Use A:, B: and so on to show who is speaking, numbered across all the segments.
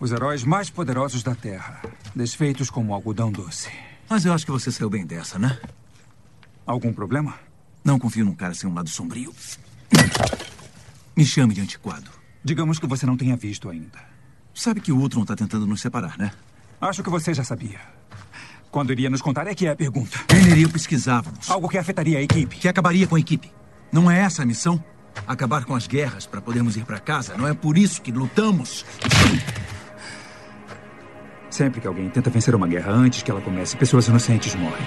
A: Os heróis mais poderosos da Terra, desfeitos como algodão doce.
B: Mas eu acho que você saiu bem dessa, né?
A: Algum problema?
B: Não confio num cara sem um lado sombrio. Me chame de antiquado.
A: Digamos que você não tenha visto ainda.
B: Sabe que o Ultron tá tentando nos separar, né?
A: Acho que você já sabia. Quando iria nos contar é que é a pergunta.
B: Banner e eu pesquisávamos.
A: Algo que afetaria a equipe.
B: Que acabaria com a equipe. Não é essa a missão? Acabar com as guerras para podermos ir para casa. Não é por isso que lutamos.
A: Sempre que alguém tenta vencer uma guerra antes que ela comece, pessoas inocentes morrem.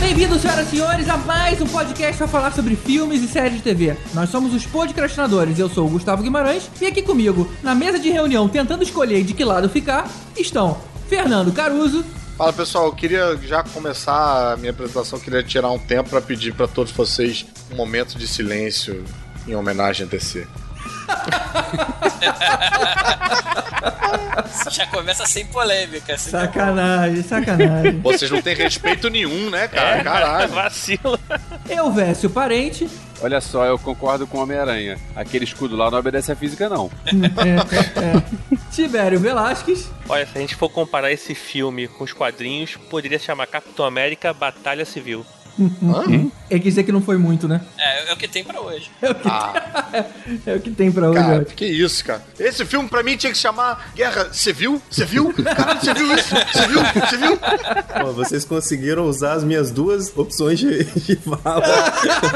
C: Bem-vindos, senhoras e senhores, a mais um podcast para falar sobre filmes e séries de TV. Nós somos os podcastinadores, eu sou o Gustavo Guimarães, e aqui comigo, na mesa de reunião, tentando escolher de que lado ficar, estão Fernando Caruso,
D: Fala pessoal, eu queria já começar a minha apresentação, eu queria tirar um tempo pra pedir pra todos vocês um momento de silêncio em homenagem a DC.
E: Já começa sem polêmica. Assim,
C: sacanagem, sacanagem,
D: Vocês não têm respeito nenhum, né,
E: É.
D: cara? Caralho.
F: Vacilo.
C: eu, Vécio Parente,
G: Olha só, eu concordo com o Homem-Aranha. Aquele escudo lá não obedece à física, não.
C: é, é, é, Tibério Velasquez,
F: Olha, se a gente for comparar esse filme com os quadrinhos, poderia chamar Capitão América Batalha Civil.
C: é que dizer que não foi muito, né?
E: É, é o que tem pra hoje.
D: Ah,
C: É o que tem pra hoje,
D: cara,
C: olha.
D: que isso, cara. Esse filme pra mim tinha que chamar Guerra Civil? Civil? Caralho, você viu isso? Você viu? Você viu?
H: Pô, vocês conseguiram usar as minhas duas opções de, de fala.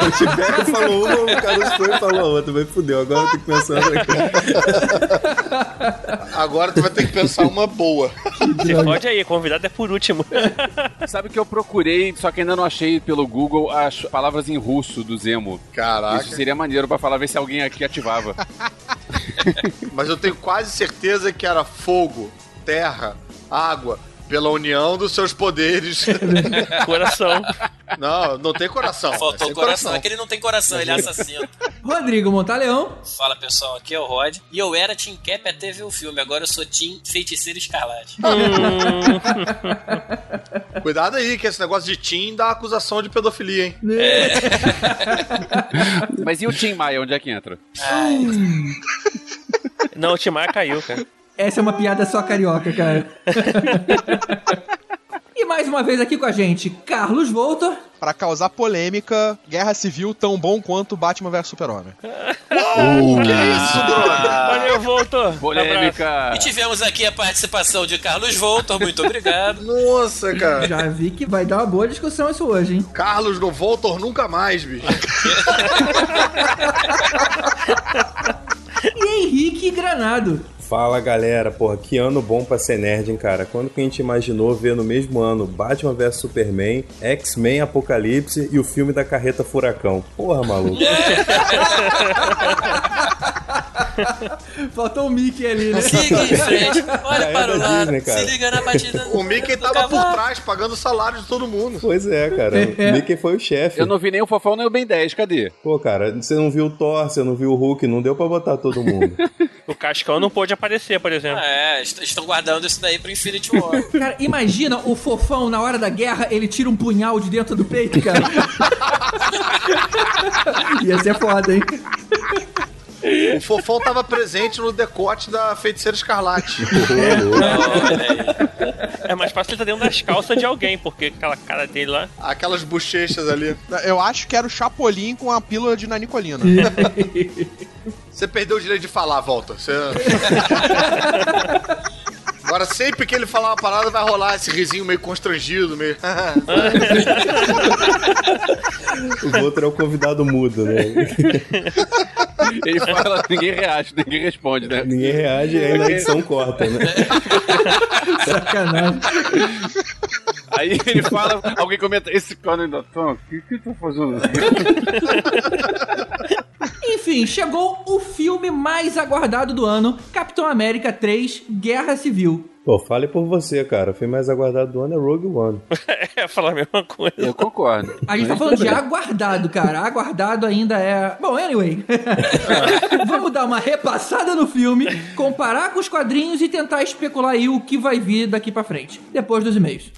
H: O Tiberio falou uma, o Carlos foi e falou a outra. Mas fudeu, agora eu tenho que pensar outra coisa.
D: Agora tu vai ter que pensar uma boa.
F: Você pode aí, convidado é por último.
G: Sabe que eu procurei, só que ainda não achei pelo Google as palavras em russo do Zemo.
D: Caraca.
G: Isso seria maneiro pra falar, ver se alguém aqui ativava.
D: Mas eu tenho quase certeza que era fogo, terra, água, pela união dos seus poderes.
E: É
F: Coração.
D: Não, não tem coração.
I: Ah,
D: é
E: Faltou
D: sem
E: o coração. É que ele não tem coração, ele é assassino.
C: Rodrigo Montaleão,
E: Fala pessoal, aqui é o Rod. E eu era Team Cap até ver o filme, agora eu sou Team Feiticeiro Escarlate.
I: Ah.
D: Cuidado aí, que esse negócio de Tim dá acusação de pedofilia, hein?
G: Mas e o Tim Maia, onde é que entra?
F: Não, o Timar caiu, cara.
C: Essa é uma piada só carioca, cara. e mais uma vez aqui com a gente, Carlos Voltor.
I: Pra causar polêmica, guerra civil tão bom quanto Batman vs Super-Homem.
F: Valeu, voltou.
G: Polêmica!
E: E tivemos aqui a participação de Carlos Voltor, muito obrigado.
D: Nossa, cara.
C: Já vi que vai dar uma boa discussão isso hoje, hein?
D: Carlos não Voltor nunca mais, bicho.
C: E Henrique Granado.
H: Fala galera, porra, que ano bom pra ser nerd, hein, cara? Quando que a gente imaginou ver no mesmo ano Batman vs Superman, X-Men Apocalipse e o filme da Carreta Furacão? Porra, maluco.
C: Faltou o Mickey ali, né?
E: Siga em frente, olha
H: é
E: para o
H: da
E: lado,
H: Disney, cara.
E: se liga na batida.
D: O Mickey
E: do
D: tava por
E: cavalo.
D: trás, pagando o salário de todo mundo.
H: Pois é, cara. O Mickey foi o chefe.
G: Eu não vi nem o Fofão nem o Ben 10, cadê?
H: Pô, cara, você não viu o Thor, você não viu o Hulk, não deu pra botar todo mundo.
F: O Cascão não pôde aparecer, por exemplo.
E: Ah, é, est- estão guardando isso daí pro Infinity War.
C: Cara, imagina o fofão na hora da guerra, ele tira um punhal de dentro do peito, cara. Ia ser foda, hein?
D: O Fofão tava presente no decote da Feiticeira Escarlate.
E: Olha aí.
F: É mais fácil ele tá dentro das calças de alguém, porque aquela cara dele lá.
D: Aquelas bochechas ali.
I: Eu acho que era o Chapolin com a pílula de nanicolina.
D: Você perdeu o direito de falar, Volta. Você... Agora, sempre que ele falar uma parada, vai rolar esse risinho meio constrangido, meio.
H: o outro é o convidado mudo, né?
G: Ele fala, ninguém reage, ninguém responde, né?
H: Ninguém reage e ainda a edição corta, né?
C: Sacanagem.
G: Aí ele fala, alguém comenta, esse cara ainda tá, o que que tá fazendo? aqui?"
C: Enfim, chegou o filme mais aguardado do ano, Capitão América 3, Guerra Civil.
H: Pô, fale por você, cara. O filme mais aguardado do ano é Rogue One.
F: É, falar a mesma coisa.
G: Eu concordo.
C: A gente tá falando de aguardado, cara. Aguardado ainda é. Bom, anyway. Vamos dar uma repassada no filme, comparar com os quadrinhos e tentar especular aí o que vai vir daqui pra frente. Depois dos e-mails.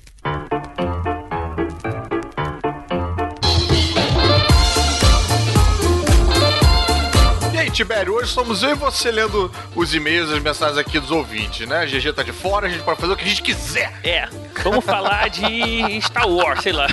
D: E aí, Tibério, hoje somos eu e você lendo os e-mails, as mensagens aqui dos ouvintes, né? A GG tá de fora, a gente pode fazer o que a gente quiser.
F: É, vamos falar de Star Wars, sei lá.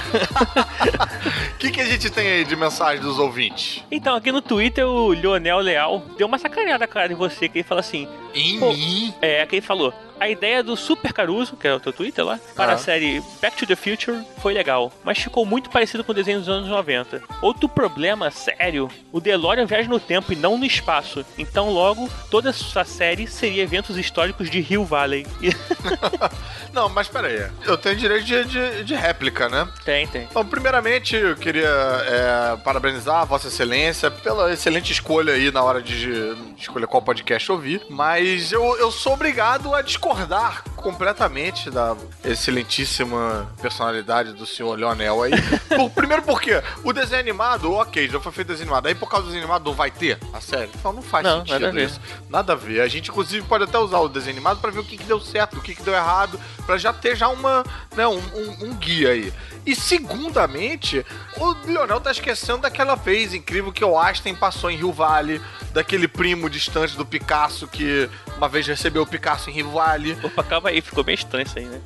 D: O que, que a gente tem aí de mensagem dos ouvintes?
F: Então, aqui no Twitter, o Leonel Leal deu uma sacaneada, cara, em você, que ele fala assim:
D: Em
F: Pô.
D: mim?
F: É, quem falou? A ideia do Super Caruso, que é o teu Twitter lá, para
D: Ah.
F: a série Back to the Future foi legal, mas ficou muito parecido com o desenho dos anos 90. Outro problema sério, o DeLorean viaja no tempo e não no espaço, então logo toda a série seria eventos históricos de Hill Valley.
D: Não, mas peraí. Eu tenho direito de, de, de réplica, né?
F: tem, tem.
D: Então, primeiramente, eu queria é, parabenizar a Vossa Excelência pela excelente escolha aí na hora de escolher qual podcast ouvir, mas eu, eu sou obrigado a discordar completamente da excelentíssima personalidade do senhor Leonel aí. Por- primeiro porque o desenho animado, ok, já foi feito desenho animado, aí por causa do desenho animado não vai ter a série? Então não faz
F: Não,
D: sentido
F: nada a ver.
D: isso. Nada a ver. A gente, inclusive, pode até usar o desenho animado pra ver o que, que deu certo, o que, que deu errado, pra já ter já uma, né, um, um- um guia aí. E, segundamente, o Leonel tá esquecendo daquela vez incrível que o Einstein passou em Rio Vale, daquele primo distante do Picasso que uma vez recebeu o Picasso em Rio Vale.
F: Opa, calma aí, ficou bem estranho isso aí, né?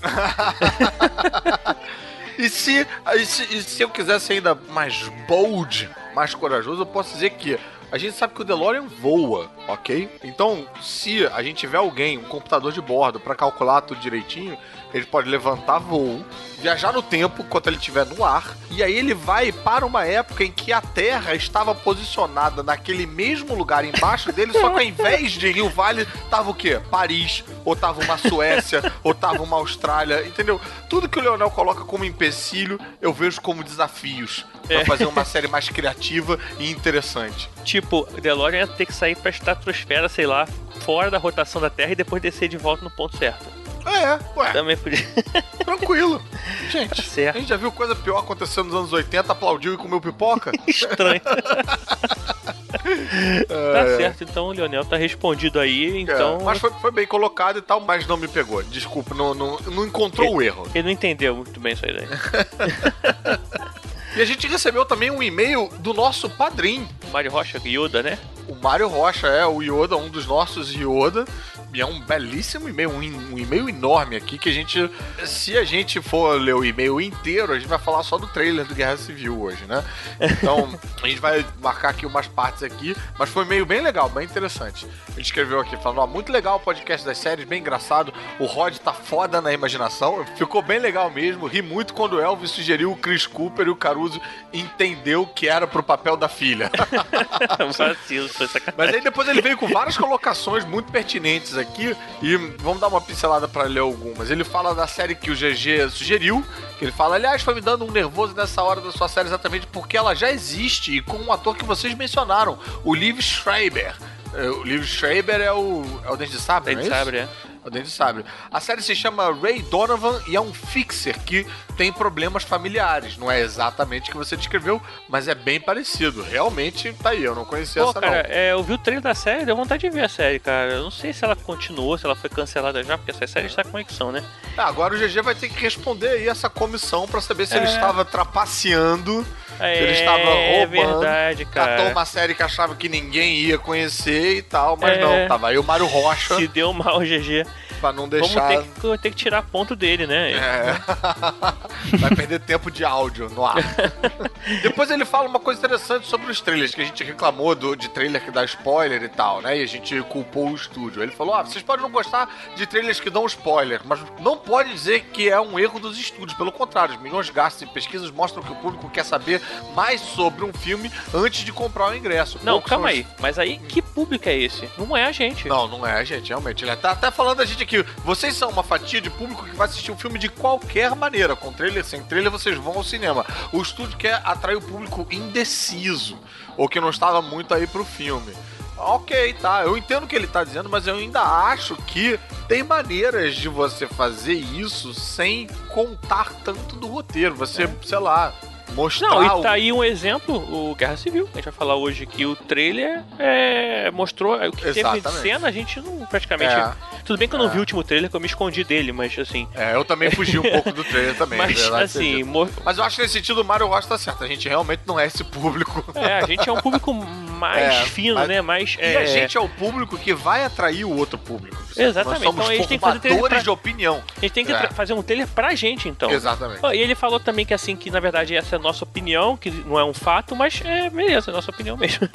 D: E se, e se, e se eu quisesse ainda mais bold, mais corajoso, eu posso dizer que a gente sabe que o DeLorean voa, ok? Então, se a gente tiver alguém, um computador de bordo, pra calcular tudo direitinho, ele pode levantar voo, viajar no tempo enquanto ele estiver no ar, e aí ele vai para uma época em que a Terra estava posicionada naquele mesmo lugar embaixo dele, só que ao invés de Rio Vale, tava o quê? Paris, ou tava uma Suécia, ou tava uma Austrália, entendeu? Tudo que o Leonel coloca como empecilho, eu vejo como desafios pra fazer uma série mais criativa e interessante.
F: Tipo, o DeLorean ia ter que sair pra estratosfera, sei lá, fora da rotação da Terra e depois descer de volta no ponto certo.
D: É, ué,
F: Também podia...
D: tranquilo. Gente, a
F: certo.
D: gente já viu coisa pior acontecendo nos anos 80, aplaudiu e comeu pipoca?
F: Estranho. tá certo, então o Leonel tá respondido aí,
D: É,
F: então.
D: mas foi, foi bem colocado e tal, mas não me pegou. Desculpa, não, não, não encontrou o erro.
F: Ele não entendeu muito bem isso aí. Né?
D: E a gente recebeu também um e-mail do nosso padrinho,
F: Mário Rocha, Yoda, né?
D: o Mário Rocha, é o Yoda, um dos nossos Yoda. E é um belíssimo e-mail, um, e- um e-mail enorme aqui que a gente. Se a gente for ler o e-mail inteiro, a gente vai falar só do trailer do Guerra Civil hoje, né? Então, a gente vai marcar aqui umas partes aqui, mas foi um e-mail bem legal, bem interessante. Ele escreveu aqui, falando, ó, muito legal o podcast das séries, bem engraçado. O Rod tá foda na imaginação. Ficou bem legal mesmo. Ri muito quando o Elvis sugeriu o Chris Cooper e o Caruso entendeu que era pro papel da filha.
F: Vacilo, foi sacanagem.
D: Mas aí depois ele veio com várias colocações muito pertinentes aqui e vamos dar uma pincelada pra ler algumas. Ele fala da série que o GG sugeriu, que ele fala, aliás, foi me dando um nervoso nessa hora da sua série exatamente porque ela já existe e com um ator que vocês mencionaram, o Liv Schreiber. É, O Liv Schreiber é o, é o Dente de Sabre, não é
F: Dente
D: isso?
F: sabre, é.
D: O Dente de Sabre. A série se chama Ray Donovan e é um fixer que tem problemas familiares. Não é exatamente o que você descreveu, mas é bem parecido. Realmente, tá aí, eu não conhecia
F: Pô,
D: essa
F: cara,
D: não.
F: é, eu vi o trailer da série, deu vontade de ver a série, cara. Eu não sei se ela continuou, se ela foi cancelada já, porque essa série está com conexão, né?
D: Tá, agora o GG vai ter que responder aí essa comissão pra saber se ele
F: É.
D: estava trapaceando,
F: É,
D: se ele estava roubando.
F: é verdade,
D: Catou
F: cara.
D: uma série que achava que ninguém ia conhecer e tal, mas
F: É.
D: não, tava aí o Mário Rocha
F: Se deu mal, GG.
D: pra não
F: Vamos
D: deixar.
F: ter que, ter que tirar ponto dele, né?
D: É. Vai perder tempo de áudio no ar. Depois ele fala uma coisa interessante sobre os trailers, que a gente reclamou do, de trailer que dá spoiler e tal, né? E a gente culpou o estúdio. Ele falou: ah, vocês podem não gostar de trailers que dão spoiler, mas não pode dizer que é um erro dos estúdios. Pelo contrário, os milhões gastos em pesquisas mostram que o público quer saber mais sobre um filme antes de comprar o ingresso.
F: Não,
D: Poucos são
F: calma
D: os-
F: aí. Mas aí, que público é esse? Não é a gente.
D: não, não é, gente, realmente. Ele tá até falando a gente aqui. Vocês são uma fatia de público que vai assistir o filme de qualquer maneira. Com trailer, sem trailer, vocês vão ao cinema. O estúdio quer atrair o público indeciso, ou que não estava muito aí pro filme. Ok, tá. Eu entendo o que ele tá dizendo, mas eu ainda acho que tem maneiras de você fazer isso sem contar tanto do roteiro. Você, sei lá, mostrar.
F: É. Não, e
D: o-
F: tá aí um exemplo, o Guerra Civil. A gente vai falar hoje que o trailer é, mostrou o que teve
D: Exatamente.
F: de cena, a gente não praticamente.
D: É.
F: Tudo bem que eu não
D: É.
F: vi o último trailer, que eu me escondi dele, mas assim.
D: É, eu também fugi um pouco do trailer também. é
F: mas
D: verdade,
F: assim,
D: entendi.
F: mo-
D: Mas eu acho que nesse sentido o Mario Ross tá certo. A gente realmente não é esse público.
F: é, a gente é um público mais
D: É,
F: fino,
D: mas-
F: né? Mais,
D: E a
F: é,
D: gente é o público que vai atrair o outro público. certo?
F: Exatamente.
D: Nós somos
F: Então a gente tem que fazer
D: formadores
F: trailer pra-
D: de opinião.
F: a gente tem que
D: é.
F: tra- fazer um trailer pra gente, então.
D: Exatamente.
F: Ah, E ele falou também que assim, que na verdade essa é a nossa opinião, que não é um fato, mas é beleza, é a nossa opinião mesmo.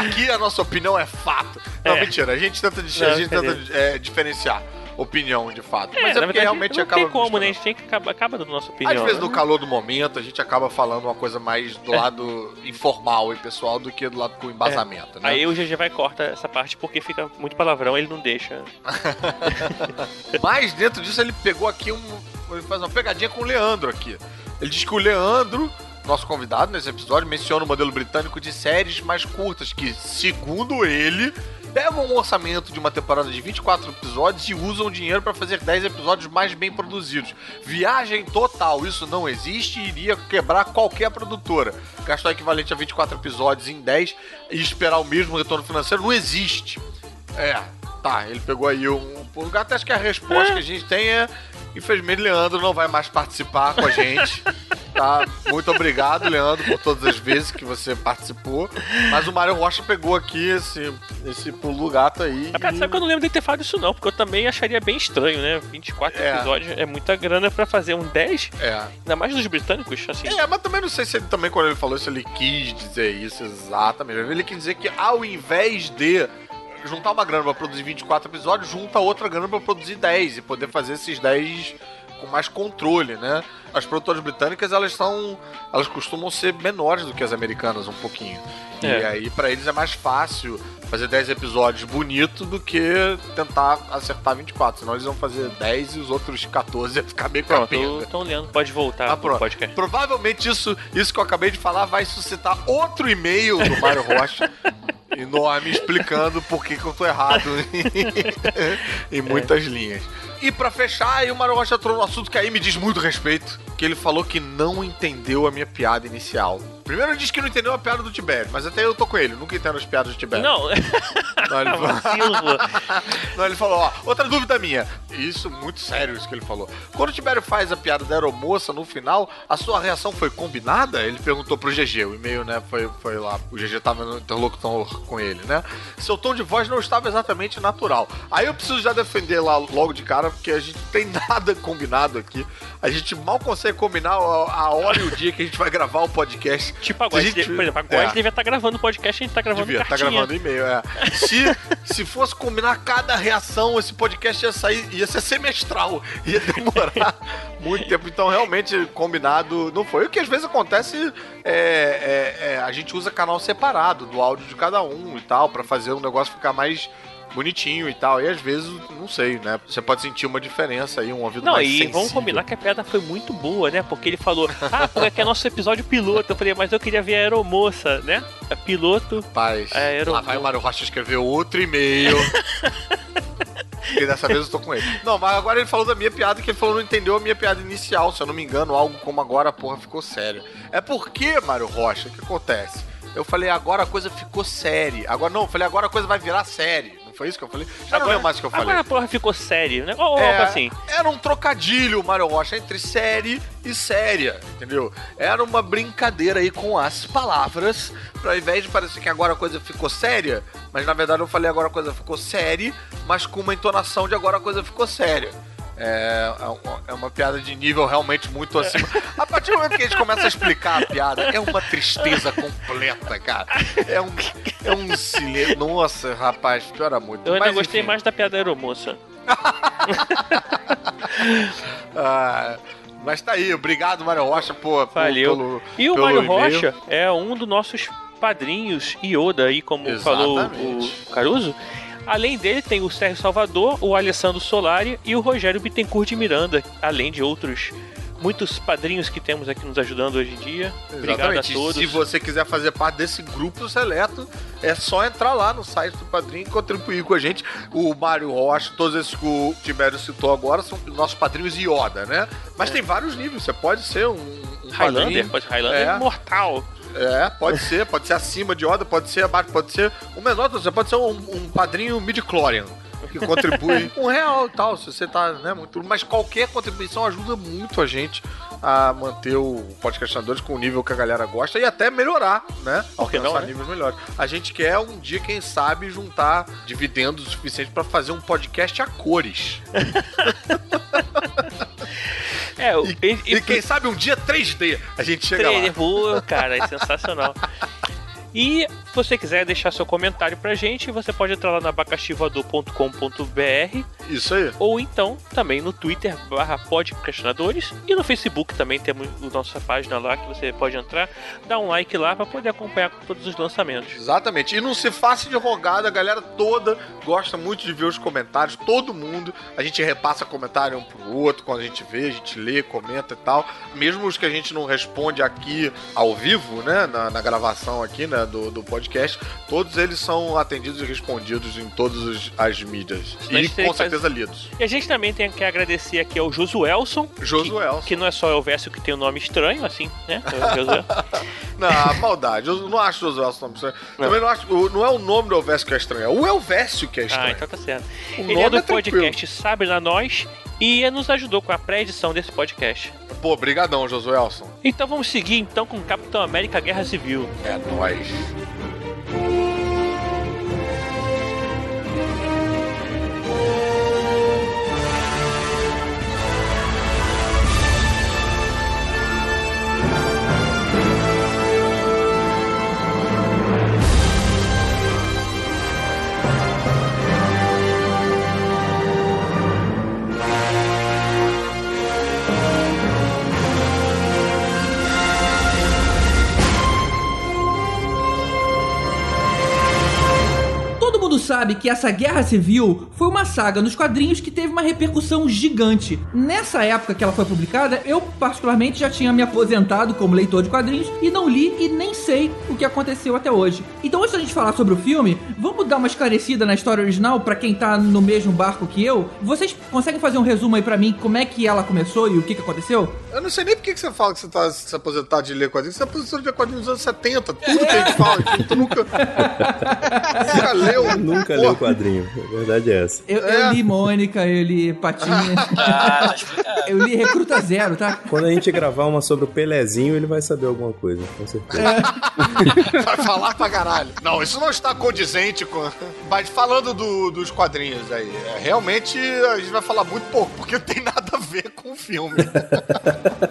D: Aqui a nossa opinião é fato. Não,
F: É.
D: mentira. A gente tenta, di-
F: Não,
D: a gente
F: cadê?
D: tenta é, diferenciar opinião de fato. Mas é,
F: na
D: porque
F: verdade,
D: realmente
F: não
D: acaba.
F: tem como, né? A
D: misturando.
F: gente tem que acabar, acaba dando nossa opinião.
D: Às vezes,
F: né? É.
D: no calor do momento, a gente acaba falando uma coisa mais do lado informal e pessoal do que do lado com embasamento, né?
F: Aí o GG vai e corta essa parte porque fica muito palavrão, ele não deixa.
D: Mas dentro disso ele pegou aqui um. Ele faz uma pegadinha com o Leandro aqui. Ele diz que o Leandro, nosso convidado nesse episódio, menciona o modelo britânico de séries mais curtas, que, segundo ele, levam um orçamento de uma temporada de 24 episódios e usam dinheiro para fazer 10 episódios mais bem produzidos. Viagem total, isso não existe e iria quebrar qualquer produtora. Gastar o equivalente a 24 episódios em 10 e esperar o mesmo retorno financeiro não existe. É, tá, ele pegou aí um um lugar. Até acho que a resposta que a gente tem é. Infelizmente, Leandro não vai mais participar com a gente. Tá? Muito obrigado, Leandro, por todas as vezes que você participou. Mas o Mário Rocha pegou aqui esse, esse pulo gato aí.
F: Mas, cara, sabe que eu não lembro de ter falado isso não, porque eu também acharia bem estranho, né? 24
D: É.
F: episódios é muita grana pra fazer um 10,
D: É.
F: ainda mais dos britânicos, assim.
D: É, mas também não sei se ele também, quando ele falou isso, ele quis dizer isso exatamente. Ele quis dizer que ao invés de juntar uma grana pra produzir 24 episódios, junta outra grana pra produzir 10 e poder fazer esses 10 com mais controle, né? As produtoras britânicas, elas são. Elas costumam ser menores do que as americanas, um pouquinho.
F: É.
D: E aí, pra eles é mais fácil fazer 10 episódios bonito do que tentar acertar 24. Senão eles vão fazer 10 e os outros 14 ia ficar meio
F: Pronto,
D: capenga.
F: então o Leandro pode voltar
D: Tá
F: pro
D: pronto.
F: podcast.
D: Provavelmente isso, isso que eu acabei de falar vai suscitar outro e-mail do Mário Rocha enorme explicando por que, que eu tô errado em- em muitas linhas. E pra fechar, aí o Mário Rocha entrou no assunto que aí me diz muito respeito, que ele falou que não entendeu a minha piada inicial. Primeiro ele diz que não entendeu a piada do Tibério, mas até eu tô com ele, nunca entendo as piadas do Tibério.
F: Não, é
D: Não, ele falou-
F: vacilo.
D: não, ele falou, ó, outra dúvida minha. Isso, muito sério isso que ele falou. Quando o Tibério faz a piada da aeromoça no final, a sua reação foi combinada? Ele perguntou pro GG, o e-mail, né, foi, foi lá, o GG tava no interlocutor com ele, né? Seu tom de voz não estava exatamente natural. Aí eu preciso já defender lá logo de cara, porque a gente não tem nada combinado aqui. A gente mal consegue combinar a, a hora e o dia que a gente vai gravar o podcast.
F: Tipo a
D: Se a
F: Góis,
D: gente-
F: por exemplo, a
D: É.
F: Góis devia estar gravando o podcast, a gente tá gravando
D: Devia, tá
F: cartinha.
D: gravando e-mail, é. Se, se fosse combinar cada reação, esse podcast ia sair, ia ser semestral. Ia demorar muito tempo. Então, realmente, combinado não foi. O que às vezes acontece é, é- é, a gente usa canal separado do áudio de cada um e tal, pra fazer um negócio ficar mais bonitinho e tal. E às vezes, não sei, né? Você pode sentir uma diferença aí, um ouvido
F: Não,
D: mais
F: e
D: sensível.
F: vamos combinar que a piada foi muito boa, né? Porque ele falou, ah, porque aqui é nosso episódio piloto. Eu falei, mas eu queria ver a aeromoça, né? A piloto.
D: Rapaz,
F: É, era
D: lá
F: um-
D: vai o Mário Rocha escrever outro e-mail. Porque dessa vez eu tô com ele. Não, mas agora ele falou da minha piada, que ele falou não entendeu a minha piada inicial, se eu não me engano, algo como agora a porra ficou séria. É porque, Mário Rocha, o que acontece? Eu falei, agora a coisa ficou séria. Agora não, eu falei, agora a coisa vai virar série. Não foi isso que eu falei? Já não lembro mais o que eu falei.
F: Agora a porra ficou sério, né? Ou algo
D: É,
F: assim.
D: Era um trocadilho, Mário Rocha, entre série e séria, entendeu? Era uma brincadeira aí com as palavras, pra ao invés de parecer que agora a coisa ficou séria, mas na verdade eu falei agora a coisa ficou séria, mas com uma entonação de agora a coisa ficou séria. É, é uma- é uma piada de nível realmente muito
F: É.
D: acima. A partir do momento que a gente começa a explicar a piada, é uma tristeza completa, cara. É um, é um silêncio. Nossa, rapaz, piora muito.
F: Eu ainda
D: Mas,
F: gostei
D: enfim.
F: mais da piada da aeromoça.
D: Ah, mas tá aí, obrigado, Mário Rocha, pô. pô,
F: Valeu.
D: pelo-
F: E o
D: pelo
F: Mário
D: e-mail.
F: Rocha é um dos nossos padrinhos Ioda aí, como falou
D: Exatamente.
F: o Caruso. Além dele, tem o Sérgio Salvador, o Alessandro Solari e o Rogério Bittencourt de Miranda, além de outros muitos padrinhos que temos aqui nos ajudando hoje em dia. Obrigado a
D: Exatamente.
F: todos.
D: Se você quiser fazer parte desse grupo seleto, é só entrar lá no site do Padrinho e contribuir com a gente. O Mário Rocha, todos esses que o Tibério citou agora, são nossos padrinhos Yoda, né? Mas tem vários níveis. Você pode ser um. um
F: É. Highlander,
D: padrinho.
F: pode Highlander
D: É.
F: imortal.
D: É, pode ser, pode ser acima de Yoda, pode ser abaixo, pode ser o menor, você pode ser um, um padrinho midi-chlorian. Que contribui um real e tal, se você tá, né, muito. Mas qualquer contribuição ajuda muito a gente a manter o podcastinadores com o nível que a galera gosta e até melhorar, né?
F: Por que não,
D: alcançar
F: né?
D: níveis melhores. A gente quer um dia, quem sabe, juntar dividendos o suficiente pra fazer um podcast a cores.
F: É, o-
D: E, e quem sabe um dia 3D a gente chega
F: trailer
D: lá.
F: boa, cara, é sensacional. E se você quiser deixar seu comentário pra gente, você pode entrar lá no abacaxivador.com.br
D: Isso aí.
F: ou então também no Twitter barra podcastinadores e no Facebook também temos a nossa página lá que você pode entrar, dá um like lá pra poder acompanhar todos os lançamentos.
D: Exatamente. E não se faça de rogada, a galera toda gosta muito de ver os comentários, todo mundo. A gente repassa comentário um pro outro, quando a gente vê, a gente lê, comenta e tal. Mesmo os que a gente não responde aqui ao vivo, né, na, na gravação aqui, né, do, do podcast, todos eles são atendidos e respondidos em todas os- as mídias.
F: a
D: E
F: gente tem
D: com
F: que fazer-
D: certeza lidos.
F: E a gente também tem que agradecer aqui ao Josuelson,
D: Josuel.
F: que não é só o Elvésio que tem um nome estranho, assim, né? É o Josuel.
D: Não, maldade. Eu não acho o Josuel nome estranho. Também não acho. Não é o nome do Elvésio que é estranho, é o Elvésio que é
F: Ah,
D: estranho.
F: então tá certo.
D: O
F: Ele
D: nome
F: é do
D: é tranquilo.
F: podcast Sabe Lá Nós e nos ajudou com a pré-edição desse podcast.
D: Pô, brigadão, Josuelson.
F: Então vamos seguir então com Capitão América Guerra Civil.
D: É nóis.
C: Todo mundo sabe que essa guerra civil foi uma saga nos quadrinhos que teve uma repercussão gigante. Nessa época que ela foi publicada, eu particularmente já tinha me aposentado como leitor de quadrinhos e não li e nem sei o que aconteceu até hoje. Então, antes da gente falar sobre o filme, vamos dar uma esclarecida na história original pra quem tá no mesmo barco que eu. Vocês conseguem fazer um resumo aí pra mim como é que ela começou e o que, que aconteceu?
D: Eu não sei nem por que que você fala que você tá se aposentado de ler quadrinhos. Você se aposentou de ler quadrinhos nos anos 70. Tudo que a gente fala aqui, tu nunca. nunca leu.
H: Eu nunca
D: Pô,
H: li o quadrinho. A verdade é essa.
C: Eu, eu li Mônica, eu li Patinha,
E: Ah, tá explicado.
C: eu li Recruta Zero, tá?
H: Quando a gente gravar uma sobre o Pelezinho, ele vai saber alguma coisa, com certeza.
D: Vai falar pra caralho. Não, isso não está condizente com. Mas falando do- dos quadrinhos aí, é, realmente a gente vai falar muito pouco, porque não tem nada a ver com o filme.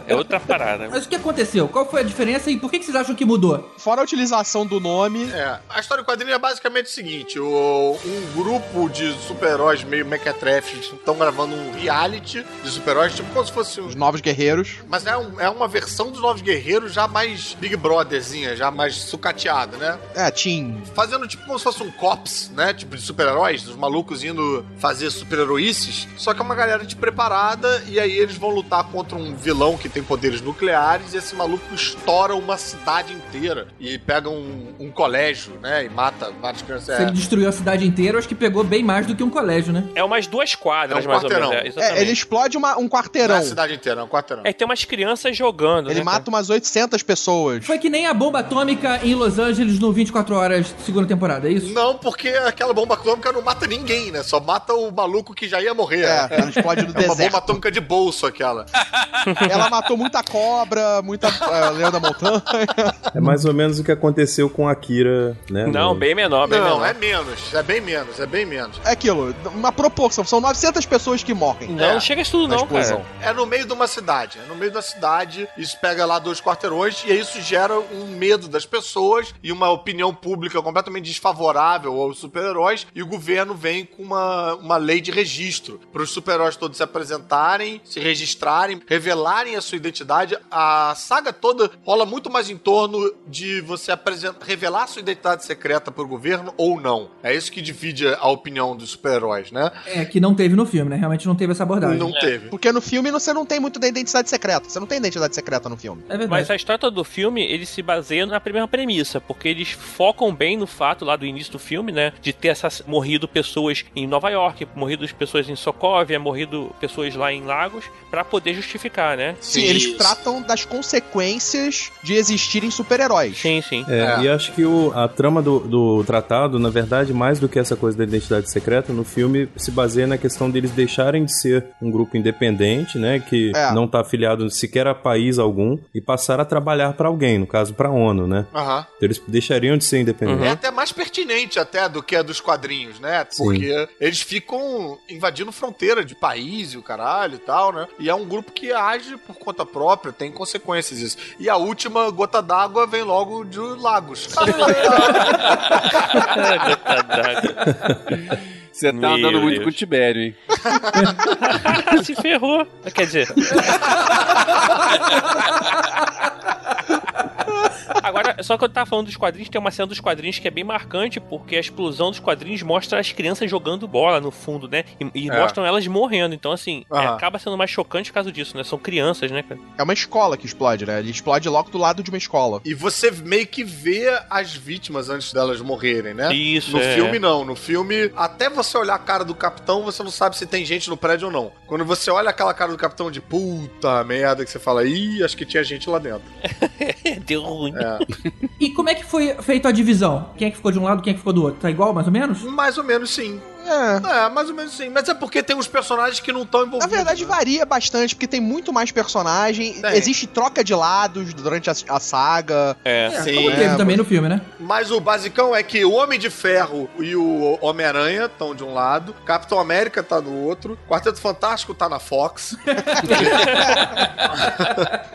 F: É outra parada.
C: Mas o que aconteceu? Qual foi a diferença e por que, que vocês acham que mudou?
I: Fora a utilização do nome,
D: É, a história do quadrinho é basicamente o seguinte: o- um grupo de super-heróis meio mequetrefes estão gravando um reality de super-heróis, tipo como se fosse um
I: os novos guerreiros.
D: Mas é, um- é uma versão dos Novos Guerreiros já mais Big Brotherzinha, já mais sucateada, né?
I: É, Team.
D: Fazendo tipo como se fosse um cops, né? Tipo de super-heróis, os malucos indo fazer super-heroices. Só que é uma galera de preparada e aí eles vão lutar contra um vilão que tem poderes nucleares e esse maluco estoura uma cidade inteira e pega um, um colégio, né? E mata várias crianças.
C: Se
D: É,
C: ele destruiu a cidade inteira, eu acho que pegou bem mais do que um colégio, né?
F: É umas duas quadras,
D: É um
F: mais ou menos.
D: quarteirão.
F: É,
I: É,
F: exatamente.
I: ele explode uma- um
D: não é
I: quarteirão.
D: a cidade inteira, é um quarteirão.
F: É, tem umas crianças jogando.
I: Ele
F: né,
I: mata umas 800 pessoas.
C: Foi que nem a bomba atômica em Los Angeles no 24 Horas, segunda temporada, é isso?
D: Não, porque aquela bomba atômica não mata ninguém, né? Só mata o maluco que já ia morrer.
I: É,
D: né?
I: ela explode no
D: É uma bomba
I: deserto.
D: atômica de bolso aquela.
F: Ah,
I: Ela matou muita cobra, muita eh, leão da montanha.
H: É mais ou menos o que aconteceu com Akira, né?
F: cara? Não,
H: no-
F: bem menor, bem
D: Não,
F: menor.
D: é menos, é bem menos, é bem menos.
I: É aquilo, uma proporção. São 900 pessoas que morrem.
F: Não, não
D: é,
F: chega isso tudo,
I: na
F: não,
I: explosão.
F: cara.
D: É no meio de uma cidade, é no meio da cidade, isso pega lá dois quarteirões e aí isso gera um medo das pessoas e uma opinião pública completamente desfavorável aos super-heróis e o governo vem com uma, uma lei de registro para os super-heróis todos se apresentarem entrarem, se registrarem, revelarem a sua identidade. A saga toda rola muito mais em torno de você apresentar, revelar sua identidade secreta pro governo ou não. É isso que divide a opinião dos super-heróis, né?
C: É, que não teve no filme, né? Realmente não teve essa abordagem.
D: Não teve.
E: É.
I: Porque no filme você não tem muito da identidade secreta. Você não tem identidade secreta no filme.
C: É verdade.
F: Mas a história toda do filme, ele se baseia na primeira premissa, porque eles focam bem no fato lá do início do filme, né, de ter essas, morrido pessoas em Nova York, morrido pessoas em Sokovia, morrido pessoas lá em Lagos, pra poder justificar, né?
I: Sim, eles
E: Isso.
I: tratam das consequências de existirem super-heróis.
F: Sim, sim.
H: É, E acho que o- a trama do, do tratado, na verdade, mais do que essa coisa da identidade secreta, no filme se baseia na questão deles deixarem de ser um grupo independente, né? Que
I: É.
H: não tá afiliado sequer a país algum e passar a trabalhar pra alguém, no caso, pra ONU, né?
D: Aham.
H: Então, eles deixariam de ser independentes.
I: Uhum.
D: É até mais pertinente até do que a dos quadrinhos, né? Porque eles ficam invadindo fronteira de país e o caralho e tal, né? E é um grupo que age por conta própria, tem consequências isso. E a última gota d'água vem logo de Lagos.
G: Você tá
F: Meu
G: andando muito
F: Deus.
G: com o Tibério, hein?
F: se ferrou. Quer dizer. Agora, só que eu tava falando dos quadrinhos, tem uma cena dos quadrinhos que é bem marcante, porque a explosão dos quadrinhos mostra as crianças jogando bola no fundo, né? E, e
D: É.
F: mostram elas morrendo. Então, assim, é,
D: Aham.
F: acaba sendo mais chocante por causa disso, né? São crianças, né, cara?
I: É uma escola que explode, né? Ele explode logo do lado de uma escola.
D: E você meio que vê as vítimas antes delas morrerem, né?
F: Isso,
D: No
F: é.
D: filme, não. No filme, até você olhar a cara do capitão, você não sabe se tem gente no prédio ou não. Quando você olha aquela cara do capitão de puta merda, que você fala, ih, acho que tinha gente lá dentro.
F: Deu ruim.
C: E como é que foi feita a divisão? Quem é que ficou de um lado, quem é que ficou do outro? Tá igual, mais ou menos?
D: Mais ou menos sim.
I: É.
D: É, mais ou menos sim. Mas é porque tem uns personagens que não estão
I: Na
D: envolvidos.
I: verdade,
D: né?
I: varia bastante, porque tem muito mais personagem.
D: Tem.
I: Existe troca de lados durante a, a saga.
F: É.
C: É,
D: Sim.
C: como
I: É,
C: teve também no filme, né?
D: Mas o basicão é que o Homem de Ferro e o Homem-Aranha estão de um lado, Capitão América tá do outro, Quarteto Fantástico tá na Fox.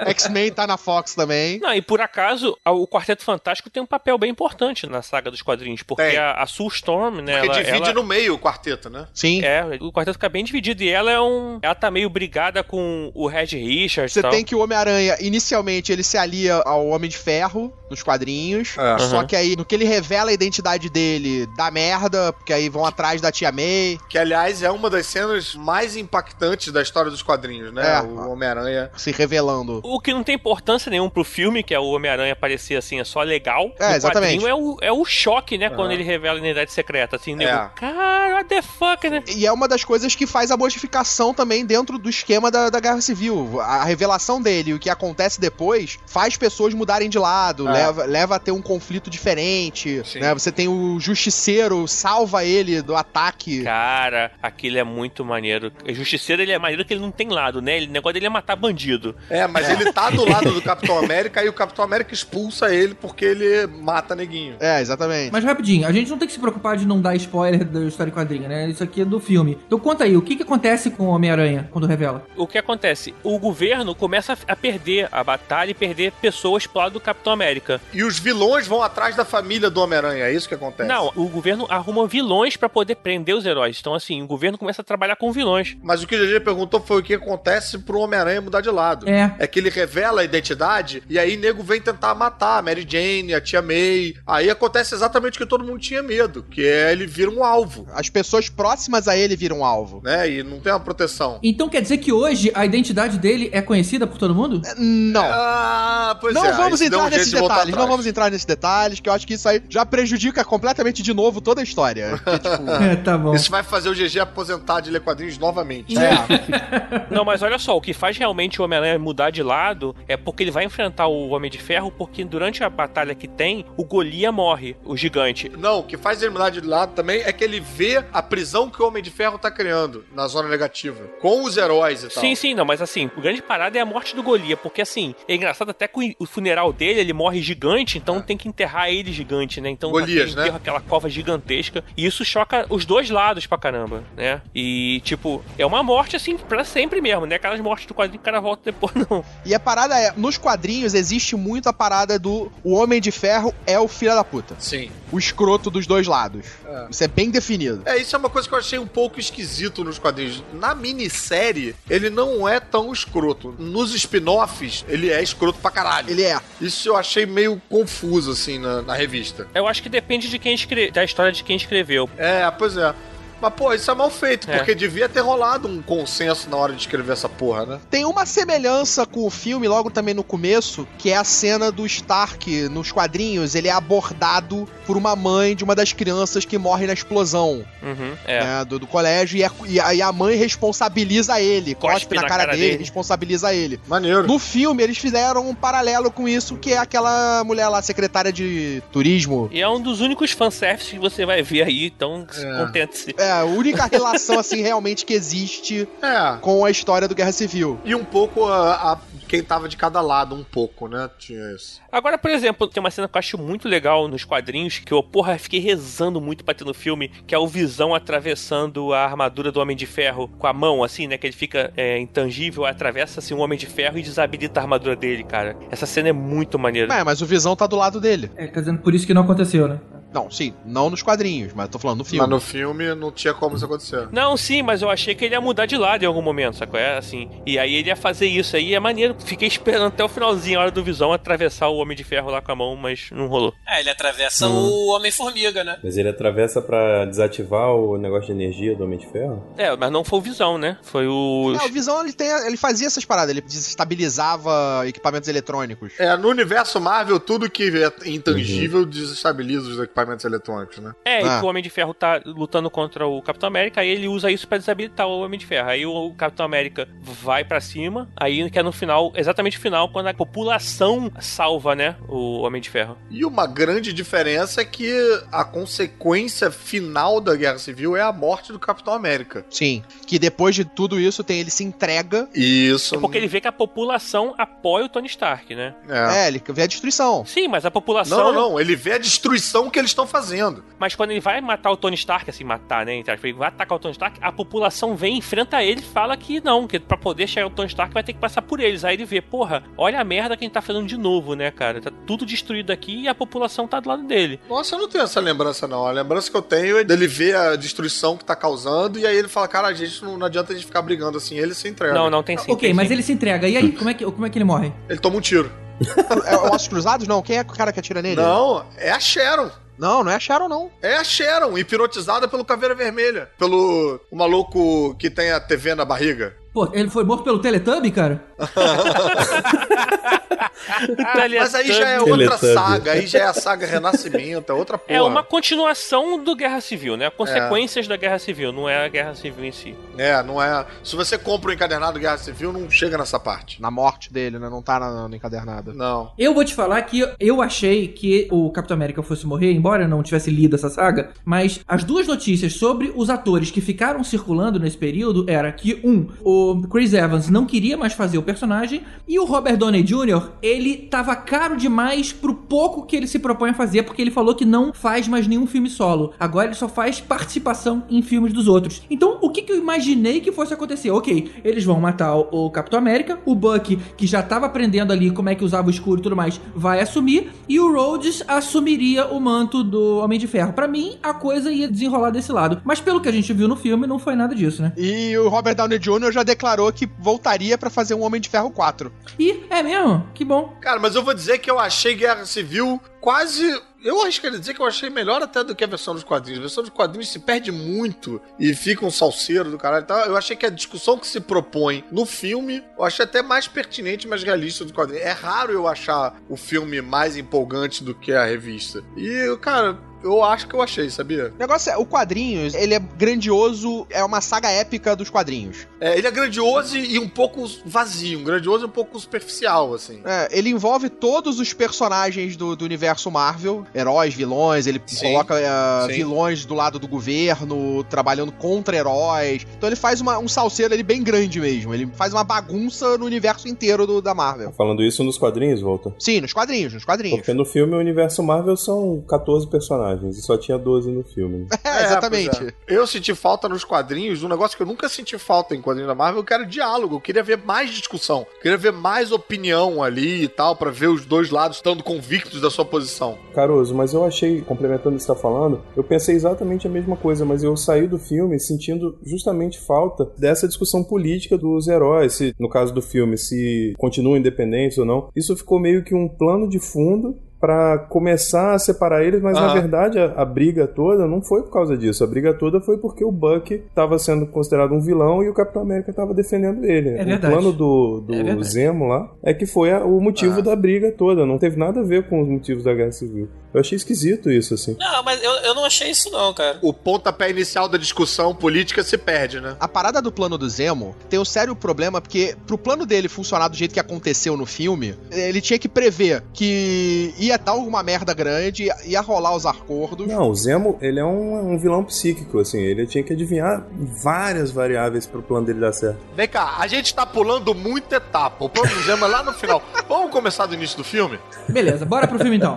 I: X-Men tá na Fox também.
F: Não, e por acaso, a- o Quarteto Fantástico tem um papel bem importante na saga dos quadrinhos, porque
D: Tem.
F: a, a Sue Storm, né?
D: Porque
F: ela,
D: divide
F: ela-
D: no meio o quarteto, né?
I: Sim.
F: É, o quarteto fica bem dividido e ela é um. Ela tá meio brigada com o Red Richards e
I: Você
F: tal.
I: tem que o Homem-Aranha, inicialmente, ele se alia ao Homem de Ferro nos quadrinhos.
D: É.
I: Só
F: Aham.
I: que aí, no que ele revela a identidade dele, dá merda, porque aí vão atrás da tia May.
D: Que, aliás, é uma das cenas mais impactantes da história dos quadrinhos, né?
I: É.
D: O Homem-Aranha.
I: Se revelando.
F: O que não tem importância nenhuma pro filme, que é o Homem-Aranha aparecer assim, é só legal.
I: É,
F: No
I: exatamente.
F: quadrinho É o, é o choque, né? Quando ele revela a identidade secreta. Assim, nego,
D: É.
F: cara, what the fuck, né?
I: E é uma das coisas que faz a modificação também dentro do esquema da, da Guerra Civil. A revelação dele e o que acontece depois faz pessoas mudarem de lado,
D: É.
I: leva, leva a ter um conflito diferente.
D: Sim.
I: né? Você tem o Justiceiro, salva ele do ataque.
F: Cara, aquilo é muito maneiro. O Justiceiro, ele é maneiro que ele não tem lado, né? Ele- O negócio dele é matar bandido.
D: É, mas ele tá do lado do Capitão América e o Capitão América expulsa ele porque ele mata neguinho.
I: É, exatamente.
C: Mas rapidinho, a gente não tem que se preocupar de não dar spoiler da história em quadrinho, né? Isso aqui é do filme. Então conta aí, o que, que acontece com o Homem-Aranha quando revela?
F: o que acontece? O governo começa a perder a batalha e perder pessoas pro lado do Capitão América.
D: E os vilões vão atrás da família do Homem-Aranha, é isso que acontece?
F: Não, o governo arruma vilões pra poder prender os heróis. Então, assim, o governo começa a trabalhar com vilões.
D: Mas o que o GG perguntou foi o que acontece pro Homem-Aranha mudar de lado.
C: É.
D: que ele revela a identidade e aí nego vem tentar matar a Mary Jane, a tia May. Aí acontece exatamente o que todo mundo tinha medo, que é ele vira um alvo,
I: As pessoas próximas a ele viram um alvo.
D: né? E não tem uma proteção.
C: Então quer dizer que hoje a identidade dele é conhecida por todo mundo?
I: Não.
D: Ah, pois
I: não
D: é.
I: vamos
D: aí deu um
I: entrar
D: jeito
I: nesses
D: de voltar
I: detalhes, não
D: atrás.
I: vamos entrar nesses detalhes, que eu acho que isso aí já prejudica completamente de novo toda a história. Que, tipo,
C: É, tá bom.
D: Isso vai fazer o GG aposentar de ler quadrinhos novamente.
I: é,
F: Não, mas olha só, o que faz realmente o Homem-Aranha mudar de lado é porque ele vai enfrentar o Homem de Ferro, porque durante a batalha que tem, o Golia morre, o gigante.
D: Não, o que faz ele mudar de lado também é que ele vê a prisão que o Homem de Ferro tá criando na zona negativa, com os heróis e tal.
F: Sim, sim, não, mas assim, o grande parada é a morte do Golia, porque assim, é engraçado até que o funeral dele, ele morre gigante, então tem que enterrar ele gigante, né? Então
D: É. Golias,
F: enterra
D: né?
F: aquela cova gigantesca, e isso choca os dois lados pra caramba, né? E tipo, é uma morte assim pra sempre mesmo, né? Aquelas mortes do quadrinho que o cara volta depois não.
I: e a parada é, nos quadrinhos existe muito a parada do o Homem de Ferro é o filho da puta.
D: Sim.
I: O escroto dos dois lados. Isso é bem definido.
D: É, isso é uma coisa que eu achei um pouco esquisito nos quadrinhos. Na minissérie, ele não é tão escroto. Nos spin-offs, ele é escroto pra caralho.
I: Ele é.
D: Isso eu achei meio confuso, assim, na, na revista.
F: Eu acho que depende de quem escre... da história de quem escreveu.
D: É, pois é. Mas, pô, isso é mal feito,
F: É.
D: porque devia ter rolado um consenso na hora de escrever essa porra, né?
I: Tem uma semelhança com o filme, logo também no começo, que é a cena do Stark nos quadrinhos. Ele é abordado por uma mãe de uma das crianças que morre na explosão
F: Uhum, é.
I: né, do, do colégio. E a, e a- e a mãe responsabiliza ele, cospe, na, cara, dele, responsabiliza ele.
D: Maneiro.
I: No filme, eles fizeram um paralelo com isso, que é aquela mulher lá, secretária de turismo.
F: E é um dos únicos fanservices que você vai ver aí, então contente-se.
I: É, a única relação, assim, realmente que existe
D: É.
I: com a história do Guerra Civil.
D: E um pouco a, a- quem tava de cada lado, um pouco, né? Tinha isso.
F: Agora, por exemplo, tem uma cena que eu acho muito legal nos quadrinhos, que eu, porra, fiquei rezando muito pra ter no filme, que é o Visão atravessando a armadura do Homem de Ferro com a mão, assim, né? Que ele fica é, intangível, atravessa, assim, o Homem de Ferro e desabilita a armadura dele, cara. Essa cena é muito maneira.
I: É, mas o Visão tá do lado dele.
C: É, tá dizendo por isso que não aconteceu, né?
I: Não, sim, não nos quadrinhos, mas tô falando no filme.
D: Mas no filme não tinha como isso acontecer.
F: Não, sim, mas eu achei que ele ia mudar de lado em algum momento, sacou? É assim. E aí ele ia fazer isso aí, é maneiro. Fiquei esperando até o finalzinho, a hora do Visão, atravessar o Homem de Ferro lá com a mão, mas não rolou.
E: Ah, ele atravessa o Homem-Formiga, né?
H: Mas ele atravessa pra desativar o negócio de energia do Homem de Ferro?
F: É, mas não foi o Visão, né? Foi o.
I: É, o Visão ele, tem, ele fazia essas paradas, ele desestabilizava equipamentos eletrônicos.
D: É, no universo Marvel, tudo que é intangível desestabiliza os equipamentos eletrônicos, né?
F: É, e
I: Ah.
F: que o Homem de Ferro tá lutando contra o Capitão América, aí ele usa isso pra desabilitar o Homem de Ferro. Aí o Capitão América vai pra cima, aí que é no final, exatamente no final, quando a população salva, né, o Homem de Ferro.
D: E uma grande diferença é que a consequência final da Guerra Civil é a morte do Capitão América.
I: Sim. Que depois de tudo isso, tem ele se entrega.
D: E isso.
F: É porque ele vê que a população apoia o Tony Stark, né?
D: É.
I: É, ele vê a destruição.
F: Sim, mas a população.
D: Não, não, não. Ele vê a destruição que eles estão fazendo.
F: Mas quando ele vai matar o Tony Stark, assim, matar, né? Entre aspas, ele vai atacar o Tony Stark, a população vem, enfrenta ele e fala que não, que pra poder chegar ao Tony Stark vai ter que passar por eles. Aí ele vê, porra, olha a merda que a gente tá fazendo de novo, né, cara? Tá tudo destruído aqui e a população tá do lado dele.
D: Nossa, eu não tenho essa lembrança, não. A lembrança que eu tenho é dele ver a destruição que tá causando e aí ele fala: cara, a gente não, não adianta a gente ficar brigando assim. Ele se entrega.
F: Não, não, tem sim.
C: ok,
F: tem
C: mas
F: sim.
C: ele se entrega. E aí, como é que, como é que ele morre?
D: Ele toma um tiro.
I: É o Ossos Cruzados? Não, quem é o cara que atira nele?
D: Não, é a Sharon.
I: Não, não é a Sharon, não.
D: É a Sharon, hipnotizada pelo Caveira Vermelha. Pelo o maluco que tem a TV na barriga.
C: Pô, ele foi morto pelo Teletubb, cara?
F: Ah, tá-
D: Mas aí já é outra
H: Teletubbies.
D: saga, aí já é a saga Renascimento, é outra porra.
F: É uma continuação do Guerra Civil, né? Consequências da Guerra Civil, não é a Guerra Civil em si.
D: É, não é. Se você compra o encadernado Guerra Civil, não chega nessa parte.
I: Na morte dele, né? Não tá na, na encadernada.
D: Não.
C: Eu vou te falar que eu achei que o Capitão América fosse morrer, embora eu não tivesse lido essa saga, mas as duas notícias sobre os atores que ficaram circulando nesse período era que um, o Chris Evans não queria mais fazer o personagem e o Robert Downey Jr., ele tava caro demais pro pouco que ele se propõe a fazer, porque ele falou que não faz mais nenhum um filme solo. Agora ele só faz participação em filmes dos outros. Então, o que que eu imaginei que fosse acontecer? OK, eles vão matar o, o Capitão América, o Buck, que já tava aprendendo ali como é que usava o escuro e tudo mais, vai assumir, e o Rhodes assumiria o manto do Homem de Ferro. Pra mim, a coisa ia desenrolar desse lado. Mas pelo que a gente viu no filme, não foi nada disso, né?
I: E o Robert Downey Jr. já declarou que voltaria pra fazer um Homem de Ferro 4.
C: E é mesmo? Que bom.
D: Cara, mas eu vou dizer que eu achei Guerra Civil quase. Eu acho que dizer que eu achei melhor até do que a versão dos quadrinhos. A versão dos quadrinhos se perde muito e fica um salseiro do caralho e tal. Eu achei que a discussão que se propõe no filme, eu achei até mais pertinente, mais realista do quadrinho. É raro eu achar o filme mais empolgante do que a revista. E, cara, eu acho que eu achei, sabia?
I: O negócio é, o quadrinhos, ele é grandioso, é uma saga épica dos quadrinhos.
D: É, ele é grandioso e um pouco vazio, um grandioso e um pouco superficial, assim.
I: É, ele envolve todos os personagens do, do universo Marvel, heróis, vilões, ele
D: Sim.
I: coloca é,
D: Sim.
I: vilões do lado do governo, trabalhando contra heróis. Então ele faz uma- um salseiro ali bem grande mesmo, ele faz uma bagunça no universo inteiro do- da Marvel.
H: Falando isso Tá nos quadrinhos, volta.
I: Sim, nos quadrinhos, nos quadrinhos.
H: Porque no filme o universo Marvel são 14 personagens. personagens, e só tinha 12 no filme.
I: É, exatamente.
D: pois é. Eu senti falta nos quadrinhos de um negócio que eu nunca senti falta em quadrinhos da Marvel, que era diálogo. Eu queria ver mais discussão, queria ver mais opinião ali e tal, pra ver os dois lados estando convictos da sua posição.
H: Caruso, mas eu achei, complementando o que você tá falando, eu pensei exatamente a mesma coisa, mas eu saí do filme sentindo justamente falta dessa discussão política dos heróis, se, no caso do filme, se continuam independentes ou não. Isso ficou meio que um plano de fundo para começar a separar eles, mas na
D: Aham.
H: verdade a, a briga toda não foi por causa disso. A briga toda foi porque o Buck estava sendo considerado um vilão e o Capitão América estava defendendo ele.
C: É
H: o
C: verdade.
H: plano do, do
C: É verdade.
H: Zemo lá é que foi a- o motivo
D: Ah.
H: da briga toda. Não teve nada a ver com os motivos da guerra civil. Eu achei esquisito isso, assim.
E: Não, mas eu, eu não achei isso não, cara.
D: O pontapé inicial da discussão política se perde, né?
I: A parada do plano do Zemo tem um sério problema, porque pro plano dele funcionar do jeito que aconteceu no filme, ele tinha que prever que ia dar alguma merda grande, ia rolar os acordos.
H: Não, o Zemo, ele é um, um vilão psíquico, assim. Ele tinha que adivinhar várias variáveis pro plano dele dar certo.
D: Vem cá, a gente tá pulando muita etapa. O plano do Zema é lá no final. Vamos começar do início do filme?
C: Beleza, bora pro filme então.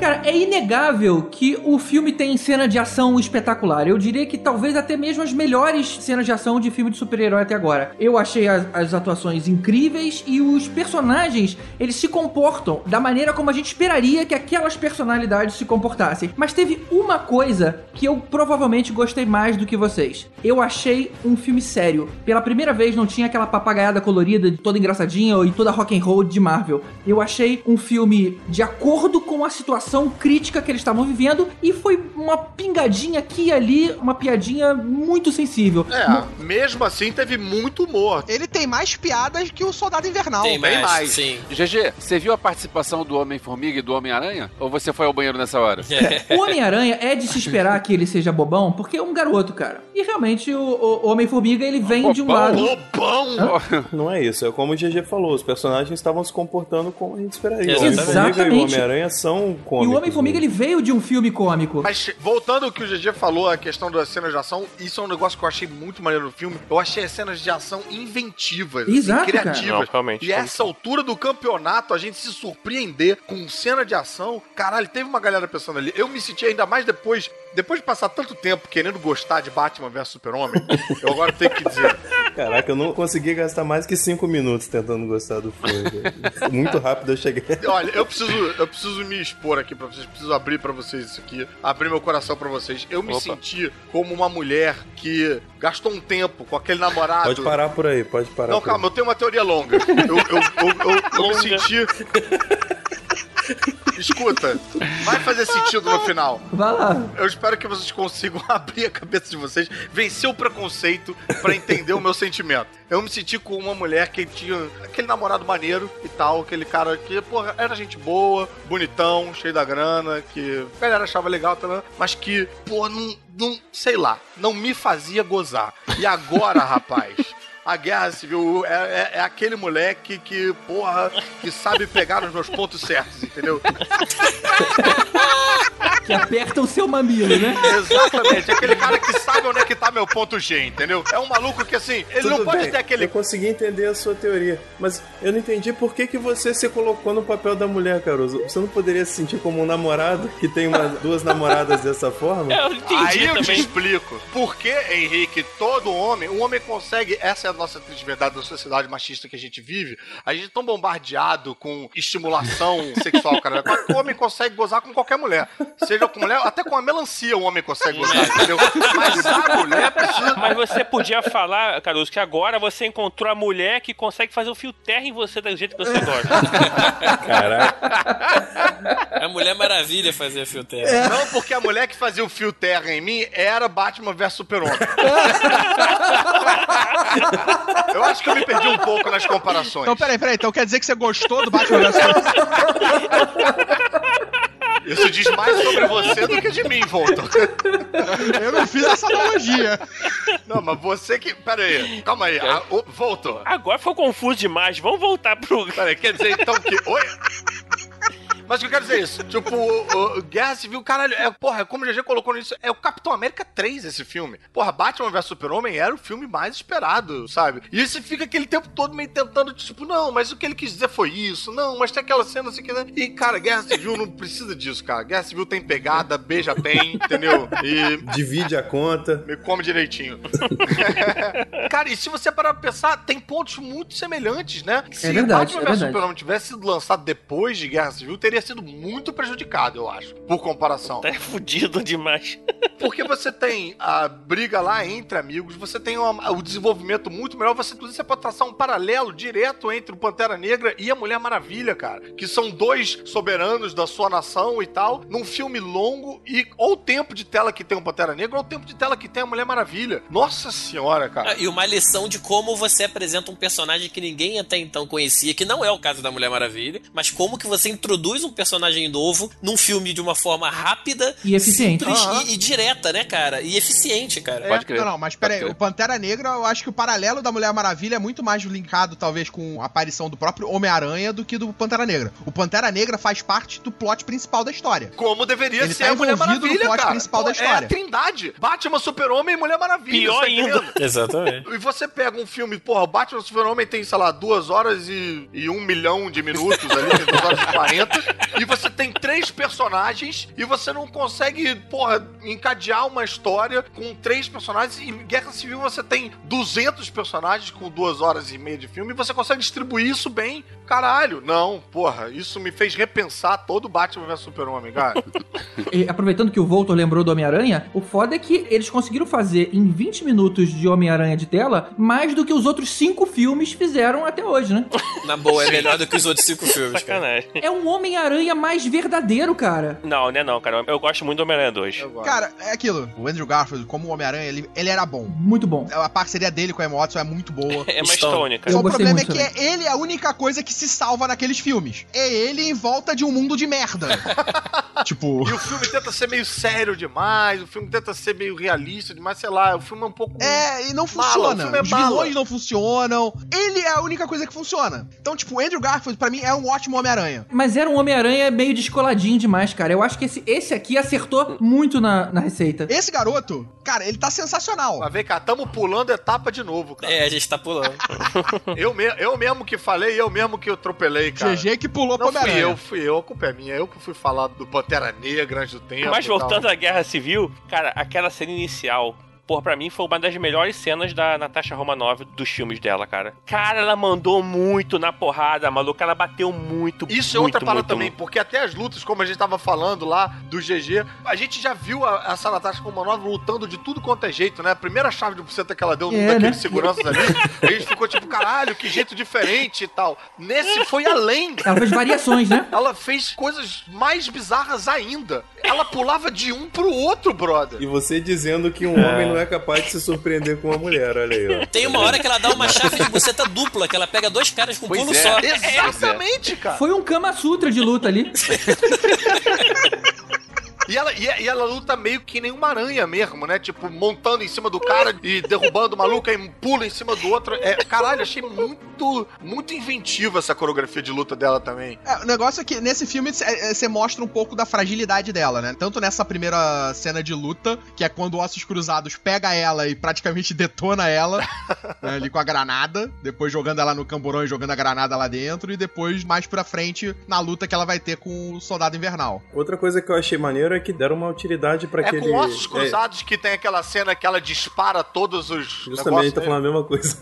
C: Cara, é inegável que o filme tem cena de ação espetacular. Eu diria que talvez até mesmo as melhores cenas de ação de filme de super-herói até agora. Eu achei as, as atuações incríveis e os personagens, eles se comportam da maneira como a gente esperaria que aquelas personalidades se comportassem. Mas teve uma coisa que eu provavelmente gostei mais do que vocês. Eu achei um filme sério. Pela primeira vez não tinha aquela papagaiada colorida, de toda engraçadinha e toda rock and roll de Marvel. Eu achei um filme de acordo com a situação crítica que eles estavam vivendo e foi uma pingadinha aqui e ali, uma piadinha muito sensível.
D: É, mesmo assim teve muito humor.
I: Ele tem mais piadas que o Soldado Invernal.
E: Tem
D: bem
E: mais,
D: mais.
E: sim.
G: GG, você viu a participação do Homem-Formiga e do Homem-Aranha? Ou você foi ao banheiro nessa hora?
C: O Homem-Aranha é de se esperar que ele seja bobão, porque é um garoto, cara. E realmente o, o Homem-Formiga ele vem de um
G: Bobão?
C: lado.
D: Lobão!
H: Não é isso, é como o GG falou, os personagens estavam se comportando como a gente esperaria.
E: Exatamente.
H: O Homem-Formiga e o
C: Exatamente.
H: Homem-Aranha são
C: E
H: cômicos.
C: o Homem-Formiga
H: né?
C: ele veio de um filme cômico.
D: Mas voltando ao que o GG falou, a questão das cenas de ação, isso é um negócio que eu achei muito maneiro no filme. Eu achei as cenas de ação inventivas, assim,
C: Exato, cara.
D: criativas.
F: Não, realmente.
D: E a essa altura do campeonato, a gente se surpreender com cena de ação. Caralho, teve uma galera pensando ali. Eu me senti ainda mais depois, depois de passar tanto tempo querendo gostar de Batman vs Super-Homem. eu agora tenho que dizer.
H: Caraca, eu não consegui gastar mais que 5 minutos tentando gostar do filme. cara. Muito rápido eu cheguei.
D: Olha, eu preciso, eu preciso me expor aqui pra vocês, preciso abrir pra vocês isso aqui, abrir meu coração pra vocês. Eu me
G: Opa.
D: senti como uma mulher que gastou um tempo com aquele namorado.
H: Pode parar por aí, pode parar.
D: Não,
H: por aí.
D: calma, eu tenho uma teoria longa. Eu, eu- eu- eu- eu me senti. Escuta, vai fazer sentido no final.
C: Vai lá.
D: Eu espero que vocês consigam abrir a cabeça de vocês, vencer o preconceito pra entender o meu sentimento. Eu me senti com uma mulher que tinha aquele namorado maneiro e tal, aquele cara que, porra, era gente boa, bonitão, cheio da grana, que a galera achava legal também, mas que, pô, não, não, sei lá, não me fazia gozar. E agora, rapaz? A guerra civil é, é- é aquele moleque que, porra, que sabe pegar os meus pontos certos, entendeu?
C: Que aperta o seu mamilo, né?
D: Exatamente, aquele cara que sabe onde é que tá meu ponto G, entendeu? É um maluco que assim, ele
H: Tudo
D: não pode
H: bem,
D: ter aquele.
H: Eu consegui entender a sua teoria, mas eu não entendi por que, que você se colocou no papel da mulher, Caruso. Você não poderia se sentir como um namorado que tem uma- duas namoradas dessa forma?
F: É, Eu entendi
D: Aí eu te
F: também.
D: explico. Por que, Henrique, todo homem, um homem consegue. Essa é a nossa triste verdade da sociedade machista que a gente vive. A gente é tão bombardeado com estimulação sexual, cara. Mas O homem consegue gozar com qualquer mulher. Seja com mulher, até com a melancia o homem consegue gozar, entendeu? Mas a mulher precisa.
F: Mas você podia falar, Caruso, que agora você encontrou a mulher que consegue fazer o fio terra em você do jeito que você gosta.
H: Caraca,
E: A É Mulher Maravilha fazia fio terra.
D: Não, porque a mulher que fazia o fio terra em mim era Batman vs Super-Homem. eu acho que eu me perdi um pouco nas comparações.
I: Então, peraí, peraí. Então quer dizer que você gostou do Batman vs Superman?
D: Isso diz mais sobre você do que de mim, Volta.
I: Eu não fiz essa analogia.
D: Não, mas você que. Pera aí, calma aí. A, o, Volto.
F: Agora ficou confuso demais. Vamos voltar pro.
D: Pera aí, quer dizer então que. Oi? Mas o que eu quero dizer é isso. Tipo, o, o Guerra Civil, caralho, é, porra, como o GG colocou nisso, é o Capitão América 3 esse filme. Porra, Batman vs Super-Homem era o filme mais esperado, sabe? E você fica aquele tempo todo meio tentando, tipo, não, mas o que ele quis dizer foi isso, não, mas tem aquela cena assim que. né? E, cara, Guerra Civil não precisa disso, cara. Guerra Civil tem pegada, beija bem, entendeu? E
H: Divide a conta.
D: me come direitinho. Cara, e se você parar pra pensar, tem pontos muito semelhantes, né? Se
C: verdade, é
D: Batman vs
C: verdade.
D: Super-Homem tivesse sido lançado depois de Guerra Civil, teria sido muito prejudicado, eu acho, por comparação.
F: Tá fudido demais.
D: Porque você tem a briga lá entre amigos, você tem uma- o desenvolvimento muito melhor, você inclusive você pode traçar um paralelo direto entre o Pantera Negra e a Mulher Maravilha, cara, que são dois soberanos da sua nação e tal, num filme longo e ou o tempo de tela que tem o Pantera Negra ou o tempo de tela que tem a Mulher Maravilha. Nossa senhora, cara.
I: É.
E: Ah, E uma lição de como você apresenta um personagem que ninguém até então conhecia, que não é o caso da Mulher Maravilha, mas como que você introduz um personagem novo num filme de uma forma rápida,
C: E eficiente.
E: simples
D: Aham.
E: e, e direta, né, cara? E eficiente, cara.
G: Pode
I: Não,
G: crer.
I: não, mas peraí, o Pantera Negra, eu acho que o paralelo da Mulher Maravilha é muito mais linkado, talvez, com a aparição do próprio Homem-Aranha do que do Pantera Negra. O Pantera Negra faz parte do plot principal da história.
D: Como deveria
I: Ele
D: ser
I: tá
D: a Mulher
I: envolvido no
D: Maravilha,
I: plot
D: cara.
I: principal da
D: Pô, É
I: história.
D: a Trindade. Batman, Super-Homem e Mulher Maravilha.
F: Pior
D: tá
F: ainda.
D: entendendo?
E: Exatamente.
D: E você pega um filme, porra, Batman Super-Homem tem, sei lá, duas horas e, e um milhão de minutos ali, tem duas horas e 40, e você tem três personagens e você não consegue, porra, encadear uma história com três personagens. E em Guerra Civil você tem 200 personagens com duas horas e meia de filme e você consegue distribuir isso bem. Caralho, não, porra, isso me fez repensar todo Batman vs Super-Homem, cara.
C: E aproveitando que o Voltor lembrou do Homem-Aranha, o foda é que eles conseguiram fazer em 20 minutos de Homem-Aranha de tela mais do que os outros cinco filmes fizeram até hoje, né?
E: Na boa, é melhor do que os outros cinco filmes, cara.
F: Sacanagem.
C: É um Homem-Aranha mais verdadeiro, cara.
F: Não, né não, cara. Eu gosto muito do Homem-Aranha 2.
I: Cara, é aquilo. O Andrew Garfield, como o Homem-Aranha, ele, ele era bom.
C: Muito bom.
I: A parceria dele com a Emma Watson é muito boa.
F: É mais
E: Stone.
F: Stone, cara.
I: Só
C: Eu
I: o
C: gostei
I: problema é
C: muito
I: que é ele é a única coisa que se salva naqueles filmes. É ele em volta de um mundo de merda. tipo.
D: E o filme tenta ser meio sério demais, o filme tenta ser meio realista demais, sei lá, o filme é um pouco.
I: É, e não
D: Mala, o
I: funciona.
D: filme é
I: Os
D: mala.
I: vilões não funcionam. Ele é a única coisa que funciona. Então, tipo, o Andrew Garfield, pra mim, é um ótimo Homem-Aranha.
C: Mas era um Homem-Aranha meio descoladinho demais, cara. Eu acho que esse, esse aqui acertou muito na, na receita.
I: Esse garoto, cara, ele tá sensacional.
D: Mas vem cá, tamo pulando etapa de novo, cara.
E: É, a gente tá pulando.
D: Eu, me- eu mesmo que falei, eu mesmo que atropelei, cara.
I: GG que pulou pro
D: Não fui eu,
I: Homem-Aranha.
D: fui eu, a culpa é minha. Eu que fui falar do Pantera Negra antes do tempo.
F: Mas
D: e tal.
F: voltando à Guerra Civil, cara, aquela cena inicial. Porra, pra mim foi uma das melhores cenas da Natasha Romanoff dos filmes dela, cara. Cara, ela mandou muito na porrada, maluco. Ela bateu muito,
D: Isso é
F: muito,
D: outra parada
F: muito,
D: também, porque até as lutas, como a gente tava falando lá do GG, a gente já viu a, essa Natasha Romanova lutando de tudo quanto é jeito, né? A primeira chave de buceta que ela deu num
C: É,
D: daqueles
C: né?
D: seguranças ali, a gente ficou tipo, caralho, que jeito diferente e tal. Nesse foi além,
C: Ela fez variações, né?
D: Ela fez coisas mais bizarras ainda. Ela pulava de um pro outro, brother.
H: E você dizendo que um homem não é capaz de se surpreender com uma mulher, olha aí, ó.
E: Tem uma hora que ela dá uma chave de buceta dupla, que ela pega dois caras com um
G: Pois
E: pulo
G: é.
E: só.
D: Exatamente, cara.
C: Foi um Kama Sutra de luta ali.
D: E ela, e, e ela luta meio que nem uma aranha mesmo, né? Tipo, montando em cima do cara e derrubando o maluco, aí pula em cima do outro. É, caralho, achei muito, muito inventiva essa coreografia de luta dela também.
I: É, o negócio é que nesse filme você mostra um pouco da fragilidade dela, né? Tanto nessa primeira cena de luta, que é quando Ossos Cruzados pega ela e praticamente detona ela né, ali com a granada, depois jogando ela no camburão e jogando a granada lá dentro, e depois mais pra frente na luta que ela vai ter com o Soldado Invernal.
H: Outra coisa que eu achei maneiro é que deram uma utilidade pra
D: É
H: aquele...
D: com ossos
H: é,
D: cruzados que tem aquela cena que ela dispara todos os.
H: Justamente,
D: negócios né?
H: tá
D: dele.
H: falando a mesma coisa.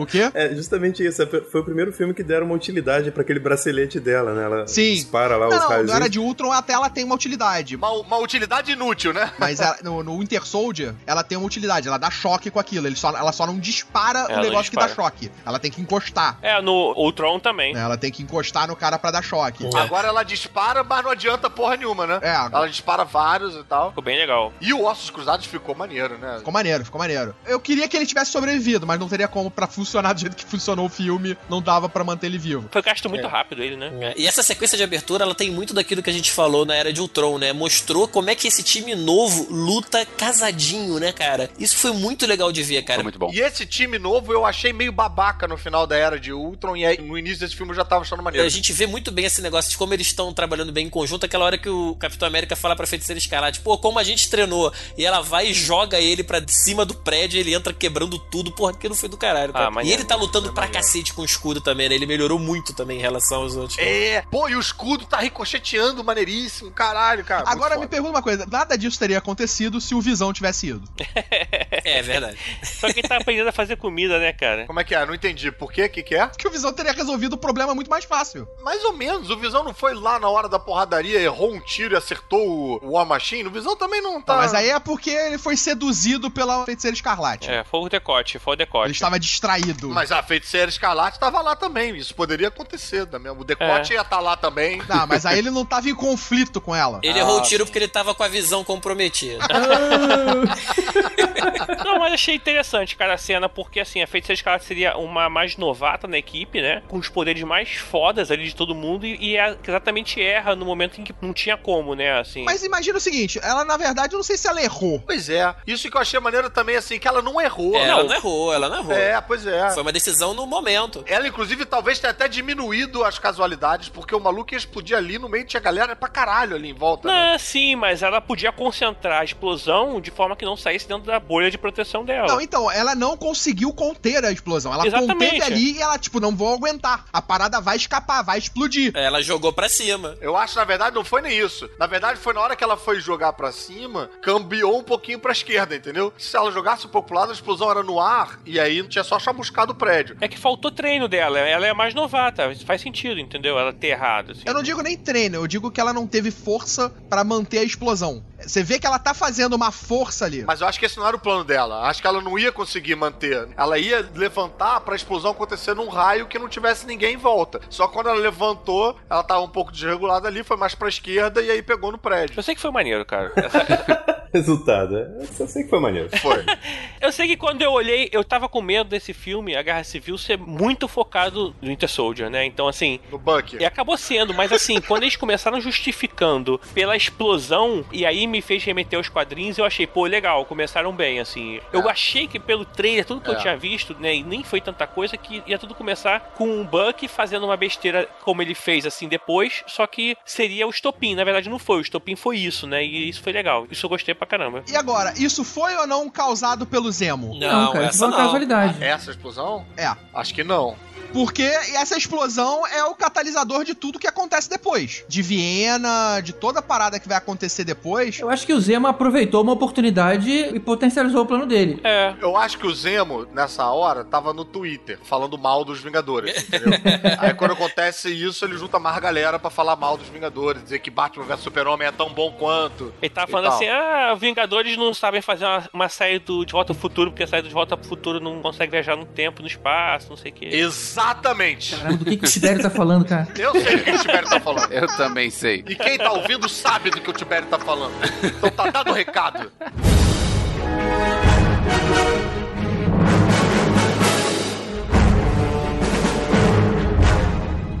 I: O quê?
H: É, justamente isso. Foi o primeiro filme que deram uma utilidade pra aquele bracelete dela, né? Ela
I: Sim.
H: dispara lá
I: Não,
H: os
I: não,
H: raios.
I: no Era de Ultron até ela tem uma utilidade.
D: Uma, uma utilidade inútil, né?
I: Mas ela- no, no Winter Soldier, ela tem uma utilidade, ela dá choque com aquilo. Ele só, ela só não dispara
F: É, Ela
I: o
F: não
I: um negócio que dá
F: dispara.
I: choque. Ela tem que encostar. É.
F: É, no Ultron também.
H: É.
I: né? Ela tem que encostar no cara pra dar choque.
D: Agora ela dispara, mas não adianta porra nenhuma, né?
I: É,
D: Ela separa vários e tal.
F: Ficou bem legal.
D: E o Ossos Cruzados ficou maneiro, né?
I: Ficou maneiro, ficou maneiro. Eu queria que ele tivesse sobrevivido, mas não teria como pra funcionar do jeito que funcionou o filme, não dava pra manter ele vivo.
F: Foi gasto muito rápido ele, né?
E: É, E essa sequência de abertura, ela tem muito daquilo que a gente falou na era de Ultron, né? Mostrou como é que esse time novo luta casadinho, né, cara? Isso foi muito legal de ver, cara.
G: Foi muito bom.
D: E esse time novo eu achei meio babaca no final da era de Ultron e aí, no início desse filme eu já tava achando maneiro.
E: A gente vê muito bem esse negócio de como eles estão trabalhando bem em conjunto. Aquela hora que o Capitão América fala pra Feiticeira Escarlate, pô, como a gente treinou. E ela vai e joga ele pra cima do prédio, ele entra quebrando tudo. Porra, aquilo foi do caralho. cara. e
F: maneiro,
E: ele tá lutando pra
F: maneiro.
E: cacete com o escudo também, né? Ele melhorou muito também em relação aos outros.
D: É, pô, e o escudo tá ricocheteando maneiríssimo, caralho, cara.
I: Agora me
D: muito foda.
I: pergunta uma coisa: nada disso teria acontecido se o Visão tivesse ido.
E: É, é verdade.
F: Só que ele tá aprendendo a fazer comida, né, cara?
D: Como é que é? Não entendi. Por quê? O que, que é?
I: Que o Visão teria resolvido o problema muito mais fácil.
D: Mais ou menos. O Visão não foi lá na hora da porradaria, errou um tiro e acertou o War Machine. O Visão também não tá.
I: Não, mas aí é porque ele foi seduzido pela feiticeira escarlate.
F: É, foi o decote, foi o
I: Ele tá-
F: decote.
I: estava distraído.
D: Mas a feiticeira escarlate tava lá também. Isso poderia acontecer, né? mesmo? O decote ia estar lá também.
I: Não, Ah, mas aí ele não tava em conflito com ela.
E: Ele errou o tiro porque ele tava com a visão comprometida.
F: Não, mas achei interessante, cara, a cena, porque assim, a Feiticeira Escarlate seria uma mais novata na equipe, né? Com os poderes mais fodas ali de todo mundo e, e é- que exatamente erra no momento em que não tinha como, né? Assim.
I: Mas imagina o seguinte: ela, na verdade, eu não sei se ela errou.
D: Pois é. Isso que eu achei maneiro também, assim, que ela não errou.
E: É, ela não errou, ela não errou.
D: É, pois é.
E: Foi uma decisão no momento.
D: Ela, inclusive, talvez tenha até diminuído as casualidades, porque o maluco ia explodir ali no meio tinha galera pra caralho ali em volta. né?
F: Não, sim, mas ela podia concentrar a explosão de forma que não saísse dentro da bolha de proteção dela.
I: Não, então, ela não conseguiu conter a explosão. Ela
F: Exatamente.
I: conteve ali e ela, tipo, não vou aguentar. A parada vai escapar, vai explodir.
E: Ela jogou pra cima.
D: Eu acho, na verdade, não foi nem isso. Na verdade, foi na hora que ela foi jogar pra cima, cambiou um pouquinho pra esquerda, entendeu? Se ela jogasse um pouco pro lado, a explosão era no ar, e aí tinha só chamuscado o prédio.
F: É que faltou treino dela, ela é mais novata, isso faz sentido, entendeu? Ela ter errado, assim.
I: Eu não digo nem treino, eu digo que ela não teve força pra manter a explosão. Você vê que ela tá fazendo uma força ali.
D: Mas eu acho que esse não era o plano dela. Acho que ela não ia conseguir manter. Ela ia levantar pra explosão acontecer num raio que não tivesse ninguém em volta. Só quando ela levantou, ela tava um pouco desregulada ali, foi mais pra esquerda e aí pegou no prédio.
F: Eu sei que foi maneiro, cara.
H: Resultado, é, eu sei que foi maneiro.
D: Foi.
F: Eu sei que quando eu olhei, eu tava com medo desse filme, a Guerra Civil, ser muito focado no Winter Soldier, né? Então, assim,
D: No Bucky.
F: E acabou sendo, mas assim, quando eles começaram justificando pela explosão, e aí me fez remeter aos quadrinhos, eu achei, pô, legal, começaram bem, assim. Eu achei que pelo trailer, tudo que
D: É.
F: eu tinha visto, né, e nem foi tanta coisa, que ia tudo começar com um Buck fazendo uma besteira como ele fez, assim, depois, só que seria o estopim. Na verdade, não foi, o estopim foi isso, né, e isso foi legal. Isso eu gostei pra caramba.
I: E agora, isso foi ou não causado pelo Zemo?
E: Não,
C: cara, isso foi
E: essa
C: uma
E: não. É.
C: casualidade.
D: Essa explosão?
I: É.
D: Acho que não.
I: Porque essa explosão é o catalisador de tudo que acontece depois. De Viena, de toda a parada que vai acontecer depois.
C: Eu acho que o Zema aproveitou uma oportunidade e potencializou o plano dele.
F: É.
D: Eu acho que o Zemo, nessa hora, tava no Twitter, falando mal dos Vingadores, entendeu? Aí quando acontece isso, ele junta mais galera pra falar mal dos Vingadores, dizer que Batman vs Super-Homem é tão bom quanto.
F: Ele tava
D: E
F: falando
D: tal.
F: assim, ah, Vingadores não sabem fazer uma, uma série do De Volta ao Futuro, porque a série do De Volta ao Futuro não consegue viajar no tempo, no espaço, não sei o quê.
D: Exatamente!
C: Caramba, do que, que o Tibério tá falando, cara?
D: Eu sei do que o Tibério tá falando.
G: Eu também sei.
D: E quem tá ouvindo sabe do que o Tibério tá falando. Então tá dado o recado.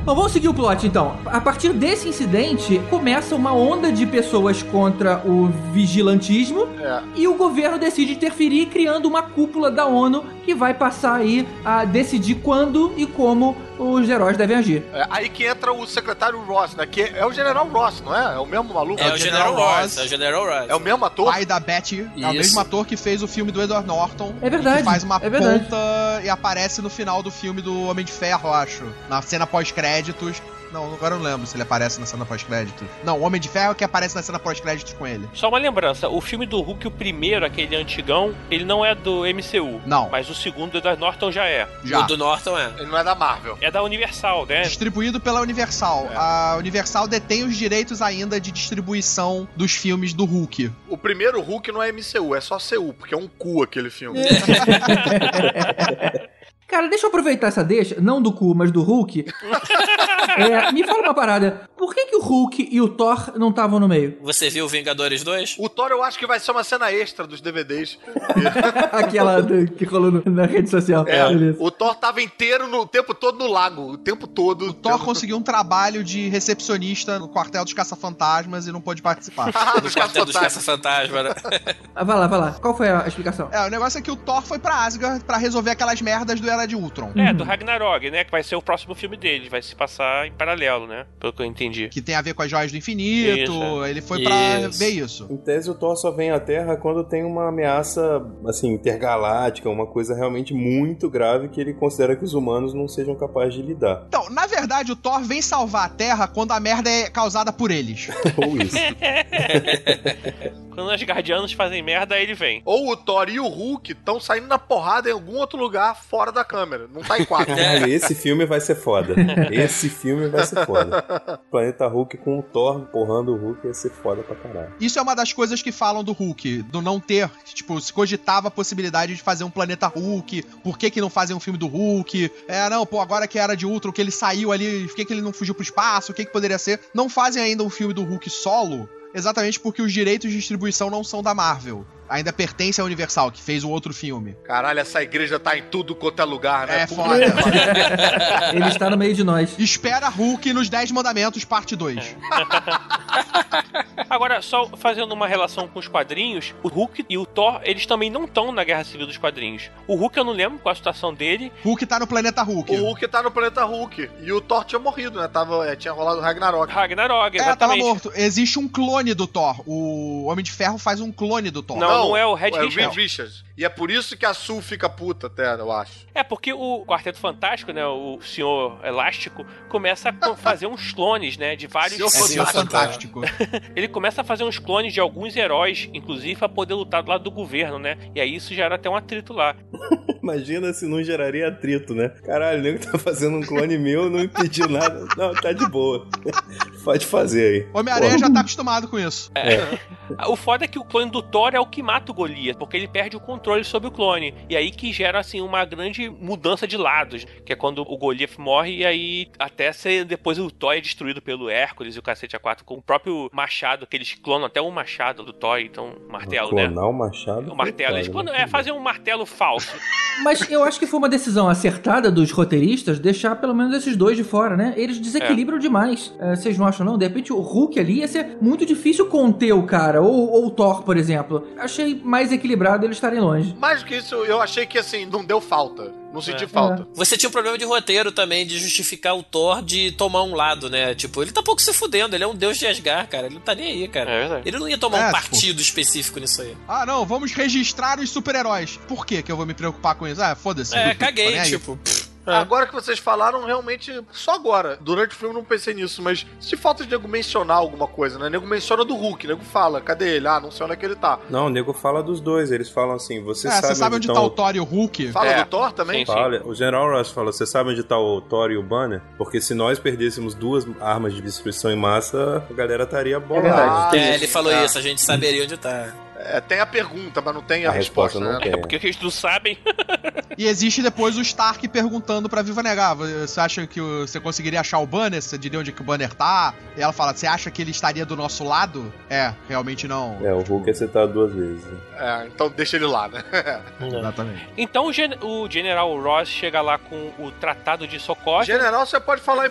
C: Bom, vamos seguir o plot então. A partir desse incidente, começa uma onda de pessoas contra o vigilantismo
D: É.
C: e o governo decide interferir, criando uma cúpula da ONU que vai passar aí a decidir quando e como os heróis devem agir.
D: É, aí que entra o secretário Ross, né? Que é o General Ross, não é? É o mesmo maluco?
E: É o General
I: Ross.
E: Ross, é o General Ross.
D: É o mesmo ator?
I: Pai da Betty, é o
E: Isso.
I: mesmo ator que fez o filme do Edward Norton.
C: É verdade,
I: Que faz uma
C: é verdade.
I: ponta e aparece no final do filme do Homem de Ferro, eu acho. Na cena pós-créditos. Não, agora eu não lembro se ele aparece na cena pós-créditos. Não, o Homem de Ferro é que aparece na cena pós-créditos com ele.
F: Só uma lembrança, o filme do Hulk, o primeiro, aquele antigão, ele não é do MCU.
I: Não.
F: Mas o segundo da Norton já é.
I: Já.
E: O do Norton é.
D: Ele não é da Marvel.
F: É da Universal, né?
I: Distribuído pela Universal. A Universal detém os direitos ainda de distribuição dos filmes do Hulk.
D: O primeiro Hulk não é MCU, é só CU, porque é um cu aquele filme.
C: Cara, deixa eu aproveitar essa deixa, não do cu, mas do Hulk. É, me fala uma parada. Por
J: por que, que o Hulk e o Thor não estavam no meio?
E: Você viu Vingadores 2?
D: O Thor eu acho que vai ser uma cena extra dos DVDs.
J: Aquela do- que rolou no- na rede social. Ah,
D: É,
J: Beleza.
D: o Thor tava inteiro no o tempo todo no lago, o tempo todo.
C: O Thor conseguiu um trabalho de recepcionista no quartel dos caça-fantasmas e não pôde participar.
D: Ah,
E: Dos
D: dos
E: quartel dos
D: caça
E: caça-fantasma, né?
J: Ah, vai lá, vai lá. Qual foi a explicação?
C: É, o negócio é que o Thor foi pra Asgard pra resolver aquelas merdas do Era de Ultron.
F: É, do Ragnarok, né? Que vai ser o próximo filme dele. Vai se passar em paralelo, né? Pelo que eu entendi.
C: Que tem a ver com as joias do infinito.
F: Isso. é.
C: Ele foi pra
E: Isso.
C: ver isso.
H: Em tese, o Thor só vem à Terra quando tem uma ameaça, assim, intergaláctica, uma coisa realmente muito grave que ele considera que os humanos não sejam capazes de lidar.
C: Então, na verdade, o Thor vem salvar a Terra quando a merda é causada por eles.
H: Ou isso.
F: Quando os guardianos fazem merda, aí ele vem.
D: Ou o Thor e o Hulk estão saindo na porrada em algum outro lugar fora da câmera. Não tá em quadro.
F: É.
H: Caralho, esse filme vai ser foda. Esse filme vai ser foda. Planeta Hulk com o Thor empurrando o Hulk ia ser foda pra caralho.
C: Isso é uma das coisas que falam do Hulk, do não ter, tipo, se cogitava a possibilidade de fazer um planeta Hulk, por que que não fazem um filme do Hulk? É, não, pô, agora que era de Ultron, que ele saiu ali, por que que ele não fugiu pro espaço, o que que poderia ser? Não fazem ainda um filme do Hulk solo, exatamente porque os direitos de distribuição não são da Marvel. Ainda pertence à Universal, que fez o outro filme.
D: Caralho, essa igreja tá em tudo quanto é lugar, né?
C: É
D: Puta
C: foda.
D: que pariu.
J: Ele está no meio de nós.
C: Espera Hulk nos 10 Mandamentos, parte 2.
F: Agora, só fazendo uma relação com os quadrinhos, o Hulk e o Thor, eles também não estão na Guerra Civil dos quadrinhos. O Hulk, eu não lembro qual a situação dele.
C: Hulk tá no planeta
D: O
C: Hulk.
D: Hulk tá no planeta Hulk. E o Thor tinha morrido, né? Tava, é, tinha rolado o Ragnarok.
F: Ragnarok,
C: É, tava
F: exatamente.
C: morto. Existe um clone do Thor. O Homem de Ferro faz um clone do Thor.
F: Não, não é o Red
D: Reed
F: Richards.
D: Richards. E é por isso que a Sul fica puta até, eu acho.
F: É, porque o Quarteto Fantástico, né, o Senhor Elástico, começa a co- fazer uns clones, né, de vários...
D: Senhor
C: É sim, é fantástico.
F: Ele começa a fazer uns clones de alguns heróis, inclusive, pra poder lutar do lado do governo, né? E aí isso gera até um atrito lá.
H: Imagina se não geraria atrito, né? Caralho, o nego tá fazendo um clone meu, não impediu nada. Não, tá de boa. Pode fazer aí.
C: Homem-Aranha já tá acostumado com isso.
F: Ah, O foda é que o clone do Thor é o que mata o Golias, porque ele perde o controle sobre o clone. E aí que gera, assim, uma grande mudança de lados, que é quando o Golias morre e aí até ser depois o Thor é destruído pelo Hércules e o cacete A4 com o próprio machado, que eles clonam até o machado do Thor, então, martelo, né?
H: Clonar o machado.
F: O martelo. Eles
H: Coitado,
F: clonam,
H: né?
F: é, fazer um martelo falso.
J: Mas eu acho que foi uma decisão acertada dos roteiristas deixar pelo menos esses dois de fora, né? Eles desequilibram demais. É, vocês não acham, não? De repente o Hulk ali ia ser muito difícil conter o cara. Ou, ou o Thor, por exemplo. Achei mais equilibrado eles estarem longe.
D: Mais do que isso, eu achei que, assim, não deu falta. Não senti
F: É.
D: falta.
E: Você tinha um problema de roteiro também, de justificar o Thor de tomar um lado, né? Tipo, ele tá pouco se fudendo, ele é um deus de Asgard, cara. Ele não tá nem aí, cara.
F: verdade.
E: Ele não ia tomar
C: É,
E: um
C: tipo-
E: partido específico nisso aí.
C: Ah, não, vamos registrar os super-heróis. Por que que eu vou me preocupar com isso? Ah, foda-se.
E: É,
C: Tô nem
E: caguei,
C: aí.
E: tipo. pff.
D: Agora que vocês falaram, realmente, só agora. Durante o filme eu não pensei nisso, mas se falta de nego mencionar alguma coisa, né? Nego menciona do Hulk, nego fala, cadê ele? Ah, não sei onde é que ele tá.
H: Não, o nego fala dos dois. Eles falam assim: você
C: É,
H: sabe,
C: você sabe onde
H: então,
C: tá o Thor e o Hulk?
D: Fala
F: É.
D: do Thor também?
F: Sim.
H: Fala, o General Ross fala: você sabe onde tá o Thor e o Banner? Porque se nós perdêssemos duas armas de destruição em massa, a galera estaria bolada.
D: Ah,
E: É, ele
D: isso,
E: falou
D: é.
E: isso, a gente saberia onde tá.
D: É, tem a pergunta, mas não tem a,
H: a resposta não
D: né?
H: tem.
F: Porque eles não sabem.
C: E existe depois o Stark perguntando pra Viva Negar: Você acha que o- você conseguiria achar o Banner? Você diria onde que o Banner tá? E ela fala: Você acha que ele estaria do nosso lado? É, realmente não.
H: É, o Hulk é citado duas vezes. né?
D: É, então deixa ele lá, né?
C: Exatamente.
F: Então o, gen- o General Ross chega lá com o Tratado de Sokovia.
D: General, você pode falar em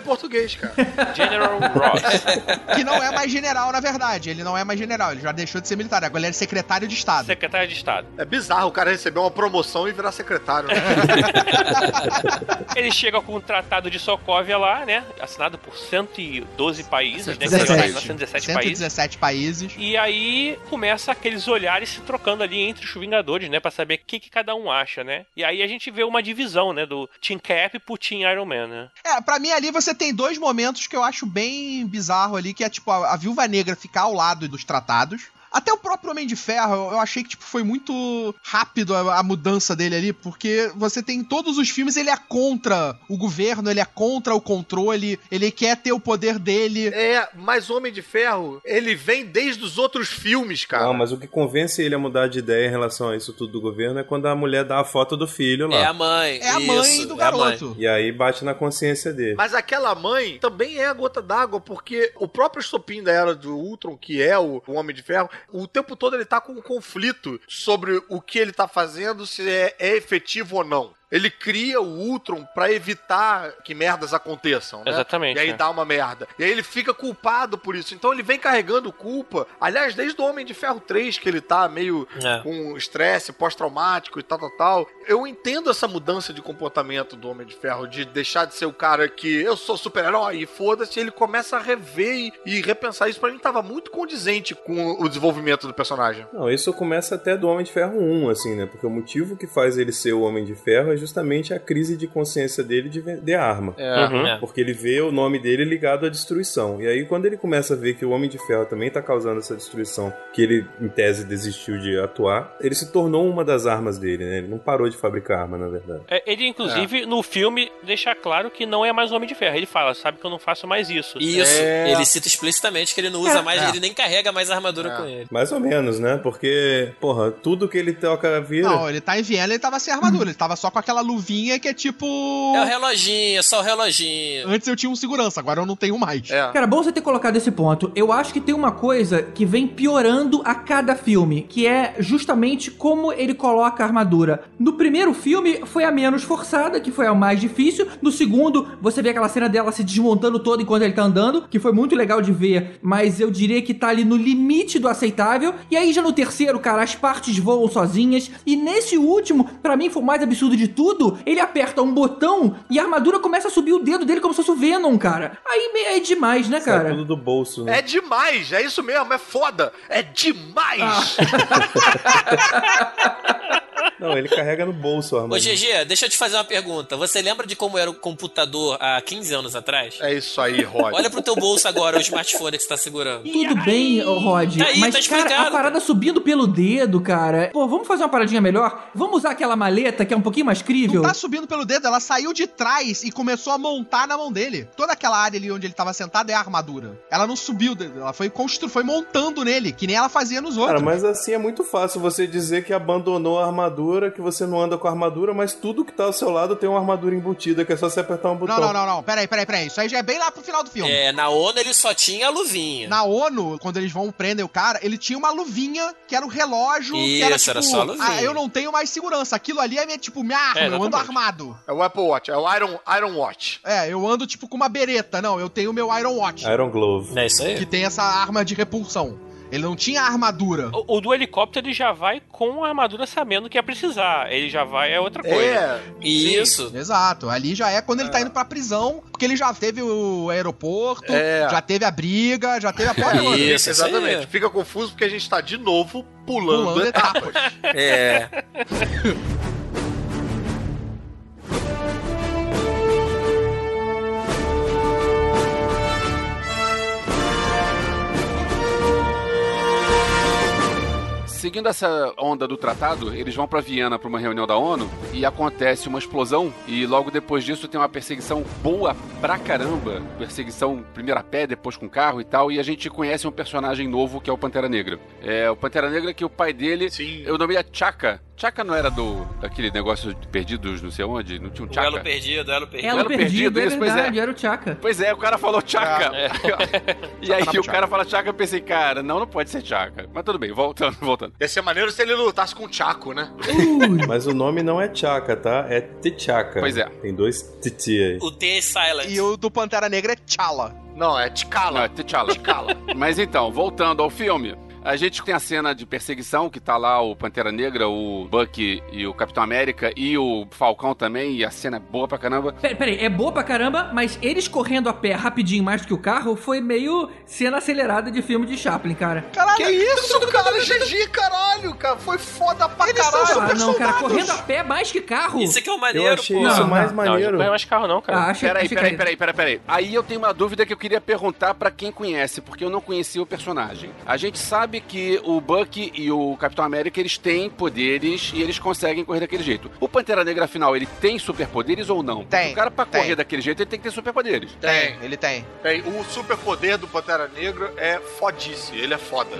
D: português, cara.
F: General Ross,
C: Que não é mais general, na verdade. Ele não é mais general, ele já deixou de ser militar. Agora ele é secretário de Estado.
F: secretário de Estado.
D: É bizarro o cara receber uma promoção e virar secretário, né?
F: Ele chega com o Tratado de Sokovia lá, né? Assinado por 112 países, né?
C: 117.
F: 117 países.
C: 117 países.
F: E aí começa aqueles olhares se trocando ali entre os Vingadores, né? Pra saber o que, que cada um acha, né? E aí a gente vê uma divisão, né? Do Team Cap pro Team Iron Man, né?
C: É, pra mim ali você tem dois momentos que eu acho bem bizarro ali, que é tipo a, a Viúva Negra ficar ao lado dos tratados.
I: Até o próprio Homem de Ferro, eu- eu achei que tipo, foi muito rápido a, a mudança dele ali, porque você tem em todos os filmes, ele é contra o governo, ele é contra o controle, ele quer ter o poder dele.
D: É, mas Homem de Ferro, ele vem desde os outros filmes, cara.
H: Não, mas o que convence ele a mudar de ideia em relação a isso tudo do governo é quando a mulher dá a foto do filho lá.
E: É a mãe.
I: É a mãe
E: isso,
I: do
E: é a mãe.
I: garoto.
H: E aí bate na consciência dele.
D: Mas aquela mãe também é a gota d'água, porque o próprio estopim da era do Ultron, que é o, o Homem de Ferro, o tempo todo ele tá com um conflito sobre o que ele tá fazendo, se é, é efetivo ou não. Ele cria o Ultron pra evitar que merdas aconteçam, né?
F: Exatamente,
D: E aí
F: é.
D: dá uma merda. E aí ele fica culpado por isso. Então ele vem carregando culpa. Aliás, desde o Homem de Ferro 3, que ele tá meio
E: É.
D: com estresse pós-traumático e tal, tal, tal. Eu entendo essa mudança de comportamento do Homem de Ferro, de deixar de ser o cara que eu sou super-herói e foda-se. Ele começa a rever e, e repensar isso. Pra mim, tava muito condizente com o desenvolvimento do personagem.
H: Não, isso começa até do Homem de Ferro 1, assim, né? Porque o motivo que faz ele ser o Homem de Ferro é justamente a crise de consciência dele de vender arma.
D: É.
F: Uhum.
E: É.
H: Porque ele vê o nome dele ligado à destruição. E aí, quando ele começa a ver que o Homem de Ferro também tá causando essa destruição, que ele, em tese, desistiu de atuar, ele se tornou uma das armas dele, né? Ele não parou de fabricar arma, na verdade.
F: É, Ele, inclusive, no filme, deixa claro que não é mais Homem de Ferro. Ele fala, sabe que eu não faço mais isso.
E: Isso,
D: É.
E: ele cita explicitamente que ele não usa mais,
I: É.
E: ele nem carrega mais a armadura
D: É.
E: com ele.
H: Mais ou menos, né? Porque, porra, tudo que ele toca vira.
I: Não, ele tá em Viena, ele tava sem armadura, ele tava só com aquela luvinha que é tipo.
E: É o reloginho, é só o reloginho.
I: Antes eu tinha um segurança, agora eu não tenho mais.
D: É.
C: Cara, bom você ter colocado esse ponto. Eu acho que tem uma coisa que vem piorando a cada filme, que é justamente como ele coloca a armadura. No primeiro filme foi a menos forçada, que foi a mais difícil. No segundo, você vê aquela cena dela se desmontando toda enquanto ele tá andando, que foi muito legal de ver, mas eu diria que tá ali no limite do aceitável. E aí já no terceiro, cara, as partes voam sozinhas. E nesse último, pra mim foi o mais absurdo de tudo, ele aperta um botão e a armadura começa a subir o dedo dele como se fosse o Venom, cara. Aí me- é demais, né,
H: Sai
C: cara?
H: tudo do bolso. né?
D: É demais, é isso mesmo, é foda. É demais.
H: Não, ele carrega no bolso a arma.
E: Ô GG, deixa eu te fazer uma pergunta. Você lembra de como era o computador há 15 anos atrás?
D: É isso aí, Rod.
E: Olha pro teu bolso agora, o smartphone que você tá segurando.
C: Tudo bem, ô Rod,
E: Tá aí,
C: mas
E: tá
C: cara, a
E: explicado.
C: parada subindo pelo dedo, cara. Pô, vamos fazer uma paradinha melhor? Vamos usar aquela maleta que é um pouquinho mais crível?
I: Não tá subindo pelo dedo, ela saiu de trás e começou a montar na mão dele. Toda aquela área ali onde ele tava sentado é a armadura. Ela não subiu, o dedo, ela foi constru... foi montando nele, que nem ela fazia nos
H: Cara,
I: outros.
H: mas assim é muito fácil você dizer que abandonou a armadura, que você não anda com a armadura, mas tudo que tá ao seu lado tem uma armadura embutida, que é só você apertar um botão.
I: Não, não, não, não. Peraí, peraí, peraí. Isso aí já é bem lá pro final do filme.
E: É, na ONU ele só tinha a luvinha.
I: Na ONU, quando eles vão prender o cara, ele tinha uma luvinha que era um relógio. que era,
E: Isso,
I: tipo,
E: era só a luvinha.
I: Ah, eu não tenho mais segurança. Aquilo ali é minha, tipo, minha arma.
F: É,
I: eu ando
F: exatamente.
I: armado.
D: É o Apple Watch, é o Iron, Iron Watch.
I: É, eu ando, tipo, com uma bereta. Não, eu tenho meu Iron Watch,
H: Iron Glove.
E: É isso aí.
I: que tem essa arma de repulsão. Ele não tinha armadura.
F: O, o do helicóptero ele já vai com a armadura sabendo que ia precisar. Ele já vai, é outra coisa.
E: Isso.
I: Exato, ali já é quando ele tá indo pra prisão, porque ele já teve o aeroporto,
D: É.
I: já teve a briga, já teve a porra toda.
D: Isso,
E: Isso. isso aí.
D: exatamente. Fica confuso porque a gente tá de novo pulando,
I: Pulando
D: etapas.
I: etapas.
E: É.
G: Seguindo essa onda do tratado, eles vão pra Viena pra uma reunião da ONU e acontece uma explosão e logo depois disso tem uma perseguição boa pra caramba, perseguição primeiro a pé, depois com carro e tal, e a gente conhece um personagem novo que é o Pantera Negra. É, o Pantera Negra que o pai dele,
D: Sim.
G: o nome é Chaka. Chaka não era do daquele negócio de perdidos, não sei onde, não tinha um
E: O elo
G: Chaka.
E: perdido, o elo perdido.
C: Elo
G: Elo
C: perdido,
G: perdido,
C: é
G: isso, pois é.
C: verdade, era o Chaka.
G: Pois é, o cara falou Chaka. e aí
I: Chaka na
G: o cara fala Chaka, eu pensei, cara, não, não pode ser Chaka. Mas tudo bem, voltando, voltando.
D: Ia ser maneiro se ele lutasse com o Chaco, né?
C: Ui,
H: Mas o nome não é Chaka, tá? É T'Chaka.
G: Pois é.
H: Tem dois Titi aí.
E: O T é silent.
I: E o do Pantera Negra é T'Challa.
D: Não, é
G: Não, é
D: T'Challa.
G: T'Challa.
D: T'Challa.
G: Mas então, voltando ao filme. A gente tem a cena de perseguição que tá lá o Pantera Negra, o Bucky e o Capitão América e o Falcão também, e a cena é boa pra caramba.
C: Peraí, peraí, é boa pra caramba, mas eles correndo a pé rapidinho mais do que o carro foi meio cena acelerada de filme de Chaplin, cara.
I: Caralho,
D: Que isso, cara? GG, caralho, cara. Foi foda pra caralho.
C: ah, não, cara, correndo a pé mais que carro.
E: Isso aqui é o
H: Eu
E: maneiro,
H: achei
E: pô.
H: isso
C: Não,
H: mais
F: Não, já
H: maneiro.
F: não é mais carro, não, cara.
C: Ah, achei-
G: Peraí,
C: achei
G: peraí,
C: que era-
G: peraí, peraí, peraí. Aí eu tenho uma dúvida que eu queria perguntar pra quem conhece, porque eu não conhecia o personagem. A gente sabe sabe que o Buck e o Capitão América eles têm poderes e eles conseguem correr daquele jeito. O Pantera Negra, afinal, ele tem superpoderes ou não? Porque
I: Tem,
G: O cara, pra
I: tem.
G: correr daquele jeito, ele tem que ter superpoderes.
I: Tem, ele tem.
D: Tem, o superpoder do Pantera Negra é fodice, ele é foda.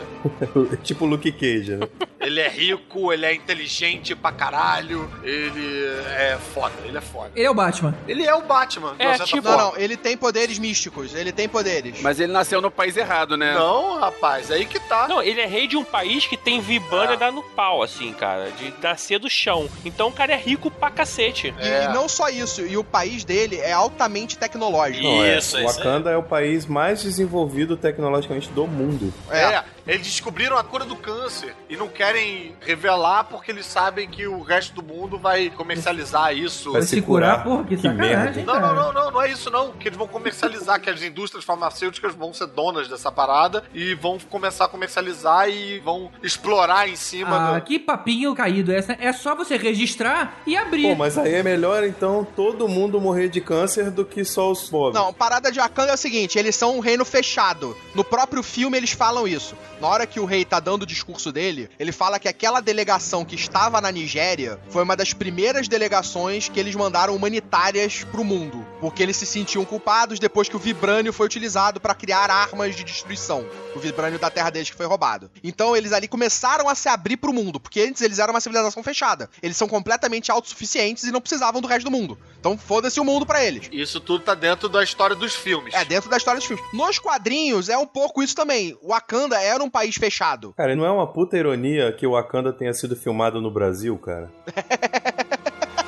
E: é-
H: tipo Luke Cage, né?
D: Ele é rico, ele é inteligente pra caralho, ele é foda, ele é foda.
C: Ele é o Batman.
D: Ele é o Batman,
F: É,
D: de uma certa
F: tipo-
D: forma.
I: Não, não, ele tem poderes místicos, ele tem poderes.
G: Mas ele nasceu no país errado, né?
D: Não, rapaz, aí que tá.
F: Não, ele é rei de um país que tem vibanda
D: Ah.
F: dar no pau, assim, cara. De nascer do chão. Então o cara é rico pra cacete.
I: E,
D: É.
I: e não só isso, e o país dele é altamente tecnológico.
H: Não, é.
E: Isso, é isso aí.
H: Wakanda é o país mais desenvolvido tecnologicamente do mundo.
D: É. eles descobriram a cura do câncer e não querem revelar porque eles sabem que o resto do mundo vai comercializar isso.
H: Vai
C: Pra
H: se
C: se curar,
H: curar.
C: porra, que
H: Que
C: sacanagem,
D: Não,
C: cara.
D: não, não, não, não é isso não, que eles vão comercializar, que as indústrias farmacêuticas vão ser donas dessa parada e vão começar a comercializar e vão explorar em cima
C: Ah, que papinho caído essa. É só você registrar e abrir.
H: Pô, mas aí é melhor então todo mundo morrer de câncer do que só os pobres.
I: Não, a parada de Wakanda é o seguinte, eles são um reino fechado. No próprio filme eles falam isso. Na hora que o rei tá dando o discurso dele, ele fala que aquela delegação que estava na Nigéria foi uma das primeiras delegações que eles mandaram humanitárias pro mundo, porque eles se sentiam culpados depois que o vibrânio foi utilizado pra criar armas de destruição. O vibrânio da terra deles que foi roubado. Então eles ali começaram a se abrir pro mundo, porque antes eles eram uma civilização fechada. Eles são completamente autossuficientes e não precisavam do resto do mundo. Então foda-se o mundo pra eles.
D: do... Isso tudo tá dentro da história dos filmes.
I: É, dentro da história dos filmes. Nos quadrinhos é um pouco isso também. Wakanda era um país fechado.
H: Cara, não é uma puta ironia que o Wakanda tenha sido filmado no Brasil, cara?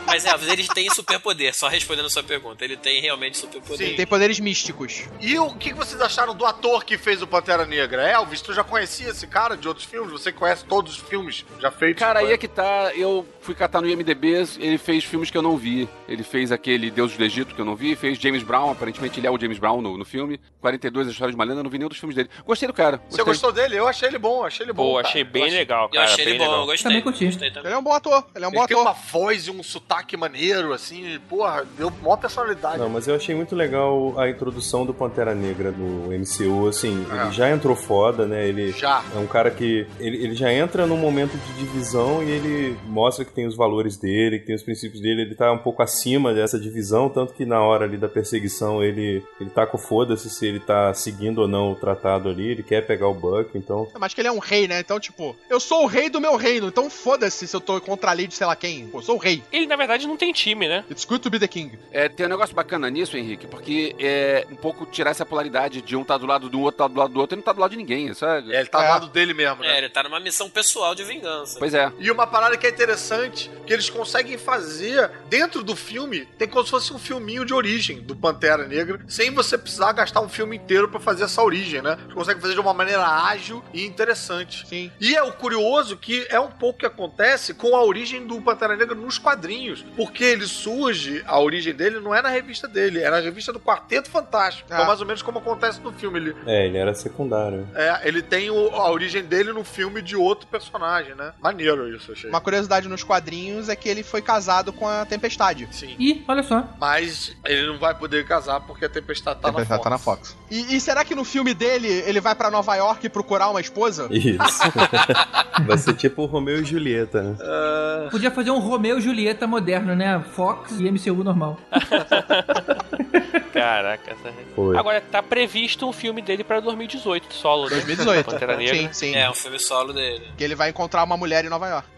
E: Mas é, ele tem superpoder, só respondendo a sua pergunta. Ele tem realmente superpoder.
D: Sim.
I: Tem poderes místicos.
D: E o que vocês acharam do ator que fez o Pantera Negra? Elvis, tu já conhecia esse cara de outros filmes? Você conhece todos os filmes já feitos?
G: Cara, aí é que tá. Eu fui catar no IMDB, ele fez filmes que eu não vi. Ele fez aquele Deus do Egito que eu não vi, fez James Brown, aparentemente ele é o James Brown no, no filme. 42 A História de uma Lenda, eu não vi nenhum dos filmes dele. Gostei do cara.
D: Você gostou dele? Eu achei ele bom, achei ele bom.
F: Pô,
D: cara.
F: achei bem
D: Eu
F: legal,
E: Eu
F: cara.
E: achei
F: bem
E: ele bom, eu
F: legal.
E: gostei.
C: Também curti.
E: Gostei também.
I: Ele é um bom ator. Ele é um bom
D: Ele tem
I: ator.
D: uma voz e um sotaque maneiro, assim, porra, deu maior personalidade.
H: Não, mas eu achei muito legal a introdução do Pantera Negra do MCU, assim,
D: Ah.
I: É.
H: ele já entrou foda, né? Ele
D: Já.
H: é um cara que ele, ele já entra num momento de divisão e ele mostra que tem os valores dele, que tem os princípios dele, ele tá um pouco acima dessa divisão, tanto que na hora ali da perseguição ele ele tá com foda-se se ele tá seguindo ou não o tratado ali, ele quer pegar o Buck, então
I: Mas que ele é um rei, né? Então, tipo, eu sou o rei do meu reino, então foda-se se eu tô contra a lei de sei lá quem. Pô, eu sou o rei.
F: Ele, na verdade, não tem time, né?
I: It's good to be the king.
G: É, tem um negócio bacana nisso, Henrique, porque é um pouco tirar essa polaridade de um tá do lado do outro, tá do lado do outro, e não tá do lado de ninguém, sabe?
D: É, ele tá do
I: É.
D: lado dele mesmo, né?
E: É, ele tá numa missão pessoal de vingança.
G: Pois é.
D: E uma parada que é interessante, que eles conseguem fazer dentro do filme, tem como se fosse um filminho de origem do Pantera Negra, sem você precisar gastar um filme inteiro pra fazer essa origem, né? Eles conseguem fazer de uma maneira ágil e interessante.
I: Sim.
D: E é o curioso que é um pouco que acontece com a origem do Pantera Negra nos quadrinhos. Porque ele surge, a origem dele não é na revista dele, é na revista do Quarteto Fantástico.
I: Ah.
D: Então, mais ou menos como acontece no filme. Ele,
H: é, ele era secundário.
D: é, ele tem o- a origem dele no filme de outro personagem, né? Maneiro isso, achei.
I: Uma curiosidade nos quadrinhos é que ele foi casado com a Tempestade.
D: Sim.
C: Ih, olha só.
D: Mas ele não vai poder casar porque a tempestade tá, na, Fox.
I: Fox. E, e será que no filme dele ele vai pra Nova York procurar uma esposa?
H: Isso. Vai ser tipo o Romeu e Julieta, né?
C: Podia fazer um Romeu e Julieta moderno, né? Fox e MCU normal.
F: Caraca. essa-
H: Foi.
F: Agora, tá previsto um filme dele pra 2018, solo, né?
I: 2018.
F: Pantera Negra.
I: Sim, sim.
E: É, um filme solo dele.
I: Que ele vai encontrar uma mulher em Nova York.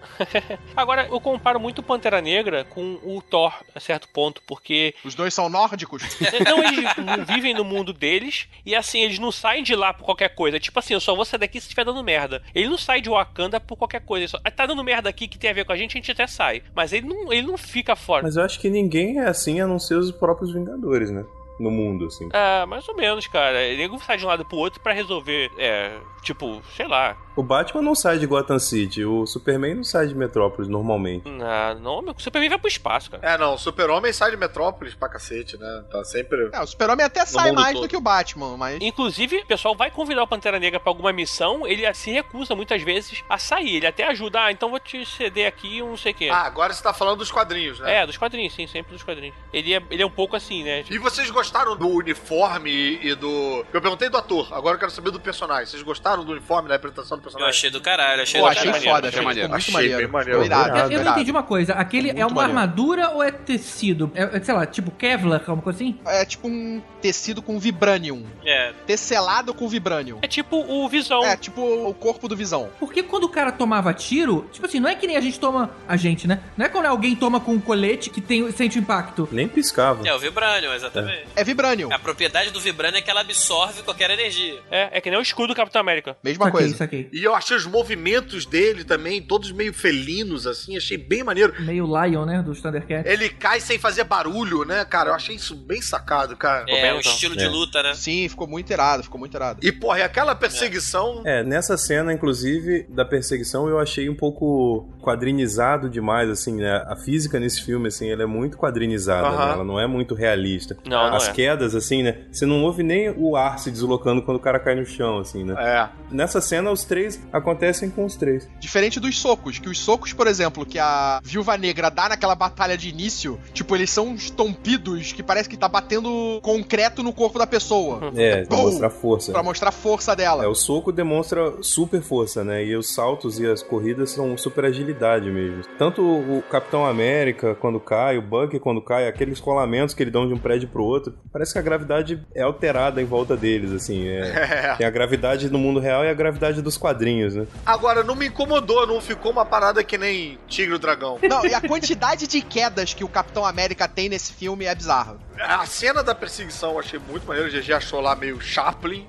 F: Agora, eu comparo muito o Pantera Negra com o Thor, a certo ponto, porque
I: Os dois são nórdicos.
F: Então eles não vivem no mundo deles e assim, eles não saem de lá por qualquer coisa. Tipo assim, eu só vou sair daqui se estiver dando merda. Ele não sai de Wakanda por qualquer coisa. Ele só, "Ah, tá dando merda aqui que tem a ver com a gente, a gente até sai. Mas ele não, ele não fica fora.
H: Mas eu acho que ninguém é assim a não ser os próprios Vingadores, né? No mundo, assim.
F: Ah, mais ou menos, cara. Ele nego sai de um lado pro outro pra resolver, é, tipo, sei lá.
H: O Batman não sai de Gotham City, o Superman não sai de Metrópolis normalmente.
F: Ah, não, meu Superman vai pro espaço, cara.
D: É, não, o super-homem sai de Metrópolis pra cacete, né? Tá sempre...
I: É, o Super-Homem até sai
D: mundo
I: mais
D: todo.
I: do que o Batman, mas.
F: Inclusive, o pessoal vai convidar o Pantera Negra pra alguma missão, ele se recusa muitas vezes a sair. Ele até ajuda, ah, então vou te ceder aqui um não sei o quê.
D: Ah, agora você tá falando dos quadrinhos, né?
F: É, dos quadrinhos, sim, sempre dos quadrinhos. Ele é, ele é um pouco assim, né?
D: E vocês gostaram do uniforme e do... Eu perguntei do ator, agora eu quero saber do personagem. Vocês gostaram do uniforme, da representação do
E: Eu
D: personagem.
E: achei do caralho, achei
K: Pô,
E: do
K: achei
E: caralho.
G: maneiro,
K: foda,
G: achei
K: achei,
G: maneiro.
K: ficou muito
L: Achei
K: maneiro.
L: bem maneiro,
K: Ficou irado,
C: Eu,
L: Ah,
C: eu não
K: irado.
C: entendi uma coisa. Aquele é
K: Muito
C: uma
K: maneiro.
C: armadura ou é tecido? É, é, sei lá, tipo Kevlar, alguma coisa assim?
K: É tipo um tecido com vibranium.
E: É,
K: Tecelado com vibranium.
F: É tipo o Visão.
K: É, tipo o corpo do Visão.
C: Porque quando o cara tomava tiro, tipo assim, não é que nem a gente toma. A gente, né? Não é quando alguém toma com um colete que tem, sente o impacto.
H: Nem piscava.
E: é o Vibranium, exatamente.
K: É vibranium.
E: A propriedade do Vibranium é que ela absorve qualquer energia.
F: É, é que nem o escudo do Capitão América.
K: Mesma
C: saquei,
K: coisa.
C: saquei.
D: E eu achei os movimentos dele também, todos meio felinos, assim, achei bem maneiro.
C: Meio Lion, né? Dos Thundercats.
D: Ele cai sem fazer barulho, né, cara? Eu achei isso bem sacado, cara.
E: É,
F: bem,
E: um
F: então.
E: estilo de
H: É.
E: luta, né?
K: Sim, ficou muito irado, ficou muito irado.
D: E, porra, e aquela perseguição.
H: É, nessa cena, inclusive, da perseguição, eu achei um pouco quadrinizado demais, assim, né? A física nesse filme, assim, ela é muito quadrinizada,
D: Aham.
H: né? Ela não é muito realista.
F: Não, não
H: As
F: é.
H: quedas, assim, né? Você não ouve nem o ar se deslocando quando o cara cai no chão, assim, né?
D: É.
H: Nessa cena, os três acontecem com os três.
K: Diferente dos socos, que os socos, por exemplo, que a Viúva Negra dá naquela batalha de início, tipo, eles são uns tompidos que parece que tá batendo concreto no corpo da pessoa.
H: É, pra
K: Bom,
H: mostrar força.
K: Pra mostrar a força
H: É,
K: dela.
H: o soco demonstra super força, né? E os saltos e as corridas são super agilidade mesmo. Tanto o Capitão América quando cai, o Bucky quando cai, aqueles rolamentos que ele dão de um prédio pro outro, parece que a gravidade é alterada em volta deles, assim. é. Tem a gravidade no mundo real e a gravidade dos quadrinhos, né?
D: Agora, não me incomodou, não ficou uma parada que nem Tigre e o Dragão.
K: Não, e a quantidade de quedas que o Capitão América tem nesse filme é bizarra.
D: A cena da perseguição eu achei muito maneiro. O GG achou lá meio Chaplin,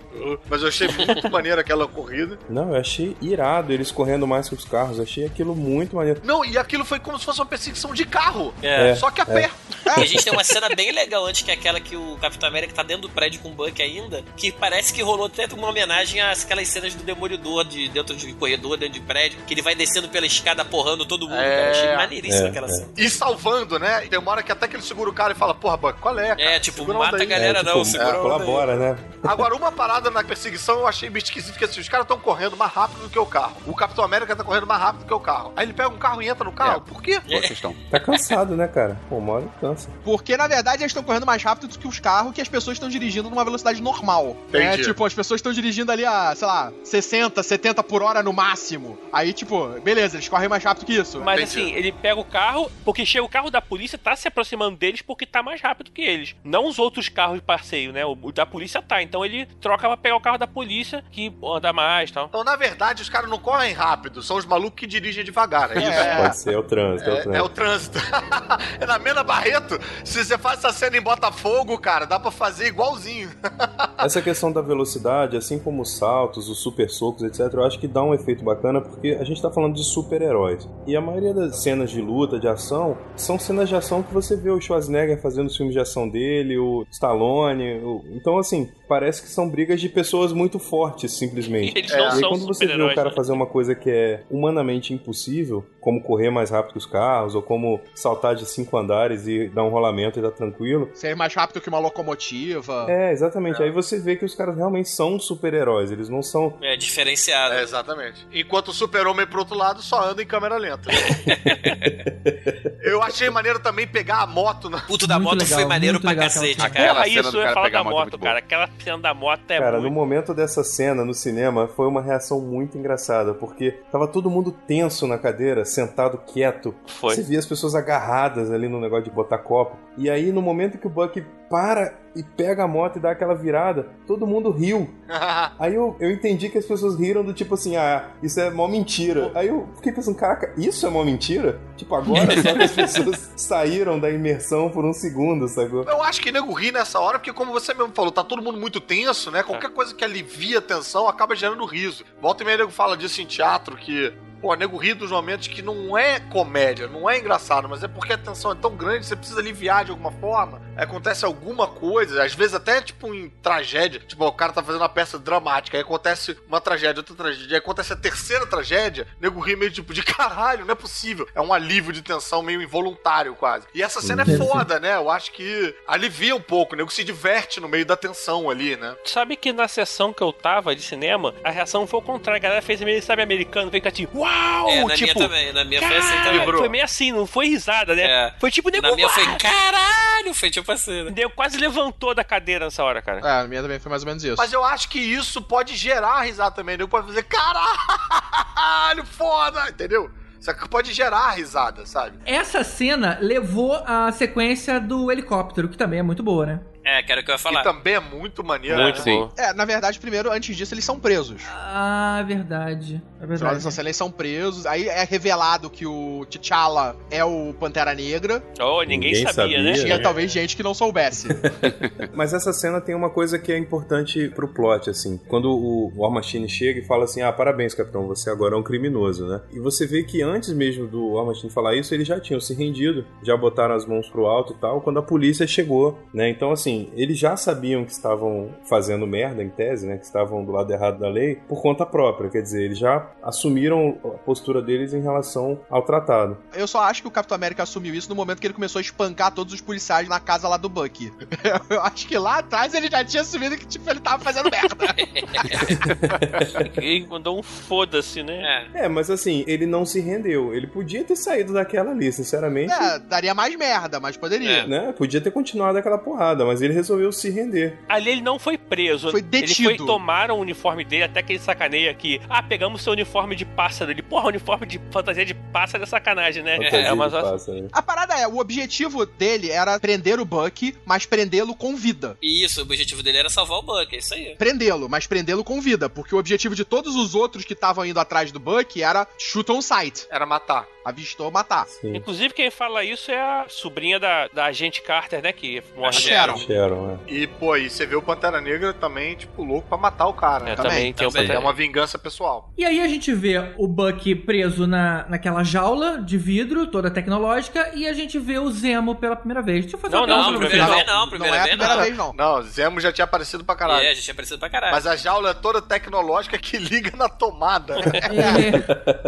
D: mas eu achei muito maneiro aquela corrida.
H: Não, eu achei irado eles correndo mais que os carros, eu achei aquilo muito maneiro.
D: Não, e aquilo foi como se fosse uma perseguição de carro.
E: É.
D: Só que a pé.
E: E a gente tem uma cena bem legal antes, que é aquela que o Capitão América tá dentro do prédio com o Buck ainda, que parece que rolou até uma homenagem às aquelas cenas do Demolidor de dentro de corredor, dentro de prédio, que ele vai descendo pela escada porrando todo mundo.
D: É.
E: cara. Achei maneiríssima
H: É,
E: aquela
H: é.
E: cena.
D: E salvando, né? Tem uma hora que até que ele segura o cara e fala, porra, Buck, qual é?
E: É, tipo,
D: segura a onda
E: mata a
D: aí.
E: galera
H: É, tipo,
E: não, segura a onda aí.
H: colabora, né?
D: Agora, uma parada na perseguição eu achei meio esquisito, porque assim, os caras estão correndo mais rápido do que o carro. O Capitão América tá correndo mais rápido do que o carro. Aí ele pega um carro e entra no carro. Por quê?
K: É,
G: Boa questão.
H: Tá cansado, né, cara? Pô, uma hora cansa.
K: Porque, na verdade, eles estão correndo mais rápido do que os carros que as pessoas estão dirigindo numa velocidade normal. É,
D: Entendi.
K: tipo, as pessoas estão dirigindo ali a, sei lá, 60, 70 por hora no máximo. Aí, tipo, beleza, eles correm mais rápido que isso.
F: Mas
D: Entendi.
F: assim, ele pega o carro, porque chega o carro da polícia, tá se aproximando deles porque tá mais rápido que eles. Não os outros carros de passeio, né? O o da polícia tá. Então ele troca pra pegar o carro da polícia, que anda mais e tal.
D: Então, na verdade, os caras não correm rápido, são os malucos que dirigem devagar, é isso?
K: É.
H: Pode ser, é o trânsito, é, o
D: É, é o
H: trânsito.
D: trânsito. é na Mena Barreto, se você faz essa cena em Botafogo, cara, dá pra fazer igualzinho.
H: Essa questão da velocidade, assim como os saltos, os super socos, etc., eu acho que dá um efeito bacana porque a gente tá falando de super-heróis. E a maioria das cenas de luta, de ação, são cenas de ação que você vê o Schwarzenegger fazendo os filmes de ação dele, o Stallone. o- Então, assim, parece que são brigas de pessoas muito fortes, simplesmente.
F: Eles
D: É.
F: não
H: E aí,
F: são
H: quando você vê o
F: super-heróis.
H: cara
F: né?
H: fazer uma coisa que é humanamente impossível, como correr mais rápido que os carros, ou como saltar de cinco andares e dar um rolamento e dar tranquilo,
K: Ser mais rápido que uma locomotiva.
H: é, exatamente. Aí você vê que os caras realmente são super-heróis. Eles não são.
E: É, diferenciado.
D: É, exatamente. Enquanto o super-homem pro outro lado só anda em câmera lenta. Eu achei maneiro também pegar a moto na.
E: Puto da
C: Muito
E: moto
C: legal,
E: foi maneiro
C: muito
E: pra
C: legal
E: cacete,
F: Ah,
G: aquela
E: cara.
F: Porra,
G: cena
F: isso,
G: do
F: eu ia
G: cara
F: falar
G: pegar
F: da
G: a moto é
F: moto,
G: muito boa.
F: cara. Aquela cena da moto é
H: Cara, no
F: muito...
H: momento dessa cena no cinema foi uma reação muito engraçada, porque tava todo mundo tenso na cadeira, sentado quieto.
F: Foi.
H: Você via as pessoas agarradas ali no negócio de botar copo. E aí, no momento que o Buck para e pega a moto e dá aquela virada, todo mundo riu. Aí eu, eu entendi que as pessoas riram do tipo assim, ah, isso é mó mentira. Aí eu fiquei pensando, caraca, isso é mó mentira? Tipo, agora só que as pessoas saíram da imersão por um segundo, sacou?
D: Eu acho que nego ri nessa hora, porque como você mesmo falou, tá todo mundo muito tenso, né? Qualquer coisa que alivia a tensão acaba gerando riso. Volta e meia nego fala disso em teatro, que... Pô, nego ri dos momentos que não é comédia, não é engraçado, mas é porque a tensão é tão grande, você precisa aliviar de alguma forma. Acontece alguma coisa, às vezes até, tipo, em tragédia. Tipo, o cara tá fazendo uma peça dramática, aí acontece uma tragédia, outra tragédia, aí acontece a terceira tragédia, nego ri meio tipo de caralho, não é possível. É um alívio de tensão meio involuntário, quase. E essa cena é foda, né? Eu acho que alivia um pouco, o nego se diverte no meio da tensão ali, né?
F: Tu Sabe que na sessão que eu tava de cinema, a reação foi o contrário. A galera fez, meio, sabe, americano, veio cá assim, uau!
M: uau!
N: É, na minha
F: tipo,
N: também, na minha foi assim também.
F: Foi meio assim, não foi risada, né?
N: É.
F: Foi tipo, nego,
N: Na minha
F: uau!
N: foi caralho, foi tipo assim, né?
F: Nego quase levantou da cadeira nessa hora, cara.
E: É, a minha também foi mais ou menos isso.
D: Mas eu acho que isso pode gerar risada também. né? Nego pode fazer caralho, foda, entendeu? Isso aqui pode gerar risada, sabe?
C: Essa cena levou à sequência do helicóptero, que também é muito boa, né?
N: É, que era o que eu ia
D: Que
N: falar.
D: também é muito maneiro.
F: Muito
D: né?
F: bom.
E: É, na verdade, primeiro, antes disso, eles são presos.
C: Ah, verdade. É
E: No final dessa
C: verdade.
E: cena, eles são presos. Aí é revelado que o T'Challa é o Pantera Negra.
F: Oh, ninguém,
O: Ninguém
F: sabia,
O: sabia,
F: né?
O: né?
E: Tinha
N: É.
E: talvez gente que não soubesse.
H: Mas essa cena tem uma coisa que é importante pro plot, assim. Quando o War Machine chega e fala assim: ah, parabéns, capitão, você agora é um criminoso, né? E você vê que antes mesmo do War Machine falar isso, eles já tinham se rendido, já botaram as mãos pro alto e tal, quando a polícia chegou, né? Então, assim, eles já sabiam que estavam fazendo merda, em tese, né? Que estavam do lado errado da lei, por conta própria. Quer dizer, eles já assumiram a postura deles em relação ao tratado.
E: Eu só acho que o Capitão América assumiu isso no momento que ele começou a espancar todos os policiais na casa lá do Bucky. Eu acho que lá atrás ele já tinha assumido que, tipo, ele tava fazendo merda.
F: Ninguém mandou um foda-se, né?
N: É.
H: É, mas assim, ele não se rendeu. Ele podia ter saído daquela ali, sinceramente.
E: é, daria mais merda, mas
N: É.
E: poderia.
H: né? Podia ter continuado aquela porrada, mas ele resolveu se render.
F: Ali ele não foi preso.
E: Foi
F: Ele
E: detido.
F: foi tomar o uniforme dele, até que ele sacaneia aqui. Ah, pegamos seu uniforme de pássaro. Ele, porra, uniforme de fantasia de pássaro é sacanagem, né?
H: Fantasia
F: é,
H: de pássaro, né?
E: A parada é, o objetivo dele era prender o Bucky, mas prendê-lo com vida.
N: E isso, o objetivo dele era salvar o Buck, é isso aí.
E: Prendê-lo, mas prendê-lo com vida, porque o objetivo de todos os outros que estavam indo atrás do Bucky era shoot on sight,
D: Era matar.
E: avistou, matar.
H: Sim.
F: Inclusive, quem fala isso é a sobrinha da, da agente Carter, né? Que morre.
E: A Sharon.
H: Sharon, é.
D: E, pô, e você vê o Pantera Negra também, tipo, louco pra matar o cara.
F: É,
D: né?
F: também,
E: Também,
F: tem o
N: também.
D: É uma vingança pessoal.
C: E aí a gente vê o Bucky preso na, naquela jaula de vidro, toda tecnológica, e a gente vê o Zemo pela primeira vez. Deixa eu fazer
F: Não,
C: uma
F: não,
C: pausa pra
N: primeira
C: vocês.
N: vez não, primeira
E: não é a
N: vez
E: primeira
N: não.
E: vez, não.
D: Não, Zemo já tinha aparecido pra caralho.
N: É, a gente tinha parecido pra caralho.
D: Mas a jaula é toda tecnológica que liga na tomada.
C: É,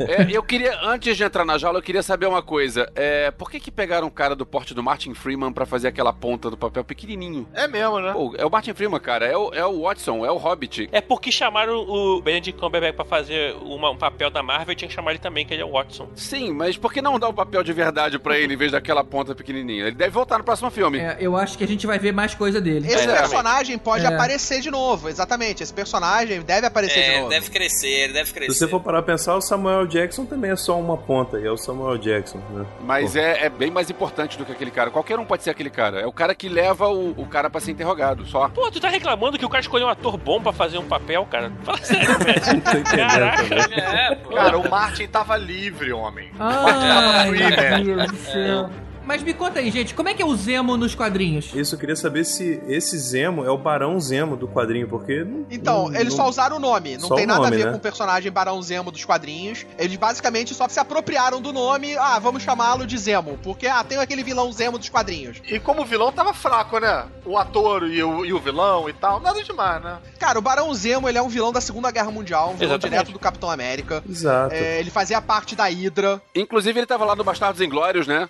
G: É, eu queria, antes de entrar na jaula, eu queria saber uma coisa. É, por que que pegaram o cara do porte do Martin Freeman pra fazer aquela ponta do papel pequenininho?
D: é mesmo, né?
G: Pô, é o Martin Freeman, cara. É o, é o Watson, é o Hobbit.
F: É porque chamaram o Benedict Cumberbatch pra fazer uma- um papel da Marvel, tinha que chamar ele também, que ele é o Watson.
G: Sim, mas por que não dar o papel de verdade pra ele em vez daquela ponta pequenininha? Ele deve voltar no próximo filme.
C: é, eu acho que a gente vai ver mais coisa dele.
E: Esse
G: Exatamente.
E: personagem pode
C: É.
E: aparecer de novo, exatamente. Esse personagem deve aparecer de
N: É,
E: novo.
N: deve crescer, ele deve crescer.
H: Se você for parar a pensar, o Samuel Jackson também é só uma ponta, e é o Samuel Jackson, né?
G: Mas é, é bem mais importante do que aquele cara. Qualquer um pode ser aquele cara. É o cara que leva o, o cara pra ser interrogado, só.
F: Pô, tu tá reclamando que o cara escolheu um ator bom pra fazer um papel, cara? Fala sério, velho.
H: Não tô entendendo
F: Caraca.
H: também.
N: É, pô.
D: Cara, o Martin tava livre, homem.
C: Ai,
D: Tava
C: meu Deus do céu. Mas me conta aí, gente, como é que é o Zemo nos quadrinhos?
H: Isso, eu queria saber se esse Zemo é o Barão Zemo do quadrinho, porque... não-
E: Então,
H: não-
E: eles
H: não-
E: só usaram o nome, não
H: Só
E: tem
H: o
E: nada a
H: nome,
E: ver
H: né?
E: com o personagem Barão Zemo dos quadrinhos. Eles basicamente só se apropriaram do nome, ah, vamos chamá-lo de Zemo, porque ah, tem aquele vilão Zemo dos quadrinhos.
D: E como o vilão tava fraco, né? O ator e o, e o vilão e tal, nada demais, né?
E: Cara, o Barão Zemo, ele é um vilão da Segunda Guerra Mundial, um vilão
F: Exatamente.
E: direto do Capitão América.
H: Exato.
E: É, ele fazia parte da Hydra.
G: Inclusive, ele tava lá no Bastardos Inglórios, né?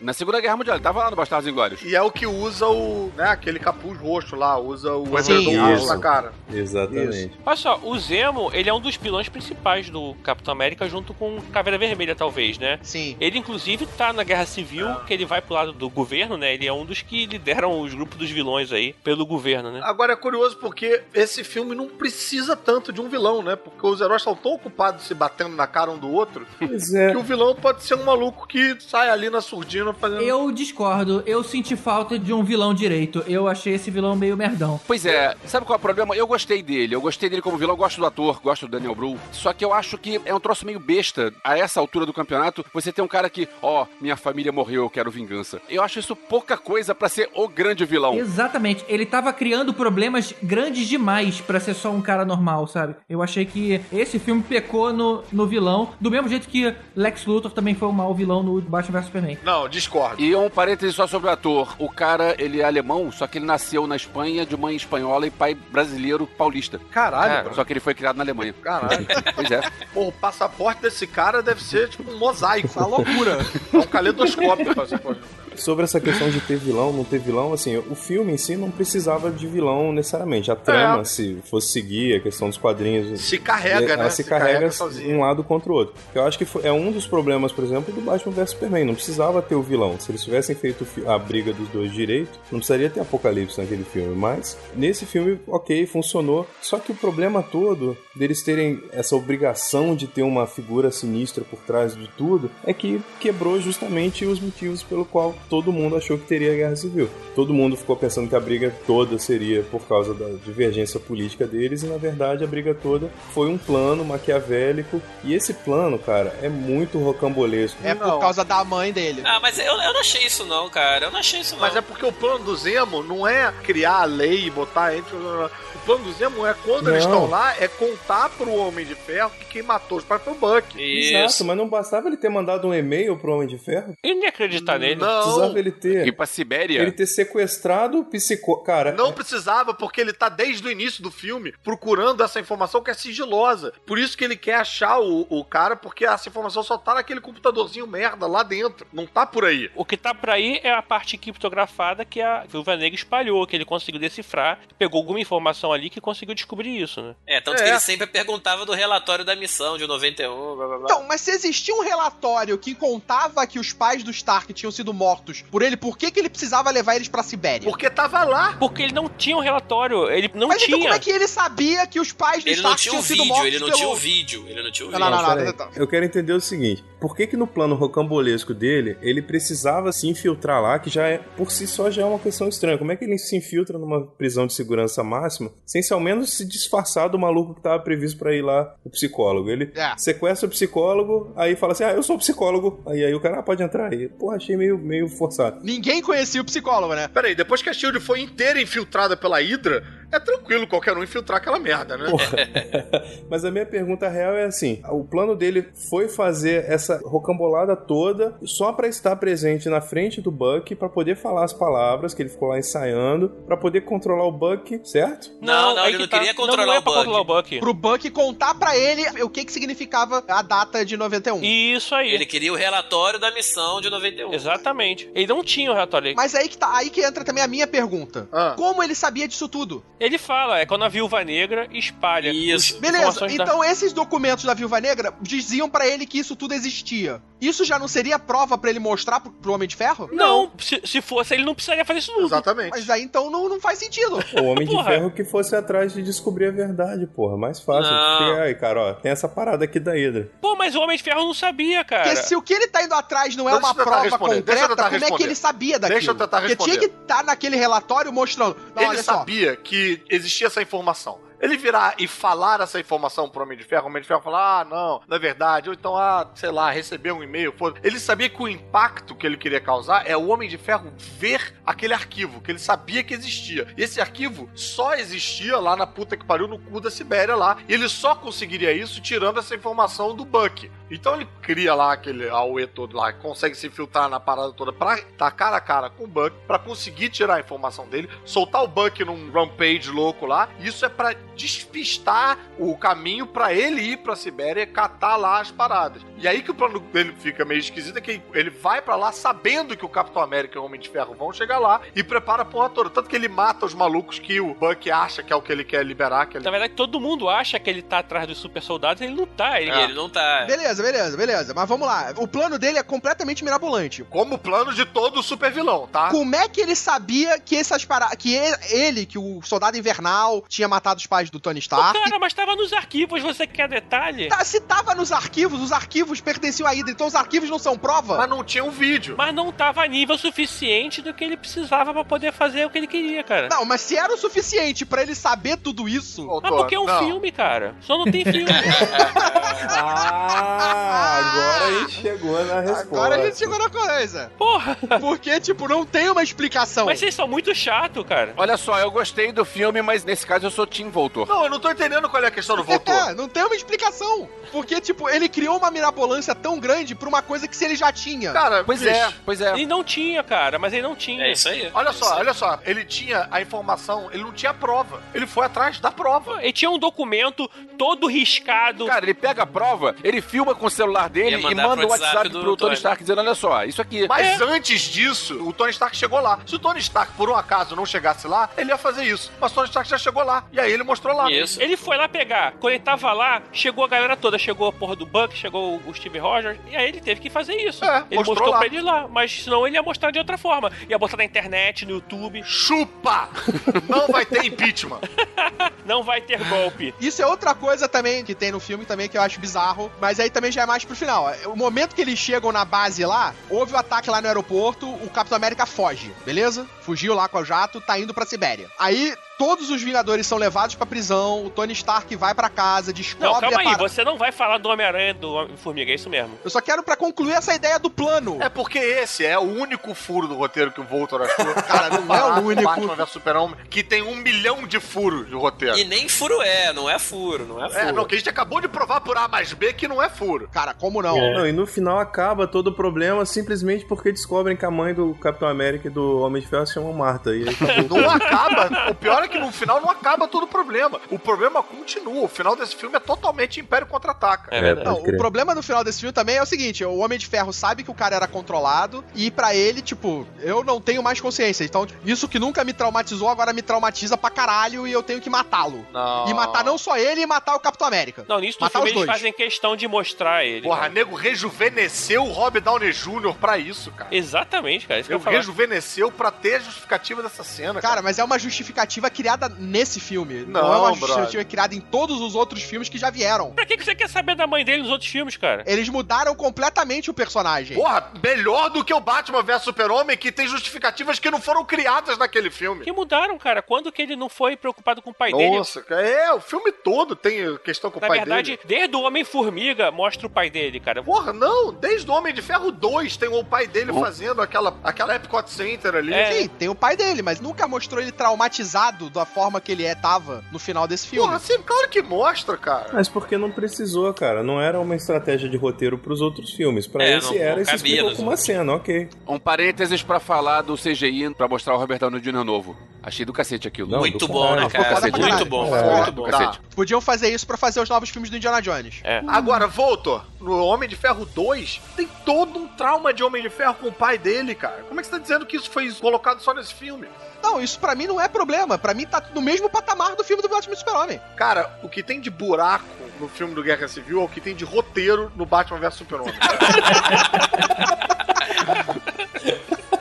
G: Na Segunda Guerra Mundial, ele tava lá no Bastardos Inglórios.
D: E é o que usa o, né, aquele capuz roxo lá, usa o
E: Sim,
D: edredom roxo
H: isso.
D: na cara.
H: Exatamente.
F: Olha só, o Zemo, ele é um dos pilões principais do Capitão América, junto com Caveira Vermelha, talvez, né?
E: Sim.
F: Ele, inclusive, tá na Guerra Civil, que ele vai pro lado do governo, né? Ele é um dos que lideram os grupos dos vilões aí, pelo governo, né?
D: Agora é curioso porque esse filme não precisa tanto de um vilão, né? Porque os heróis estão tão ocupados se batendo na cara um do outro
H: Pois é.
D: que o vilão pode ser um maluco que sai ali na surdina fazendo.
C: Eu discordo, eu senti falta de um vilão direito. Eu achei esse vilão meio merdão.
G: Pois é, sabe qual é o problema? Eu gostei dele, eu gostei dele como vilão, eu gosto do ator, gosto do Daniel Bru. Só que eu acho que é um troço meio besta, a essa altura do campeonato, você tem um cara que, ó, minha família morreu, eu quero vingança. Eu acho isso pouca coisa pra ser o grande vilão.
C: Exatamente, ele tava criando problemas grandes demais pra ser só um cara normal, sabe? Eu achei que esse filme pecou no, no vilão, do mesmo jeito que Lex Luthor também foi um mau vilão no Batman vs também.
D: Não, discordo.
G: E um parêntese só sobre o ator. O cara, ele é alemão, só que ele nasceu na Espanha de mãe espanhola e pai brasileiro paulista. É,
D: Caralho,
G: Só que ele foi criado na Alemanha.
D: Caralho.
G: Pois é.
D: Pô, o passaporte desse cara deve ser tipo um mosaico.
I: Uma loucura.
D: É um caleidoscópio. fazer, pô.
H: Sobre essa questão de ter vilão, não ter vilão, assim, o filme em si não precisava de vilão necessariamente. A trama, se fosse seguir a questão dos quadrinhos,
D: Se carrega,
H: ela
D: né?
H: É, se carrega,
D: sozinho.
H: um lado contra o outro. Eu acho que foi- é um dos problemas, por exemplo, do Batman vs Superman. Não precisava ter o vilão. Se eles tivessem feito fi- a briga dos dois direito, não precisaria ter Apocalipse naquele filme. Mas nesse filme, ok, funcionou. Só que o problema todo deles terem essa obrigação de ter uma figura sinistra por trás de tudo é que quebrou justamente os motivos pelo qual todo mundo achou que teria guerra civil. Todo mundo ficou pensando que a briga toda seria por causa da divergência política deles e na verdade a briga toda foi um plano maquiavélico e esse plano, cara, é muito rocambolesco.
I: É por causa da mãe dele.
E: Ah, mas eu, eu não achei isso não, cara. Eu não achei isso não.
D: Mas é porque o plano do Zemo não é criar a lei e botar entre. O plano do Zemo é quando eles
H: Não.
D: estão lá, é contar pro Homem de Ferro que quem matou os pais foi o Buck.
E: Isso.
H: Exato, mas não bastava ele ter mandado um e-mail pro Homem de Ferro?
F: E nem acreditar nele.
D: Não,
H: Precisava ele ter
G: E pra Sibéria.
H: ele ter sequestrado o psicó... Cara, é
D: não precisava, porque ele tá desde o início do filme procurando essa informação que é sigilosa. Por isso que ele quer achar o, o cara, porque essa informação só tá naquele computadorzinho merda lá dentro. Não tá por aí.
F: O que tá pra aí é a parte criptografada que a Viúva Negra espalhou, que ele conseguiu decifrar, pegou alguma informação ali que conseguiu descobrir isso, né?
E: É, tanto
D: É.
E: que ele sempre perguntava do relatório da missão de 91, blá blá blá.
I: Então, mas se existia um relatório que contava que os pais do Stark tinham sido mortos por ele, por que, que ele precisava levar eles pra Sibéria?
D: Porque tava lá.
F: Porque ele não tinha um relatório, ele não
I: mas então
F: tinha.
I: como é que ele sabia que os pais do
E: ele não
I: Stark
E: tinha o
I: tinham sido
E: vídeo,
I: mortos
E: ele não
I: pelo...
E: tinha o vídeo, ele não tinha um o vídeo.
I: Não, não, não,
H: peraí.
I: não, não.
H: Eu quero entender o seguinte: por que que no plano rocambolesco dele ele precisava se infiltrar lá, que já é por si só já é uma questão estranha? Como é que ele se infiltra numa prisão de segurança máxima sem se ao menos se disfarçar do maluco que estava previsto pra ir lá, o psicólogo? Ele
I: É.
H: sequestra o psicólogo, aí fala assim: "Ah, eu sou o psicólogo". Aí aí o cara ah, pode entrar aí. Pô, achei meio meio forçado.
I: Ninguém conhecia o psicólogo, né?
D: Peraí, depois que a Shield foi inteira infiltrada pela Hydra, é tranquilo qualquer um infiltrar aquela merda, né?
H: Mas a minha pergunta real é assim: o plano dele foi fazer essa rocambolada toda só pra estar presente na frente do Buck, pra poder falar as palavras que ele ficou lá ensaiando, pra poder controlar o Buck, certo?
E: Não, não,
F: aí
E: ele
F: que
E: não queria controlar
F: não é
E: o
F: pra
E: Buck.
F: controlar o Buck.
I: Pro Buck contar pra ele o que, que significava a data de 91.
F: Isso aí.
E: Ele queria o relatório da missão de 91.
F: Exatamente. Ele não tinha o relatório.
I: Mas aí que, tá, aí que entra também a minha pergunta.
D: Ah.
I: Como ele sabia disso tudo?
F: Ele fala, é quando a Viúva Negra espalha.
E: Isso.
F: as
I: Beleza,
F: informações da-
I: então esses documentos da Viúva Negra diziam pra ele que isso tudo existia. Isso já não seria prova pra ele mostrar pro, pro Homem de Ferro?
F: Não, se, se fosse, ele não precisaria fazer isso nunca.
D: Exatamente.
I: Mas aí então não, não faz sentido.
H: O Homem de
F: Porra.
H: Ferro que fosse atrás de descobrir a verdade, porra. Mais fácil.
E: Não.
H: Porque, aí, cara, ó, tem essa parada aqui da Hydra.
F: Pô, mas o Homem de Ferro não sabia, cara.
I: Porque se o que ele tá indo atrás não é
D: Deixa
I: uma
D: eu tentar
I: prova
D: responder,
I: concreta,
D: deixa eu tentar
I: como é que
D: responder.
I: ele sabia daquilo?
D: Deixa eu tentar
I: Porque tinha que
D: responder.
I: estar naquele relatório mostrando. Não,
D: ele
I: olha só.
D: sabia que existia essa informação. Ele virar e falar essa informação pro Homem de Ferro, o Homem de Ferro falar, ah, não, não é verdade, ou então, ah, sei lá, recebeu um e-mail, foda Ele sabia que o impacto que ele queria causar é o Homem de Ferro ver aquele arquivo, que ele sabia que existia. E esse arquivo só existia lá na puta que pariu, no cu da Sibéria lá, e ele só conseguiria isso tirando essa informação do Buck. Então ele cria lá aquele AUE todo lá, consegue se filtrar na parada toda pra tá cara a cara com o Buck, pra conseguir tirar a informação dele, soltar o Buck num rampage louco lá. Isso é pra despistar o caminho pra ele ir pra Sibéria e catar lá as paradas. E aí que o plano dele fica meio esquisito, é que ele vai pra lá sabendo que o Capitão América e o Homem de Ferro vão chegar lá e prepara a porra toda. Tanto que ele mata os malucos que o Buck acha que é o que ele quer liberar, que ele
F: Na verdade, todo mundo acha que ele tá atrás dos super soldados, ele não tá. Ele,
E: Ele, ele não tá.
I: Beleza, beleza, beleza. Mas vamos lá. O plano dele é completamente mirabolante.
D: tipo, Como o plano de todo super vilão, tá?
I: Como é que ele sabia que essas paradas. Que e- ele, que o soldado invernal, tinha matado os pais do Tony
F: Pô,
I: Stark?
F: cara, mas tava nos arquivos, você quer detalhe?
I: Tá, se tava nos arquivos, os arquivos pertenciam a Hydra, então os arquivos não são prova?
D: Mas não tinha um vídeo.
F: Mas não tava a nível suficiente do que ele precisava pra poder fazer o que ele queria, cara.
I: Não, mas se era o suficiente pra ele saber tudo isso.
F: Mas porque é um
D: Não.
F: filme, cara. Só não tem filme.
H: Ah, agora a gente chegou na resposta.
I: Agora a gente chegou na coisa.
F: Porra,
I: Porque, tipo, não tem uma explicação.
F: mas vocês são muito chato, cara.
G: Olha só, eu gostei do filme, mas nesse caso eu sou Tim Voltor. ator.
D: Não, eu não tô entendendo qual é a questão do voltou.
B: É, não tem uma explicação. Porque, tipo, ele criou uma mirabolância tão grande pra uma coisa que se ele já tinha.
D: Cara,
G: Pois
D: bicho,
G: é, pois é.
F: Ele não tinha, cara, mas ele não tinha.
E: É isso aí.
D: Olha só, olha só. Ele tinha a informação, ele não tinha a prova. Ele foi atrás da prova.
F: Ele tinha um documento todo riscado.
G: Cara, ele pega a prova, ele filma com o celular dele
E: Ia
G: e
E: mandar
G: manda
E: pro
G: o WhatsApp
E: WhatsApp
G: pro
E: do
G: Tony
E: Tony.
G: Stark dizendo: olha só, isso aqui. é
D: Mas antes disso, o Tony Stark chegou lá. Se o Tony Stark, por um acaso, não chegasse lá, ele ia fazer isso. Mas o Tony Stark já chegou lá. E aí ele mostrou lá.
E: Isso.
F: Ele foi lá pegar. Quando ele tava lá, chegou a galera toda. Chegou a porra do Buck, chegou o Steve Rogers. E aí ele teve que fazer isso.
D: É,
F: ele
D: mostrou
F: mostrou,
D: lá.
F: pra ele lá. Mas senão ele ia mostrar de outra forma. Ia botar na internet, no YouTube.
D: Chupa! Não vai ter impeachment.
F: Não vai ter golpe.
B: Isso é outra coisa também que tem no filme também que eu acho bizarro, mas aí também já é mais pro final. O momento que eles chegam na base lá, houve o ataque lá no aeroporto, o Capitão América foge, beleza? Fugiu lá com o jato, tá indo pra Sibéria. Aí todos os Vingadores são levados pra prisão, o Tony Stark vai pra casa, descobre
F: Não,
B: a
F: calma aí.
B: parada.
F: Você não vai falar do Homem-Aranha e do Homem-Formiga. É isso mesmo.
B: Eu só quero pra concluir essa ideia do plano.
D: É porque esse é o único furo do roteiro que o Voltor achou.
B: Cara, não é o único.
D: Batman vs Superman, que tem um milhão de furos de roteiro.
E: E nem furo é, não é furo, não é furo.
D: É, não, que a gente acabou de provar por A mais B que não é furo.
B: Cara, como não?
F: É.
H: Não, e no final acaba todo o problema simplesmente porque descobrem que a mãe do Capitão América e do Homem de Ferro se chama Marta. E aí acabou.
D: Não acaba. O pior é que no final não acaba todo o problema. O problema continua. O final desse filme é totalmente Império Contra-Ataca.
E: É verdade.
H: pode
B: Não, o
H: crer.
B: problema no final desse filme também é o seguinte: o Homem de Ferro sabe que o cara era controlado e pra ele, tipo, eu não tenho mais consciência. Então, isso que nunca me traumatizou, agora me traumatiza pra caralho e eu tenho que matá-lo.
D: Não.
B: E matar não só ele, e matar o Capitão América.
F: Não, nisso no
B: Matar
F: filme
B: os
F: eles
B: dois.
F: fazem questão de mostrar ele.
D: Porra, nego rejuvenesceu o Rob Downey Jr. pra isso, cara.
F: Exatamente, cara. Isso que
D: Eu
F: eu ia falar.
D: rejuvenesceu pra ter a justificativa dessa cena, cara.
B: Cara, mas é uma justificativa criada nesse filme. Não,
D: Não,
B: é uma
D: brother.
B: justificativa criada em todos os outros filmes que já vieram.
F: Pra que que você quer saber da mãe dele nos outros filmes, cara?
B: Eles mudaram completamente o personagem.
D: Porra, melhor do que o Batman vs Super-Homem, que tem justificativas que não foram criadas naquele filme.
F: Que mudaram, cara. Quando que ele não foi preocupado com o pai dele?
D: Nossa, cara, é, o filme todo tem questão com
F: Na
D: o pai
F: verdade,
D: dele.
F: desde o Homem-Formiga mostra o pai dele, cara.
D: Porra, não, desde o Homem de Ferro 2 tem o pai dele fazendo aquela, aquela Epcot Center ali.
F: É.
B: Sim, tem o pai dele, mas nunca mostrou ele traumatizado da forma que ele é, tava no final desse filme.
D: Porra, sim, assim, claro que mostra, cara.
H: Mas porque não precisou, cara. Não era uma estratégia de roteiro pros outros filmes. Pra
E: É,
H: esse
E: não-
H: era,
E: não
H: e se
E: cabia
H: explicou
E: nos
H: com uma cena, ok.
G: Um parênteses pra falar do CGI, pra mostrar o Robert Downey Jr. novo. Achei do cacete aquilo.
H: Não,
E: Muito
H: do
E: bom, né,
H: caralho.
E: cara?
B: Foi do caralho.
E: Muito bom,
H: É.
E: foi muito bom. Tá. É.
G: do cacete.
B: Podiam fazer isso pra fazer os novos filmes do Indiana Jones.
D: Agora, Voltor, no Homem de Ferro 2, tem todo um trauma de Homem de Ferro com o pai dele, cara. Como é que você tá dizendo que isso foi colocado só nesse filme?
B: Não, isso pra mim não é problema. Pra mim tá no mesmo patamar do filme do Batman e Super-Homem.
D: Cara, o que tem de buraco no filme do Guerra Civil é o que tem de roteiro no Batman vs Super-Homem.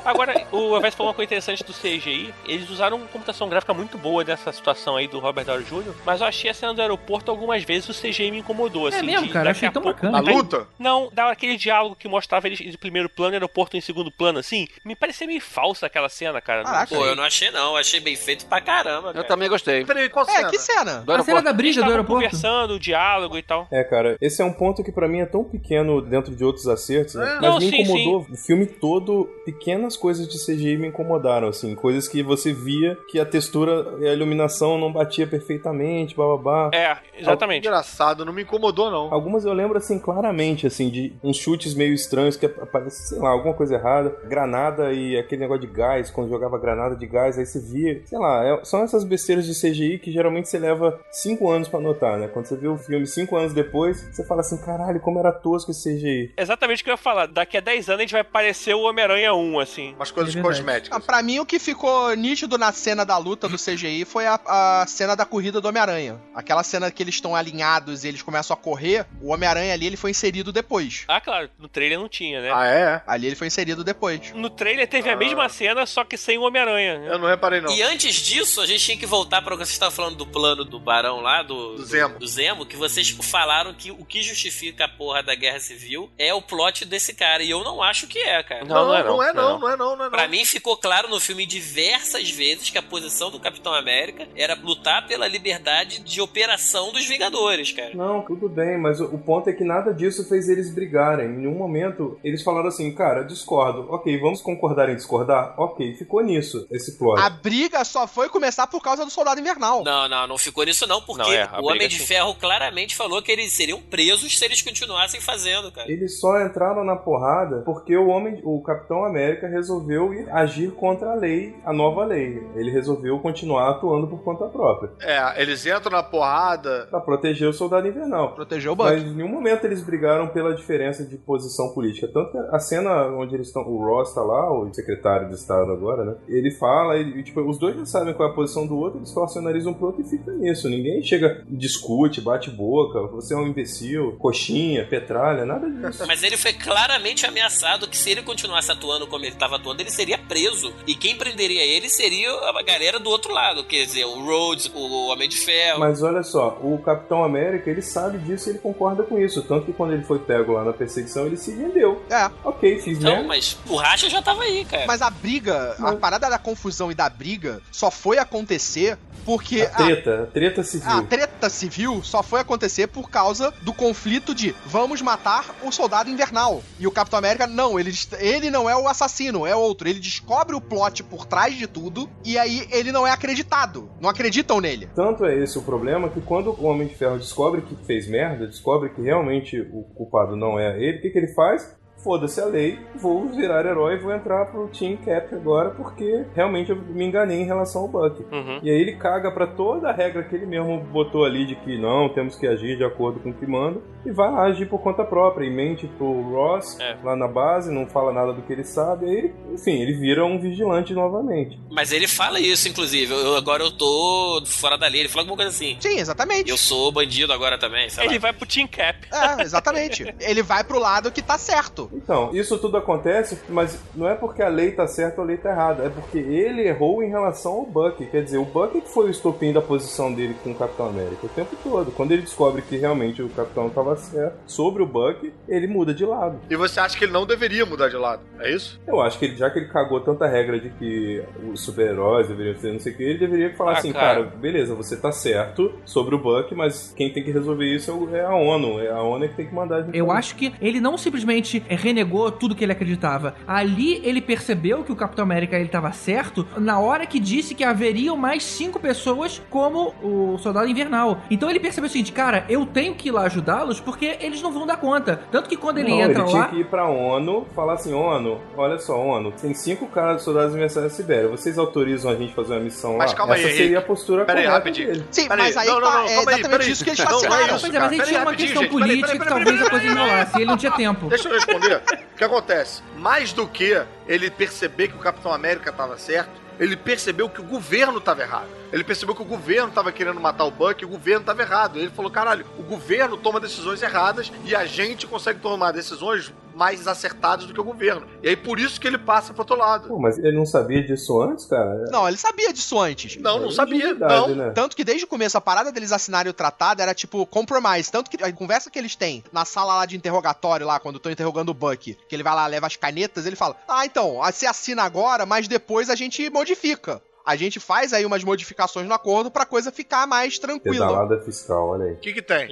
F: Agora, o Avés falou uma coisa interessante do CGI. Eles usaram uma computação gráfica muito boa nessa situação aí do Robert Downey Jr., mas eu achei a cena do aeroporto algumas vezes o CGI me incomodou, assim.
C: É mesmo,
F: de
C: cara,
F: daqui
C: achei
F: a
C: tão
F: pouco- tá
D: A
C: bacana.
D: luta?
F: Não, dava aquele diálogo que mostrava eles em primeiro plano e aeroporto em segundo plano, assim. Me parecia meio falsa aquela cena, cara.
B: Caraca.
E: Pô, eu não achei não, eu achei bem feito pra caramba,
G: Eu
E: cara.
G: também gostei.
D: Peraí, qual
B: É,
D: cena?
B: que cena?
G: Do
C: A cena
G: aeroporto.
C: da
F: Eles
C: briga do
F: estavam
C: aeroporto.
F: conversando, o diálogo e tal.
H: É, cara, esse é um ponto que pra mim é tão pequeno dentro de outros acertos, né? mas
F: É. Não,
H: me
F: sim,
H: incomodou o filme todo, pequenas coisas de CGI me incomodaram, assim, coisas que você via que a textura e a iluminação não batia perfeitamente, bababá.
F: É, exatamente.
D: Engraçado, não me incomodou, não.
C: Ah,
H: Algumas eu lembro, assim, claramente, assim, de uns chutes meio estranhos que aparece, sei lá, alguma coisa errada. Granada e aquele negócio de gás, quando jogava granada de gás, aí você via. Sei lá, é- são essas besteiras de CGI que geralmente você leva cinco anos pra notar, né? Quando você vê o filme cinco anos depois, você fala assim, caralho, como era tosco esse CGI.
F: Exatamente o que eu ia falar. Daqui a 10 anos a gente vai parecer o Homem-Aranha 1, assim.
D: Umas coisas
C: É verdade.
B: Ah,
D: cosméticas.
B: pra mim, o que ficou nítido na cena da luta do CGI foi a, a cena da corrida do Homem-Aranha. Aquela cena que eles estão alinhados e eles começam a correr, o Homem-Aranha ali ele foi inserido depois.
F: Ah, claro, no trailer não tinha, né?
D: Ah, é?
B: Ali ele foi inserido depois.
F: No trailer teve a mesma cena, só que sem o Homem-Aranha. né?
D: Eu não reparei, não.
E: E antes disso, a gente tinha que voltar para o que você estava falando do plano do Barão lá, do,
D: Do Zemo.
E: do Zemo, que vocês falaram que o que justifica a porra da guerra civil é o plot desse cara. E eu não acho que é, cara.
F: Não, não é não,
D: não é
F: não é
D: não, não é não, não é não.
E: Pra mim mim ficou claro no filme diversas vezes que a posição do Capitão América era lutar pela liberdade de operação dos Vingadores, cara.
H: Não, tudo bem, mas o, o ponto é que nada disso fez eles brigarem. Em nenhum momento eles falaram assim, cara, discordo. Ok, vamos concordar em discordar? Ok, ficou nisso esse plot.
P: A briga só foi começar por causa do Soldado Invernal.
E: Não, não, não ficou nisso não, porque
F: Não, é, a
E: o Homem
F: briga
E: de
F: sim.
E: Ferro claramente falou que eles seriam presos se eles continuassem fazendo, cara.
H: Eles só entraram na porrada porque o homem, o Capitão América resolveu ir agir contra a lei, a nova lei. Ele resolveu continuar atuando por conta própria,
D: É, eles entram na porrada.
H: Pra proteger o soldado invernal.
P: Protegeu o
H: Mas
P: banco.
H: em nenhum momento eles brigaram pela diferença de posição política. Tanto que a cena onde eles estão, o Ross tá lá, o secretário de Estado agora, né? Ele fala, ele, e, tipo, os dois já sabem qual é a posição do outro, eles torcem o nariz um pro outro e fica nisso. Ninguém chega, discute, bate boca, você é um imbecil, coxinha, petralha, nada disso.
E: Mas ele foi claramente ameaçado que se ele continuasse atuando como ele estava atuando, ele seria preso. E quem prenderia ele seria a galera do outro lado, quer dizer, o Rhodes, o Homem de Ferro.
H: Mas olha só, o Capitão América, ele sabe disso e ele concorda com isso. Tanto que quando ele foi pego lá na perseguição, ele se rendeu.
P: É.
H: Ok, fiz
E: Então,
H: merda.
E: mas o Racha já tava aí, cara.
P: Mas a briga, a
H: Não.
P: parada da confusão e da briga só foi acontecer porque
H: A treta, a treta civil.
P: A treta civil só foi acontecer por causa do conflito de vamos matar o soldado invernal. E o Capitão América, não, ele, ele não é o assassino, é outro. Ele descobre o plot por trás de tudo e aí ele não é acreditado. Não acreditam nele.
H: Tanto é esse o problema que quando o Homem de Ferro descobre que fez merda, descobre que realmente o culpado não é ele, o que, que ele faz? Foda-se a lei, vou virar herói, vou entrar pro Team Cap agora porque realmente eu me enganei em relação ao Buck.
F: Uhum.
H: E aí ele caga pra toda a regra que ele mesmo botou ali de que não, temos que agir de acordo com o que manda, e vai lá agir por conta própria, e mente pro Ross
E: É.
H: lá na base, não fala nada do que ele sabe, aí ele, enfim, ele vira um vigilante novamente.
E: Mas ele fala isso, inclusive. Eu- eu- agora eu tô fora da lei. Ele fala alguma coisa assim.
P: Sim, exatamente.
E: Eu sou bandido agora também,
D: Tá
E: sei lá.
F: Ele vai pro Team Cap.
P: É, exatamente. ele vai pro lado que tá certo.
H: Então, isso tudo acontece, mas não é porque a lei tá certa ou a lei tá errada, é porque ele errou em relação ao Buck. Quer dizer, o Buck que foi o estopim da posição dele com o Capitão América o tempo todo. Quando ele descobre que realmente o Capitão tava certo sobre o Buck, ele muda de lado.
D: E você acha que ele não deveria mudar de lado, é isso?
H: Eu acho que ele, já que ele cagou tanta regra de que os super-heróis deveriam ser não sei o que, ele deveria falar
F: Ah,
H: assim,
F: cara.
H: cara. beleza, você tá certo sobre o Buck, mas quem tem que resolver isso é o- é a ONU. É a ONU é que tem que mandar a gente.
C: Eu
H: fazer
C: acho que ele não simplesmente eh, renegou tudo que ele acreditava. Ali ele percebeu que o Capitão América ele estava certo na hora que disse que haveriam mais cinco pessoas como o Soldado Invernal. Então ele percebeu o seguinte, cara, eu tenho que ir lá ajudá-los porque eles não vão dar conta. Tanto que quando ele
H: não,
C: entra
H: ele
C: lá,
H: tinha que ir pra ONU, falar assim, ONU, olha só, ONU, tem cinco caras de soldados universais da Sibéria, vocês autorizam a gente fazer uma missão
D: Mas
H: lá?
D: calma aí,
H: Essa seria
D: Henrique.
H: a postura
D: Pera aí,
H: correta
D: rapidinho.
H: dele.
P: Sim,
D: Peraí,
P: mas aí
D: não,
P: tá-
D: não, não,
P: é
D: calma aí,
P: exatamente
D: peraí.
P: isso que tá eles
D: Não, não é
P: passaram.
D: isso.
C: Pois é, mas aí
D: Peraí,
C: tinha uma
D: rapidinho,
C: questão
D: gente. Peraí,
C: política
D: peraí,
C: que
D: peraí,
C: talvez a
D: peraí,
C: coisa enrolasse. Ele não tinha tempo.
D: Deixa eu responder. o que acontece? Mais do que ele perceber que o Capitão América estava certo, ele percebeu que o governo estava errado. Ele percebeu que o governo estava querendo matar o Buck e o governo estava errado. Ele falou: caralho, o governo toma decisões erradas e a gente consegue tomar decisões mais acertadas do que o governo. E aí por isso que ele passa pro outro lado.
H: Pô, mas ele não sabia disso antes, cara? É
P: Não, ele sabia disso antes.
D: Não, não sabia.
H: Verdade,
D: Não,
H: Né?
P: Tanto que desde o começo a parada deles assinarem o tratado era tipo compromise. Tanto que a conversa que eles têm na sala lá de interrogatório, lá, quando estão interrogando o Buck, que ele vai lá, leva as canetas, ele fala: Ah, então, ah, você assina agora, mas depois a gente modifica. A gente faz aí umas modificações no acordo pra coisa ficar mais tranquila.
H: Pedalada fiscal, olha aí.
D: O que, que tem?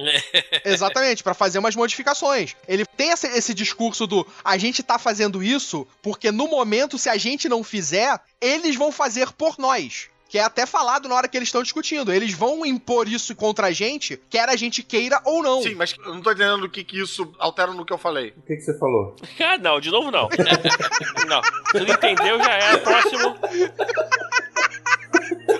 P: Exatamente, pra fazer umas modificações. Ele tem esse, esse discurso do a gente tá fazendo isso porque no momento, se a gente não fizer, eles vão fazer por nós. Que é até falado na hora que eles estão discutindo. Eles vão impor isso contra a gente, quer a gente queira ou não.
D: Sim, mas eu não tô entendendo o que, que isso altera no que eu falei.
H: O que, que você falou?
F: Ah, não, de novo não. não. Tu não entendeu, já é. Próximo.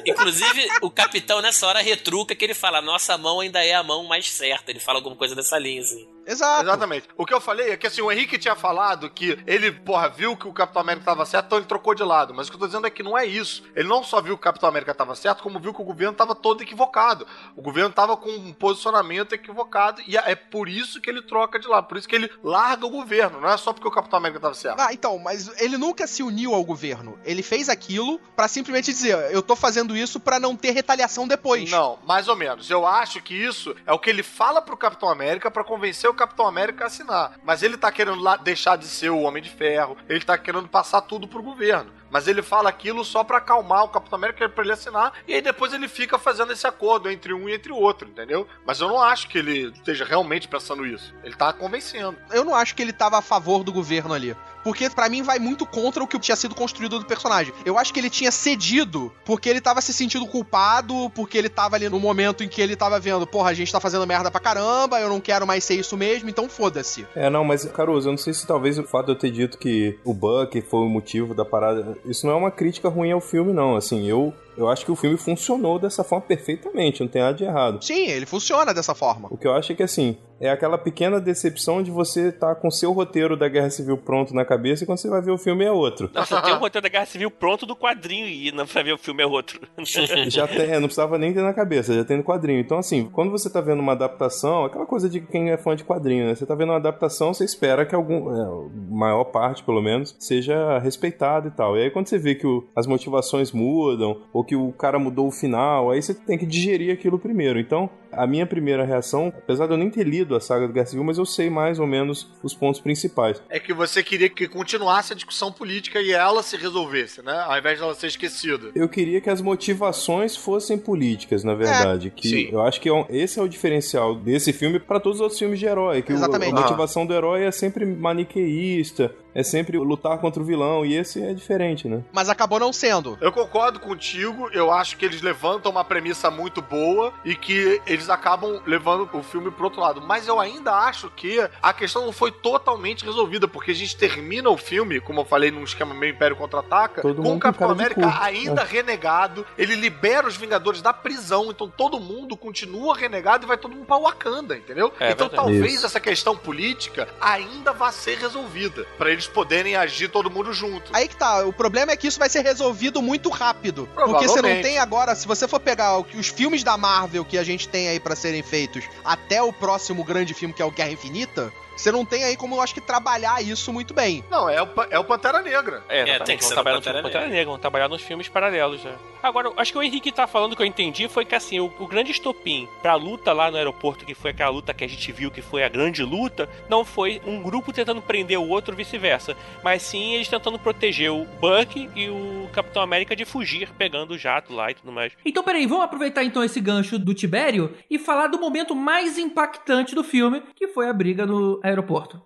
E: Inclusive, o capitão nessa hora retruca que ele fala: nossa mão ainda é a mão mais certa. Ele fala alguma coisa dessa linha, assim.
P: Exato.
D: Exatamente. O que eu falei é que assim, o Henrique tinha falado que ele, porra, viu que o Capitão América tava certo, então ele trocou de lado. Mas o que eu tô dizendo é que não é isso. Ele não só viu que o Capitão América tava certo, como viu que o governo tava todo equivocado. O governo tava com um posicionamento equivocado e é por isso que ele troca de lado. Por isso que ele larga o governo. Não é só porque o Capitão América tava certo.
P: Ah, então, mas ele nunca se uniu ao governo. Ele fez aquilo pra simplesmente dizer, eu tô fazendo isso pra não ter retaliação depois.
D: Não, mais ou menos. Eu acho que isso é o que ele fala pro Capitão América pra convencer o Capitão América a assinar. Mas ele tá querendo lá deixar de ser o Homem de Ferro, ele tá querendo passar tudo pro governo. Mas ele fala aquilo só pra acalmar o Capitão América pra ele assinar. E aí depois ele fica fazendo esse acordo entre um e entre o outro, entendeu? Mas eu não acho que ele esteja realmente pensando isso. Ele tá convencendo.
I: Eu não acho que ele tava a favor do governo ali. Porque pra mim vai muito contra o que tinha sido construído do personagem. Eu acho que ele tinha cedido porque ele tava se sentindo culpado, porque ele tava ali no momento em que ele tava vendo, porra, a gente tá fazendo merda pra caramba, eu não quero mais ser isso mesmo, então foda-se.
H: É, não, mas, Caruso, eu não sei se talvez o fato de eu ter dito que o Buck foi o motivo da parada. Isso não é uma crítica ruim ao filme, não. Assim, eu. Eu acho que o filme funcionou dessa forma perfeitamente, não tem nada de errado.
I: Sim, ele funciona dessa forma.
H: O que eu acho é que, assim, é aquela pequena decepção de você estar com o seu roteiro da Guerra Civil pronto na cabeça e quando você vai ver o filme é outro.
F: Nossa, tem o roteiro da Guerra Civil pronto do quadrinho e não pra ver o filme é outro.
H: já tem, é, não precisava nem ter na cabeça, já tem no quadrinho. Então, assim, quando você tá vendo uma adaptação, aquela coisa de quem é fã de quadrinho, né? Você tá vendo uma adaptação, você espera que algum, é, maior parte, pelo menos, seja respeitada e tal. E aí, quando você vê que o- as motivações mudam, ou que o cara mudou o final, aí você tem que digerir aquilo primeiro. Então, a minha primeira reação, apesar de eu nem ter lido a saga do Guerra Civil, mas eu sei mais ou menos os pontos principais.
D: É que você queria que continuasse a discussão política e ela se resolvesse, né? Ao invés dela ser esquecida.
H: Eu queria que as motivações fossem políticas, na verdade. que
D: sim.
H: eu acho que é um- esse é o diferencial desse filme para todos os outros filmes de herói. Que o-
I: Exatamente.
H: a motivação do herói é sempre maniqueísta, é sempre lutar contra o vilão. E esse é diferente, né?
I: Mas acabou não sendo.
D: Eu concordo contigo, eu acho que eles levantam uma premissa muito boa e que eles acabam levando o filme pro outro lado. Mas eu ainda acho que a questão não foi totalmente resolvida, porque a gente termina o filme, como eu falei, num esquema meio Império Contra-Ataca,
H: Todo
D: com
H: mundo
D: o Capitão
H: com cara de
D: América
H: cu. né? É.
D: ainda renegado, ele libera os Vingadores da prisão, então todo mundo continua renegado e vai todo mundo pra Wakanda, entendeu?
E: É
D: então
E: verdade.
D: talvez
H: Isso.
D: essa questão política ainda vá ser resolvida, pra eles poderem agir todo mundo junto.
I: Aí que tá, o problema é que isso vai ser resolvido muito rápido. Porque você não
D: Provavelmente.
I: tem agora, se você for pegar o que- os filmes da Marvel que a gente tem aí pra serem feitos até o próximo grande filme que é o Guerra Infinita, você não tem aí como eu acho que trabalhar isso muito bem.
D: Não, é o, Pa- é o Pantera Negra.
E: É, tem que ser
F: vão Tá, trabalhar
E: no Pantera
F: no Pantera Negra, vão trabalhar nos filmes paralelos, né? Agora, acho que o Henrique tá falando que eu entendi foi que assim, o, o grande estopim pra luta lá no aeroporto, que foi aquela luta que a gente viu que foi a grande luta, não foi um grupo tentando prender o outro, vice-versa. Mas sim eles tentando proteger o Buck e o Capitão América de fugir, pegando o jato lá e tudo mais.
C: Então, peraí, vamos aproveitar então esse gancho do Tibério e falar do momento mais impactante do filme, que foi a briga no aeroporto.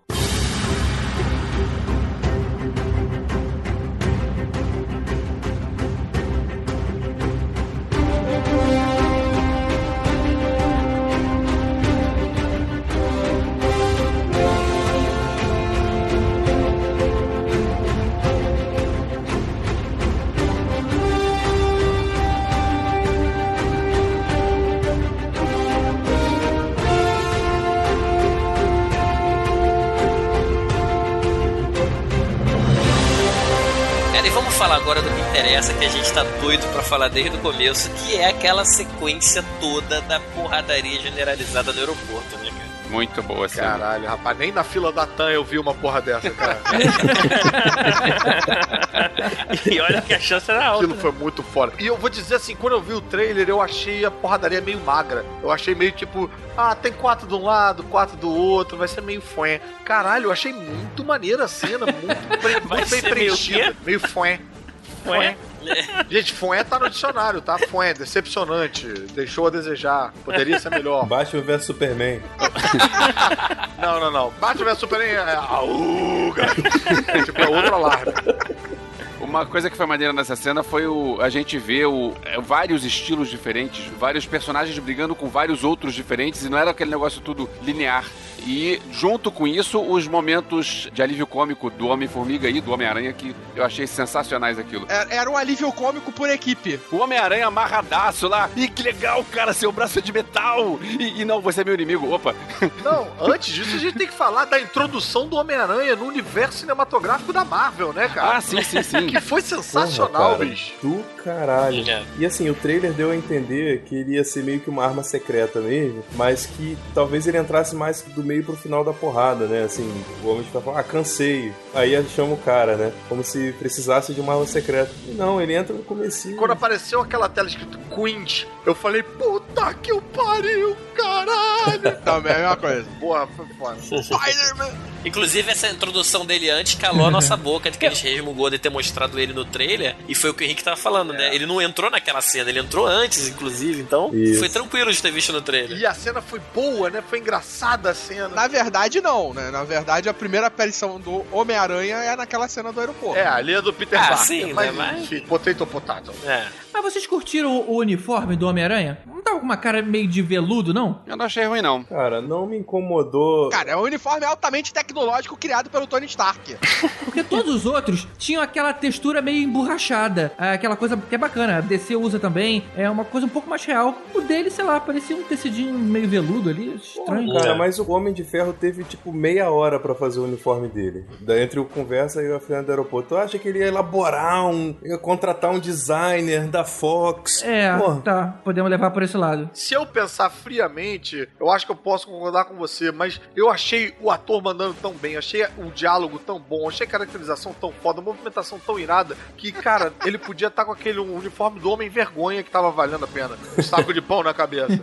E: Cara, e vamos falar agora do que interessa, que a gente tá doido pra falar desde o começo, que é aquela sequência toda da porradaria generalizada no aeroporto, né, cara?
G: Muito boa cena.
D: Caralho, rapaz, nem na fila da TAM eu vi uma porra dessa, cara.
F: E olha que a chance era alta.
D: Aquilo foi muito foda. E eu vou dizer assim, quando eu vi o trailer, eu achei a porradaria meio magra. Eu achei meio tipo, ah, tem quatro de um lado, quatro do outro, vai ser meio fué. Caralho, eu achei muito maneira a cena, muito, pre-
F: Vai
D: muito bem
F: ser meio
D: preenchida. Meio fué.
F: Não é?
D: Gente, fué tá no dicionário, tá? Fué, decepcionante, deixou a desejar, poderia ser melhor.
H: Batman vs Superman.
D: Não, não, não. Batman vs Superman é... Auga! tipo, é outro alarme.
G: Uma coisa que foi maneira nessa cena foi o, a gente ver o, é, vários estilos diferentes, vários personagens brigando com vários outros diferentes, e não era aquele negócio tudo linear. E junto com isso, os momentos de alívio cômico do Homem-Formiga e do Homem-Aranha, que eu achei sensacionais aquilo.
I: Era era um alívio cômico por equipe.
G: O Homem-Aranha amarradaço lá, e que legal, cara, seu braço é de metal! E, e não, você é meu inimigo, opa!
D: Não, antes disso a gente tem que falar da introdução do Homem-Aranha no universo cinematográfico da Marvel, né, cara?
G: Ah, sim, sim, sim.
D: que foi sensacional,
H: Porra, cara.
D: bicho.
H: Do caralho.
E: É.
H: E assim, o trailer deu a entender que ele ia ser meio que uma arma secreta mesmo, mas que talvez ele entrasse mais do meio pro final da porrada, né? Assim, o homem fica falando, ah, cansei. Aí chama o cara, né? Como se precisasse de uma arma secreta. E não, ele entra no comecinho.
D: Quando apareceu aquela tela escrito Quint, eu falei, puta que o pariu, caralho!
I: Também é a mesma coisa.
D: Boa, foi foda.
I: Spider-Man!
E: Inclusive, essa introdução dele antes calou a nossa boca de que a gente resmungou de ter mostrado ele no trailer. E foi o que o Henrique tava falando,
H: É.
E: né? Ele não entrou naquela cena, ele entrou antes, inclusive. Então,
H: Isso.
E: foi tranquilo de ter visto no trailer.
D: E a cena foi boa, né? Foi engraçada a cena.
Q: Na verdade, não, né? Na verdade, a primeira aparição do Homem-Aranha é naquela cena do aeroporto.
D: É, ali é do Peter
E: Ah,
D: Parker.
E: sim,
D: mas,
E: né, mas-
D: enfim, potato potato.
E: É.
C: Mas vocês curtiram o o uniforme do Homem-Aranha? Não tava com uma cara meio de veludo, não?
G: Eu não achei ruim, não.
H: Cara, não me incomodou.
Q: Cara, é um uniforme altamente tecnológico criado pelo Tony Stark.
C: Porque todos os outros tinham aquela textura meio emborrachada. ah, Aquela coisa que é bacana. A DC usa também. É uma coisa um pouco mais real. O dele, sei lá, parecia um tecidinho meio veludo ali.
H: Porra,
C: Estranho.
H: cara, mas o Homem de Ferro teve tipo meia hora pra fazer o uniforme dele. Daí entre o conversa e a final do aeroporto. Tu acha que ele ia elaborar um. ia contratar um designer da Fox?
C: É,
H: Porra,
C: tá. Podemos levar por esse lado.
D: Se eu pensar friamente, eu acho que eu posso concordar com você, mas eu achei o ator mandando tão bem, achei o diálogo tão bom, achei a caracterização tão foda, a movimentação tão irada, que, cara, ele podia estar com aquele uniforme do homem vergonha que tava valendo a pena. Um saco de pão na cabeça.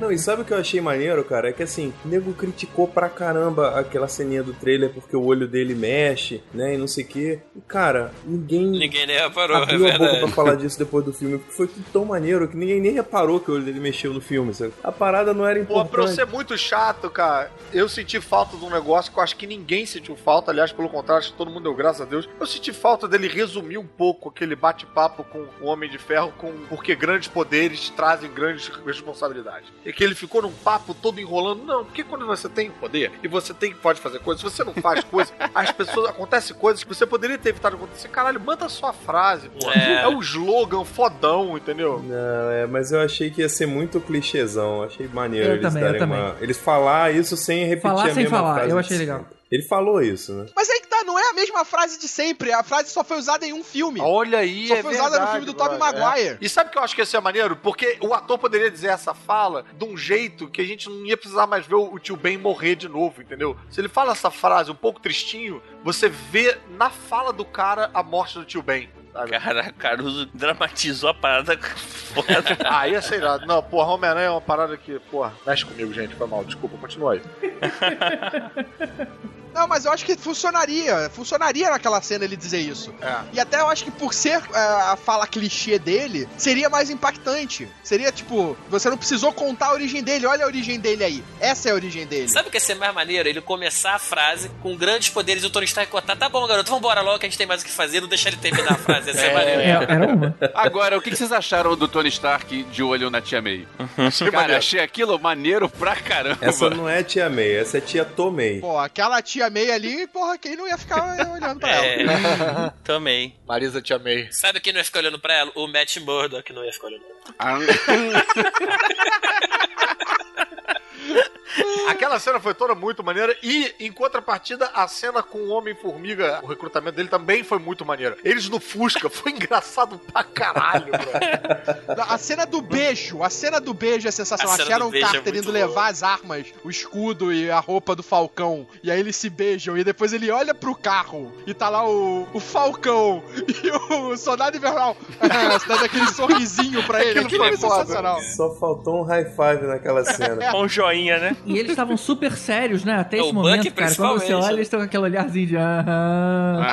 H: Não, e sabe o que eu achei maneiro, cara? É que assim, o nego criticou pra caramba aquela ceninha do trailer porque o olho dele mexe, né? E não sei o quê. E, cara, ninguém.
E: Ninguém nem reparou, é
H: Abriu a boca pra
E: verdade.
H: falar disso depois do filme, porque foi tudo tão maneiro que ninguém nem reparou que o olho dele mexeu no filme, sabe? A parada não era
D: Pô, pra eu
H: importante.
D: ser muito chato, cara, eu senti falta de um negócio que eu acho que ninguém sentiu falta. Aliás, pelo contrário, acho que todo mundo deu graças a Deus. Eu senti falta dele resumir um pouco aquele bate-papo com o Homem de Ferro, com porque grandes poderes trazem grandes responsabilidades. E que ele ficou num papo todo enrolando. Não, porque quando você tem poder e você tem pode fazer coisas, se você não faz coisas, as pessoas acontecem coisas que você poderia ter evitado acontecer. Caralho, manda só a frase, pô.
E: É.
D: É um slogan fodão, entendeu?
H: Não, é, mas eu achei que ia ser muito clichêzão. Achei maneiro
C: Eu
H: eles
C: também, eu
H: darem uma. Eles falar isso sem repetir
C: Falar
H: a
C: sem
H: mesma
C: falar,
H: frase
C: eu
H: de
C: achei legal.
H: sempre. Ele falou isso, né?
Q: Mas aí que tá, não é a mesma frase de sempre. A frase só foi usada em um filme.
D: Olha aí,
Q: só
D: é
Q: foi usada no
D: verdade,
Q: filme do Tobey
D: brother.
Q: Maguire.
D: E sabe o que eu acho que ia ser maneiro? Porque o ator poderia dizer essa fala de um jeito que a gente não ia precisar mais ver o tio Ben morrer de novo, entendeu? Se ele fala essa frase um pouco tristinho, você vê na fala do cara a morte do tio Ben. Sabe?
F: Caraca, Caruso dramatizou a parada foda.
D: Ah, ia ser irado. Não, porra, Homem-Aranha é uma parada que, porra, mexe comigo, gente, foi mal, desculpa, continua aí.
Q: Não, mas eu acho que funcionaria. Funcionaria naquela cena ele dizer isso.
D: É.
Q: E até eu acho que por ser é, a fala clichê dele, seria mais impactante. Seria tipo, você não precisou contar a origem dele. Olha a origem dele aí. Essa é a origem dele.
E: Sabe o que ia ser mais maneiro? Ele começar a frase com grandes poderes e o Tony Stark cortar. Tá bom, garoto, vambora logo que a gente tem mais o que fazer. Não deixar ele terminar a frase. Ia ser maneiro.
C: É, era uma.
G: Agora, o que que vocês acharam do Tony Stark de olho na Tia May? Cara, achei aquilo maneiro pra caramba.
H: Essa não é tia May, essa é tia Tomei.
Q: Pô, aquela tia meia ali, porra, quem não ia ficar é, olhando pra ela?
F: É, também.
D: Marisa te amei.
E: Sabe quem não ia ficar olhando pra ela? O Matt Murdock não ia ficar olhando.
G: Ah,
D: Aquela cena foi toda muito maneira e, em contrapartida, a cena com o Homem-Formiga, o recrutamento dele também foi muito maneiro. Eles no Fusca, foi engraçado pra caralho, bro.
Q: A cena do beijo, a cena do beijo é sensacional.
E: A
Q: A,
E: cena do
Q: Sharon
E: beijo é
Q: Carter
E: muito
Q: indo
E: boa.
Q: levar as armas, o escudo e a roupa do Falcão. E aí eles se beijam e depois ele olha pro carro e tá lá o, o Falcão e o Soldado Invernal. Ah, você dando aquele sorrisinho pra ele. Aquilo
D: Aquilo
Q: foi
D: foi foda.
Q: sensacional.
H: Só faltou um high five naquela cena.
F: Com joinha, né?
C: E eles estavam super sérios, né? Até
E: É,
C: esse
E: o
C: momento,
E: Bucky,
C: cara. Quando você
E: principalmente, Ah.
C: olha,
E: né?
C: eles estão com aquele olharzinho de. Aham.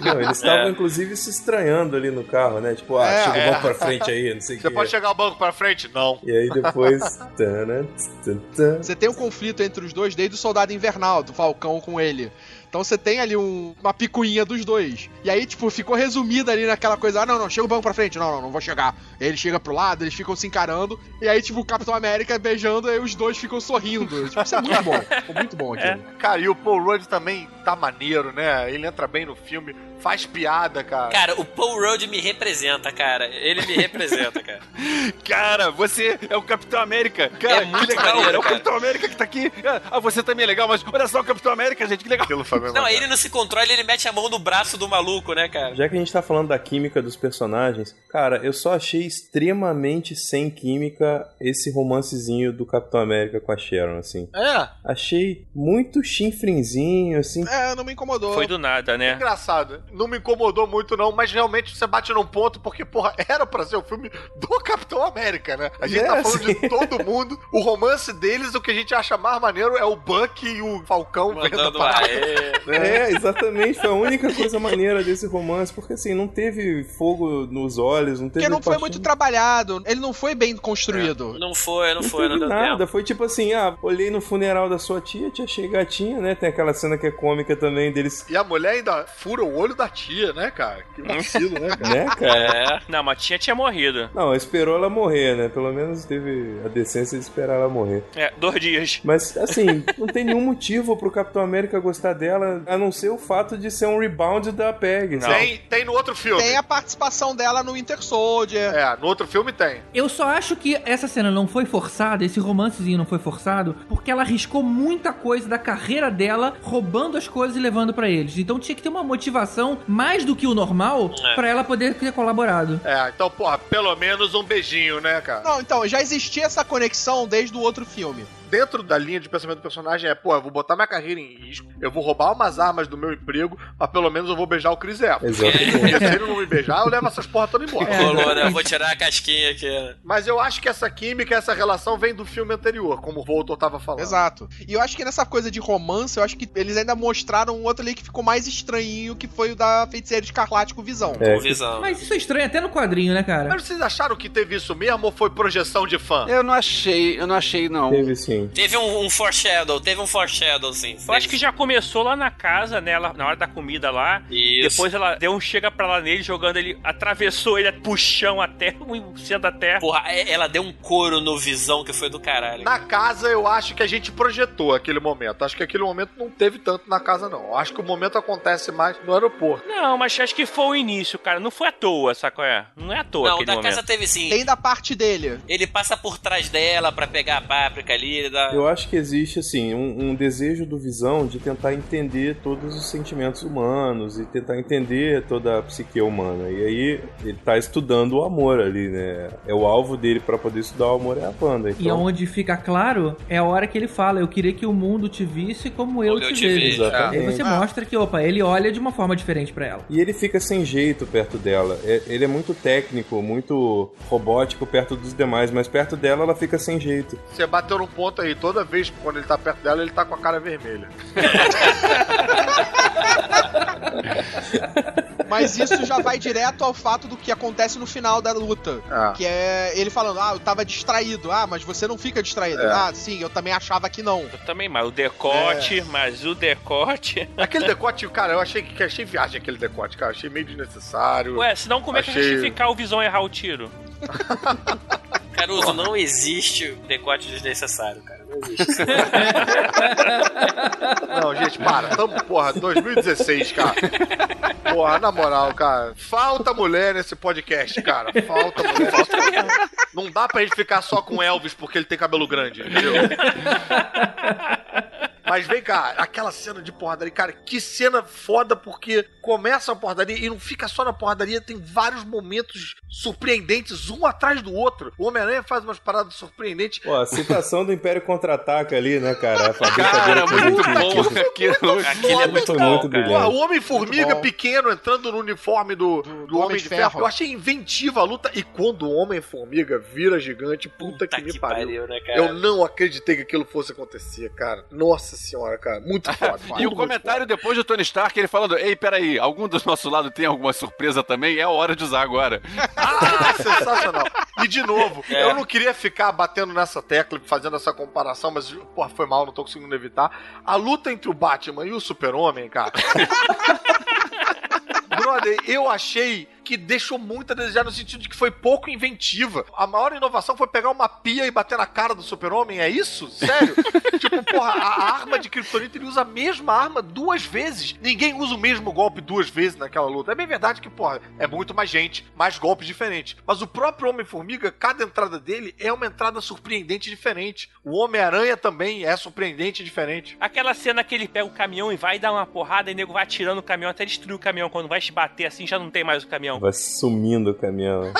H: Não,
E: É.
H: eles estavam inclusive se estranhando ali no carro, né? Tipo, ah,
Q: É,
H: chega,
D: é.
H: vamos pra frente aí, não sei o
D: Você
H: quê.
D: pode chegar o banco pra frente? Não.
H: E aí depois. Tanã, tã, tã.
Q: Você tem um conflito entre os dois desde o Soldado Invernal, do Falcão com ele. Então você tem ali um- uma picuinha dos dois. E aí, tipo, ficou resumida ali naquela coisa: ah, não, não, chega o banco pra frente, não, não, não vou chegar. Ele chega pro lado, eles ficam se encarando. E aí, tipo, o Capitão América beijando, aí os dois ficam sorrindo. Tipo, isso é muito bom. Ficou muito bom aquilo.
D: Cara, e o Paul Rudd também tá maneiro, né? Ele entra bem no filme, faz piada, cara.
E: Cara, o Paul Rudd me representa, cara. Ele me representa, cara.
G: cara, você é o Capitão América. Cara,
E: É muito
G: que legal.
E: maneiro,
G: é o
E: cara.
G: Capitão América que tá aqui. Ah, você também é legal, mas olha só o Capitão América, gente, que legal.
D: Aquilo foi também.
E: Não, aí ele não se controla, ele mete a mão no braço do maluco, né, cara?
H: Já que a gente tá falando da química dos personagens, cara, eu só achei extremamente sem química esse romancezinho do Capitão América com a Sharon, assim.
D: É,
H: Achei muito chinfrinzinho, assim.
R: É, não me incomodou.
F: Foi do nada, né?
D: É engraçado. Não me incomodou muito, não, mas realmente você bate num ponto, porque, porra, era pra ser o filme do Capitão América, né? A gente
H: É,
D: tá falando
H: sim.
D: de todo mundo. O romance deles, o que a gente acha mais maneiro é o Buck e o Falcão vendo a
E: Mandando
D: parada.
E: aê.
H: É, exatamente. Foi a única coisa maneira desse romance, porque assim, não teve fogo nos olhos, não teve.
R: Porque não foi
H: paixão.
R: muito trabalhado, ele não foi bem construído.
E: É, Não foi, não
H: Não
E: foi, não
H: teve
E: deu
H: nada,
E: tempo.
H: foi tipo assim, ah, olhei no funeral da sua tia, tia achei gatinha, né? Tem aquela cena que é cômica também deles,
D: E a mulher ainda fura o olho da tia, né, cara? Que vacilo, né, cara?
H: né, cara?
F: É. Não, mas tinha, tinha morrido.
H: Não, esperou ela morrer, né? Pelo menos teve a decência de esperar ela morrer.
F: É, dois dias.
H: Mas, assim, não tem nenhum motivo pro Capitão América gostar dela, a não ser o fato de ser um rebound da PEG.
F: Não.
H: sabe?
D: Tem, tem no outro filme.
R: Tem a participação dela no Inter Soldier.
D: É, no outro filme tem.
C: Eu só acho que essa cena não foi forçada, esse romancezinho não foi forçado, porque ela arriscou muita coisa da carreira dela, roubando as coisas e levando pra eles. Então tinha que ter uma motivação mais do que o normal
E: É.
C: pra ela poder ter colaborado.
D: É, então, porra, pelo menos um beijinho, né, cara?
R: Não, então, já existia essa conexão desde o outro filme.
D: dentro da linha de pensamento do personagem é, pô, eu vou botar minha carreira em risco, eu vou roubar umas armas do meu emprego, mas pelo menos eu vou beijar o Chris Evans.
H: Exatamente.
D: Porque se ele não me beijar, eu levo essas porra toda embora.
C: É.
E: Rolou, né? Eu Vou tirar a casquinha aqui. né?
D: Mas eu acho que essa química, essa relação vem do filme anterior, como o Voltor tava falando.
R: Exato. E eu acho que nessa coisa de romance, eu acho que eles ainda mostraram um outro ali que ficou mais estranhinho, que foi o da feiticeira escarlate com o visão.
H: É.
E: Com visão.
C: Mas isso é estranho até no quadrinho, né, cara?
D: Mas vocês acharam que teve isso mesmo ou foi projeção de fã?
G: Eu não achei, eu não achei, não.
H: Teve sim.
E: Teve um, um foreshadow, teve um foreshadow, sim.
F: Eu acho que já começou lá na casa, né? lá- na hora da comida lá.
E: Isso.
F: Depois ela deu um chega pra lá nele, jogando ele, atravessou ele puxão até o centro da terra.
E: Porra, é- ela deu um couro no visão que foi do caralho.
D: Na casa, eu acho que a gente projetou aquele momento. Acho que aquele momento não teve tanto na casa, não. Acho que o momento acontece mais no aeroporto.
F: Não, mas acho que foi o início, cara. Não foi à toa, saco é? Não é à toa
E: Não,
F: aquele
E: da
F: momento.
E: casa teve sim.
R: Tem da parte dele.
E: Ele passa por trás dela pra pegar a páprica ali. Ele dá...
H: Eu acho que existe, assim, um, um desejo do Visão de tentar entender todos os sentimentos humanos e tentar entender toda a psique humana. E aí ele tá estudando o amor ali, né? É o alvo dele pra poder estudar o amor é a panda.
C: E um
H: Então,
C: onde fica claro é a hora que ele fala: Eu queria que o mundo te visse como eu,
E: Como eu
C: te,
E: te
C: vejo.
E: vejo.
C: Aí
H: exatamente.
F: É.
C: você é mostra que, opa, ele olha de uma forma diferente pra ela.
H: E ele fica sem jeito perto dela. É- Ele é muito técnico, muito robótico perto dos demais, mas perto dela ela fica sem jeito.
D: Você bateu num ponto aí. Toda vez que quando ele tá perto dela, ele tá com a cara vermelha.
R: Mas isso já vai direto ao fato do que acontece no final da luta.
D: Ah.
R: Que é ele falando, ah, eu tava distraído. Ah, mas você não fica distraído.
D: É.
R: Ah, sim, eu também achava que não.
F: Eu também, mas o decote, mas o decote.
D: Aquele decote, cara, eu achei que achei viagem aquele decote, cara. Achei meio desnecessário.
F: Ué, senão como é que
D: Achei-
F: é justificar o visão errar o tiro?
E: Caruso, não existe decote desnecessário, cara. Não existe.
D: Não, gente, para. Tamo, porra, 2016, cara. Porra, na moral, cara. Falta mulher nesse podcast, cara. Falta mulher. Não dá pra gente ficar só com Elvis porque ele tem cabelo grande, entendeu? Mas vem cá, aquela cena de porradaria, cara, que cena foda, porque começa a porradaria e não fica só na porradaria, tem vários momentos surpreendentes, um atrás do outro. O Homem-Aranha faz umas paradas surpreendentes.
H: Pô, a citação do Império Contra-Ataca ali, né, cara? A
G: Cara,
E: É
H: brincadeira que
G: muito
H: existe aqui.
G: bom aquilo.
E: Aquele é muito
H: Foi
E: bom, cara.
H: muito brilhante.
D: Porra, o Homem-Formiga
R: Muito bom.
D: pequeno entrando no uniforme do, do, Homem de ferro. Eu achei inventiva a luta. E quando o Homem-Formiga vira gigante, puta, que, me pariu.
E: né, cara?
D: Eu não acreditei que aquilo fosse acontecer, cara. Nossa senhora, cara. Muito foda.
G: E
D: muito,
G: o comentário depois do Tony Stark, ele falando: Ei, peraí, algum do nosso lado tem alguma surpresa também? É a hora de usar agora.
D: Ah, sensacional. E de novo, eu não queria ficar batendo nessa tecla, e fazendo essa comparação, mas porra, foi mal, não tô conseguindo evitar. A luta entre o Batman e o Super-Homem, cara. Brother, eu achei que deixou muito a desejar no sentido de que foi pouco inventiva. A maior inovação foi pegar uma pia e bater na cara do super-homem, é isso? Sério? tipo, porra, a arma de Kryptonita ele usa a mesma arma duas vezes. Ninguém usa o mesmo golpe duas vezes naquela luta. É bem verdade que, porra, é muito mais gente, mais golpes diferentes. Mas o próprio Homem-Formiga, cada entrada dele é uma entrada surpreendente e diferente. O Homem-Aranha também é surpreendente e diferente.
F: Aquela cena que ele pega o caminhão e vai dar uma porrada e o nego vai atirando o caminhão até destruir o caminhão. Quando vai se bater assim, já não tem mais o caminhão.
H: Vai sumindo o caminhão.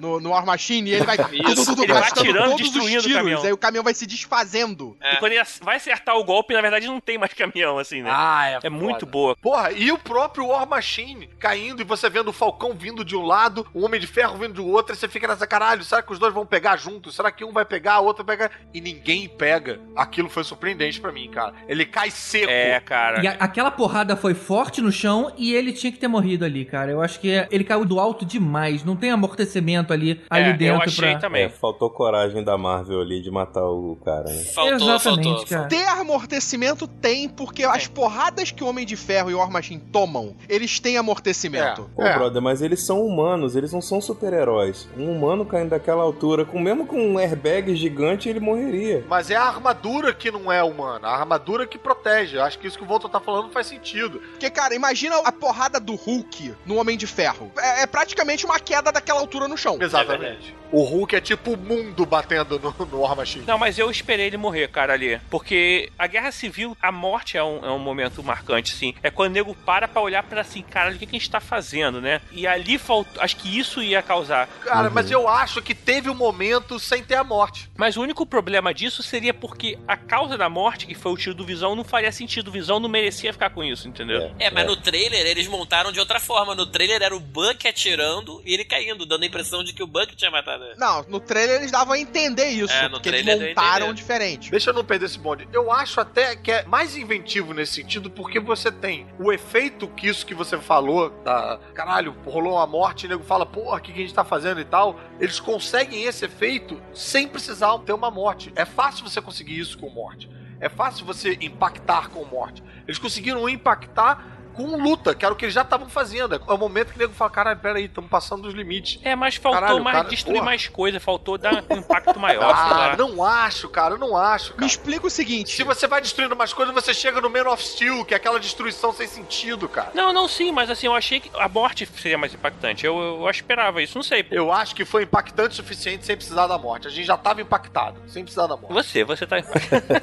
B: No, no War Machine, ele
D: Ah,
B: vai,
F: Isso, ele vai
B: gastando
F: atirando,
B: todos os
F: destruindo o
B: tiros,
F: caminhão.
B: Aí o caminhão vai se desfazendo.
F: E quando ele ac- vai acertar o golpe, na verdade não tem mais caminhão, assim, né?
D: Ah,
F: é muito boa.
D: Porra, e o próprio War Machine caindo e você vendo o Falcão vindo de um lado, o Homem de Ferro vindo do outro, e você fica nessa caralho, será que os dois vão pegar juntos? Será que um vai pegar, o outro pega? E ninguém pega. Aquilo foi surpreendente pra mim, cara. Ele cai seco.
F: É, cara.
C: E a- aquela porrada foi forte no chão e ele tinha que ter morrido ali, cara. Eu acho que é- ele caiu do alto demais. Não tem amortecimento ali, ali
F: É,
C: dentro
F: eu achei
C: pra...
H: É,
F: também.
H: faltou coragem da Marvel ali de matar o cara, né?
E: Faltou,
C: Exatamente,
E: faltou.
C: cara.
B: Ter amortecimento tem, porque as porradas que o Homem de Ferro e o War Machine tomam, eles têm amortecimento.
H: Pô,
D: É.
H: brother, mas eles são humanos, eles não são super-heróis. Um humano caindo daquela altura, com, mesmo com um airbag gigante, ele morreria.
D: Mas é a armadura que não é humana, a armadura que protege. Acho que isso que o Volta tá falando faz sentido.
B: Porque, cara, imagina a porrada do Hulk no Homem de Ferro. É, é praticamente uma queda daquela altura no chão.
D: Exatamente. o Hulk é tipo o mundo batendo no, no War Machine.
F: Não, mas eu esperei ele morrer, cara, ali. Porque a guerra civil, a morte é um, é um momento marcante, assim. É quando o nego para pra olhar pra assim, caralho, o que, que a gente tá fazendo, né? E ali faltou. Acho que isso ia causar.
D: Cara, mas eu acho que teve um momento sem ter a morte.
F: Mas o único problema disso seria porque a causa da morte, que foi o tiro do Visão, não faria sentido. O Visão não merecia ficar com isso, entendeu?
E: É, mas no trailer eles montaram de outra forma. No trailer era o Buck atirando e ele caindo, dando a impressão de que o Buck tinha matado ele.
B: Não, no trailer eles davam a entender isso,
E: É, no
B: porque eles
E: trailer deu a
B: montaram
E: entender.
B: diferente.
D: Deixa eu não perder esse bonde. Eu acho até que é mais inventivo nesse sentido, porque você tem o efeito que isso que você falou, da caralho, rolou a morte, o nego fala, porra, o que, que a gente tá fazendo e tal. Eles conseguem esse efeito sem precisar ter uma morte. É fácil você conseguir isso com morte. É fácil você impactar com morte. Eles conseguiram impactar com luta, que era o que eles já estavam fazendo. É o momento que o nego fala, caralho, peraí, estamos passando dos limites.
F: É, mas faltou
D: Caralho,
F: mais
D: cara,
F: destruir
D: porra.
F: mais coisa, faltou dar um impacto maior. sei lá.
H: tá.
D: Ah, não acho, cara, eu não acho, cara.
B: Me explica o seguinte.
D: Se você vai destruindo umas coisas, você chega no Man of Steel, que é aquela destruição sem sentido, cara.
F: Não, não, sim, mas assim, eu achei que a morte seria mais impactante. Eu, eu esperava isso, não sei.
D: Eu acho que foi impactante o suficiente sem precisar da morte. A gente já tava impactado, sem precisar da morte.
F: Você, você tá.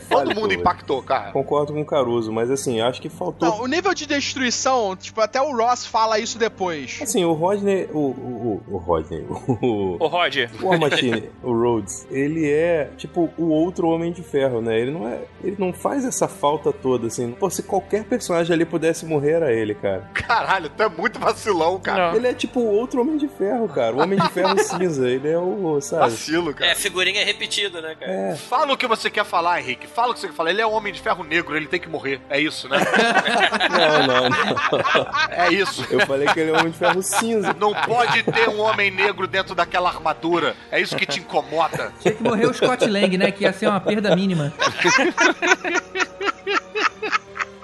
D: Todo mundo
H: Faltou.
D: impactou, cara.
H: Concordo com o Caruso, mas assim, acho que faltou.
B: Não, o nível de destruição, tipo, até o Ross fala isso depois.
H: Assim, o Rodney. O, o, o- o Rodney. O,
F: Ô, Rod,
H: o War Machine, o Rhodes, ele é tipo o outro Homem de Ferro, né? Ele não é. Ele não faz essa falta toda, assim. Pô, se qualquer personagem ali pudesse morrer, era ele, cara.
D: Caralho, tu é muito vacilão, cara.
F: Não.
H: Ele é tipo o outro Homem de Ferro, cara. O Homem de Ferro cinza. Ele é o. Sabe?
D: Vacilo,
E: É,
D: cara.
E: figurinha repetida, né, cara?
H: É.
D: Fala o que você quer falar, Henrique. Fala o que você quer falar. Ele é um homem de ferro negro, ele tem que morrer. É isso, né?
H: Não, não, não.
D: É isso.
H: Eu falei que ele é o Homem de Ferro cinza.
D: Não pode ter um homem negro dentro daquela armadura. É isso que te incomoda.
C: Tinha que morrer o Scott Lang, né? Que ia ser uma perda mínima.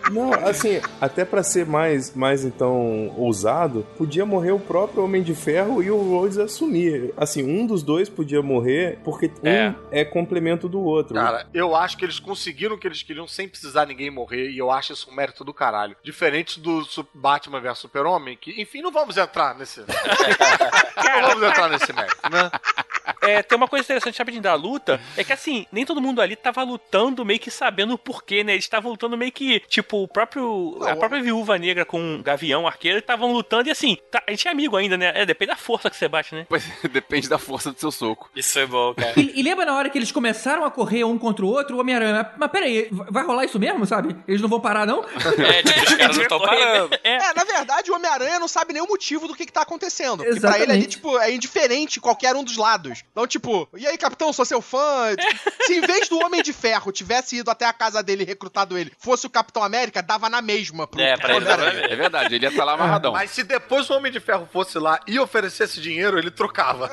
H: Não, assim, até pra ser mais, mais então ousado, podia morrer o próprio Homem de Ferro e o Rhodes assumir. Assim, um dos dois podia morrer porque um
F: É.
H: é, complemento do outro.
D: Cara, eu acho que eles conseguiram o que eles queriam sem precisar ninguém morrer, e eu acho isso um mérito do caralho. Diferente do Su- Batman vs Super-Homem, que, enfim, não vamos entrar nesse. não vamos entrar nesse mérito, né?
F: é, tem uma coisa interessante rapidinho da luta, é que assim, nem todo mundo ali tava lutando meio que sabendo o porquê, né? Eles estavam lutando meio que, tipo, o próprio. a
B: Não,
F: própria viúva negra com o gavião arqueiro estavam lutando e assim, tá- a gente é amigo ainda, né? É, depende da força que você bate, né?
G: Pois é, depende da força do seu soco.
E: Isso foi bom, cara.
C: E, e lembra na hora que eles começaram a correr um contra o outro, o Homem-Aranha, mas, mas peraí, vai vai rolar isso mesmo, sabe? Eles não vão parar, não?
E: É, tipo, os caras não estão parando.
F: É,
B: É, na verdade, o Homem-Aranha não sabe nem o motivo do que, que tá acontecendo. Porque pra
C: Exatamente.
B: ele ali, tipo, é indiferente qualquer um dos lados.
S: Então, tipo, e aí, capitão, sou seu fã. Tipo, Se em vez do Homem de Ferro tivesse ido até a casa dele e recrutado ele, fosse o Capitão América, dava na mesma pro
E: É, pra ele dar pra ver.
G: É verdade, ele ia estar lá amarradão.
D: Mas se depois o Homem de Ferro fosse lá e oferecesse dinheiro, ele trocava.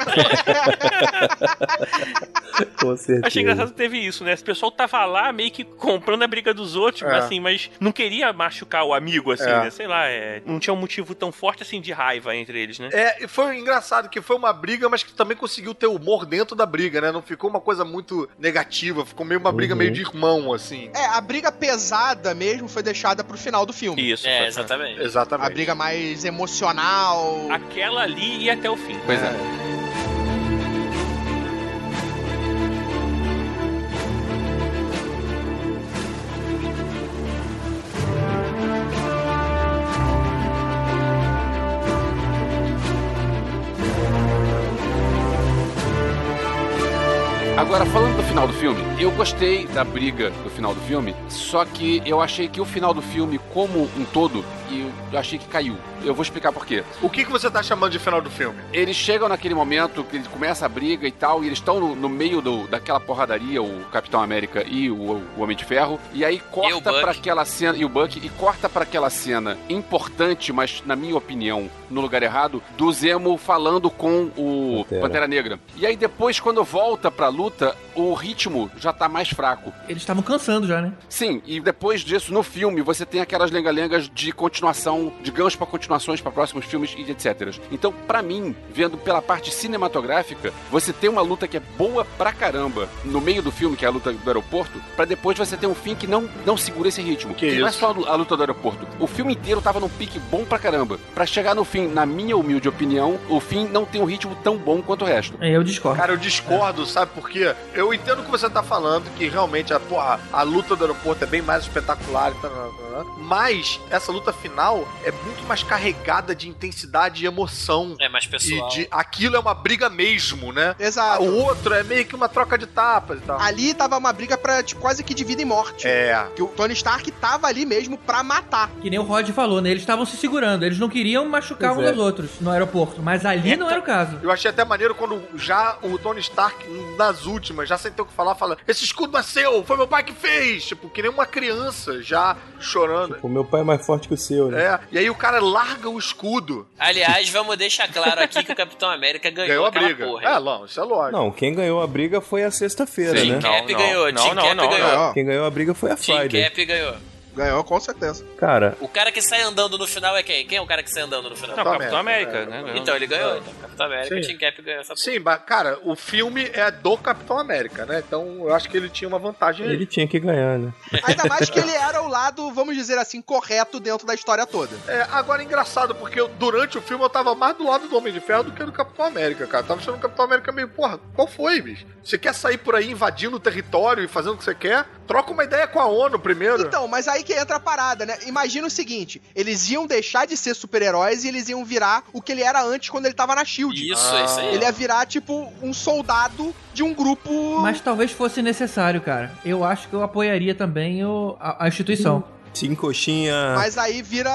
H: Com certeza.
F: Achei engraçado que teve isso, né? O pessoal tava lá meio que comprando a briga dos outros,
H: É.
F: mas assim, mas não queria machucar o amigo, assim,
D: É.
F: né? Sei lá, é, não tinha um motivo tão forte assim de raiva entre eles, né?
D: É, e foi engraçado que foi uma briga, mas que também conseguiu ter humor dentro da briga, né? Não ficou uma coisa muito negativa, ficou meio uma briga
S: Uhum.
D: meio de irmão, assim.
S: É, a briga pesada mesmo foi deixada pro final do filme.
F: Isso.
E: É,
F: foi-
E: exatamente.
S: A
D: Exatamente.
S: briga mais emocional.
F: Aquela ali ia até o fim.
G: Pois é. Agora, falando do final do filme, eu gostei da briga do final do filme, só que eu achei que o final do filme, como um todo, eu eu achei que caiu. Eu vou explicar por quê.
D: O que, que você tá chamando de final do filme?
G: Eles chegam naquele momento que ele começa a briga e tal, e eles estão no, no meio do- daquela porradaria, o Capitão América e o, o Homem de Ferro, e aí
E: E o
G: corta
E: Buck.
G: pra aquela cena e o Buck e corta pra aquela cena importante, mas na minha opinião, no lugar errado, do Zemo falando com o Pantera,
H: Pantera.
G: Negra. E aí depois quando volta pra luta, o ritmo já tá mais fraco.
C: Eles estavam cansando já, né?
G: Sim, e depois disso, no filme, você tem aquelas lengalengas de continuação, de ganchos pra continuações, pra próximos filmes e etc. Então, pra mim, vendo pela parte cinematográfica, você tem uma luta que é boa pra caramba no meio do filme, que é a luta do aeroporto, pra depois você ter um fim que não, não segura esse ritmo.
D: Que
G: E não é
D: isso.
G: só a luta do aeroporto. O filme inteiro tava num pique bom pra caramba. Pra chegar no fim, na minha humilde opinião, o fim não tem um ritmo tão bom quanto o resto.
C: É, eu discordo.
D: Cara, eu discordo, sabe por quê? Eu entendo o que você tá falando, que realmente a, porra, a luta do aeroporto é bem mais espetacular, e tal, tal, tal, tal. mas essa luta final é muito mais carregada de intensidade e emoção.
E: É mais pessoal.
D: E de aquilo é uma briga mesmo, né?
S: Exato.
D: O outro é meio que uma troca de tapas e tal.
S: Ali tava uma briga pra tipo, quase que de vida e morte.
D: É.
S: Que o Tony Stark tava ali mesmo pra matar.
C: Que nem o Rod falou, né? Eles estavam se segurando. Eles não queriam machucar
H: Pois
C: um
H: é.
C: dos outros no aeroporto. Mas ali não era o caso.
D: Eu achei até maneiro quando já o Tony Stark, nas últimas, já sem ter o que falar, fala: Esse escudo não é seu, foi meu pai que fez! Tipo, que nem uma criança já chorando.
H: O meu pai é mais forte que o seu, né?
D: É, e aí o cara larga o escudo.
E: Aliás, vamos deixar claro aqui que o Capitão América ganhou,
D: Ganhou a
E: aquela
D: briga.
E: porra.
D: é, não, isso é lógico.
H: Não, quem ganhou a briga foi a sexta-feira,
E: Jim
H: né?
F: não,
E: Cap
F: não,
E: ganhou,
F: não,
E: Jim
F: não,
E: Cap
F: não,
E: ganhou.
S: Ganhou.
H: Quem ganhou a briga foi a
E: Jim
H: Friday.
E: Cap ganhou.
S: Ganhou, com certeza.
H: Cara,
E: O cara que sai andando no final é quem? Quem é o cara que sai andando no final?
F: Não, Capitão América,
D: América,
F: né? Ganhou.
E: Então, ele ganhou. Então, Capitão América, Jim Cap ganhou essa porra.
D: Sim, mas, cara, o filme é do Capitão América, né? Então eu acho que ele tinha uma vantagem aí.
H: ele tinha que ganhar, né?
S: Ainda mais que ele era o lado, vamos dizer assim, correto dentro da história toda.
D: É, agora é engraçado, porque eu, durante o filme eu tava mais do lado do Homem de Ferro do que do Capitão América, cara. Tava achando o Capitão América meio, porra, qual foi, bicho? Você quer sair por aí invadindo o território e fazendo o que você quer? Troca uma ideia com a ONU primeiro.
S: Então, mas aí que entra a parada, né? Imagina o seguinte: eles iam deixar de ser super-heróis e eles iam virar o que ele era antes quando ele tava na Shield.
E: Isso, é isso
D: Ah.
E: aí.
D: é
S: Ele ia virar, tipo, um soldado de um grupo.
C: Mas talvez fosse necessário, cara. Eu acho que eu apoiaria também o- a, a instituição.
H: Sim, coxinha.
S: Mas aí vira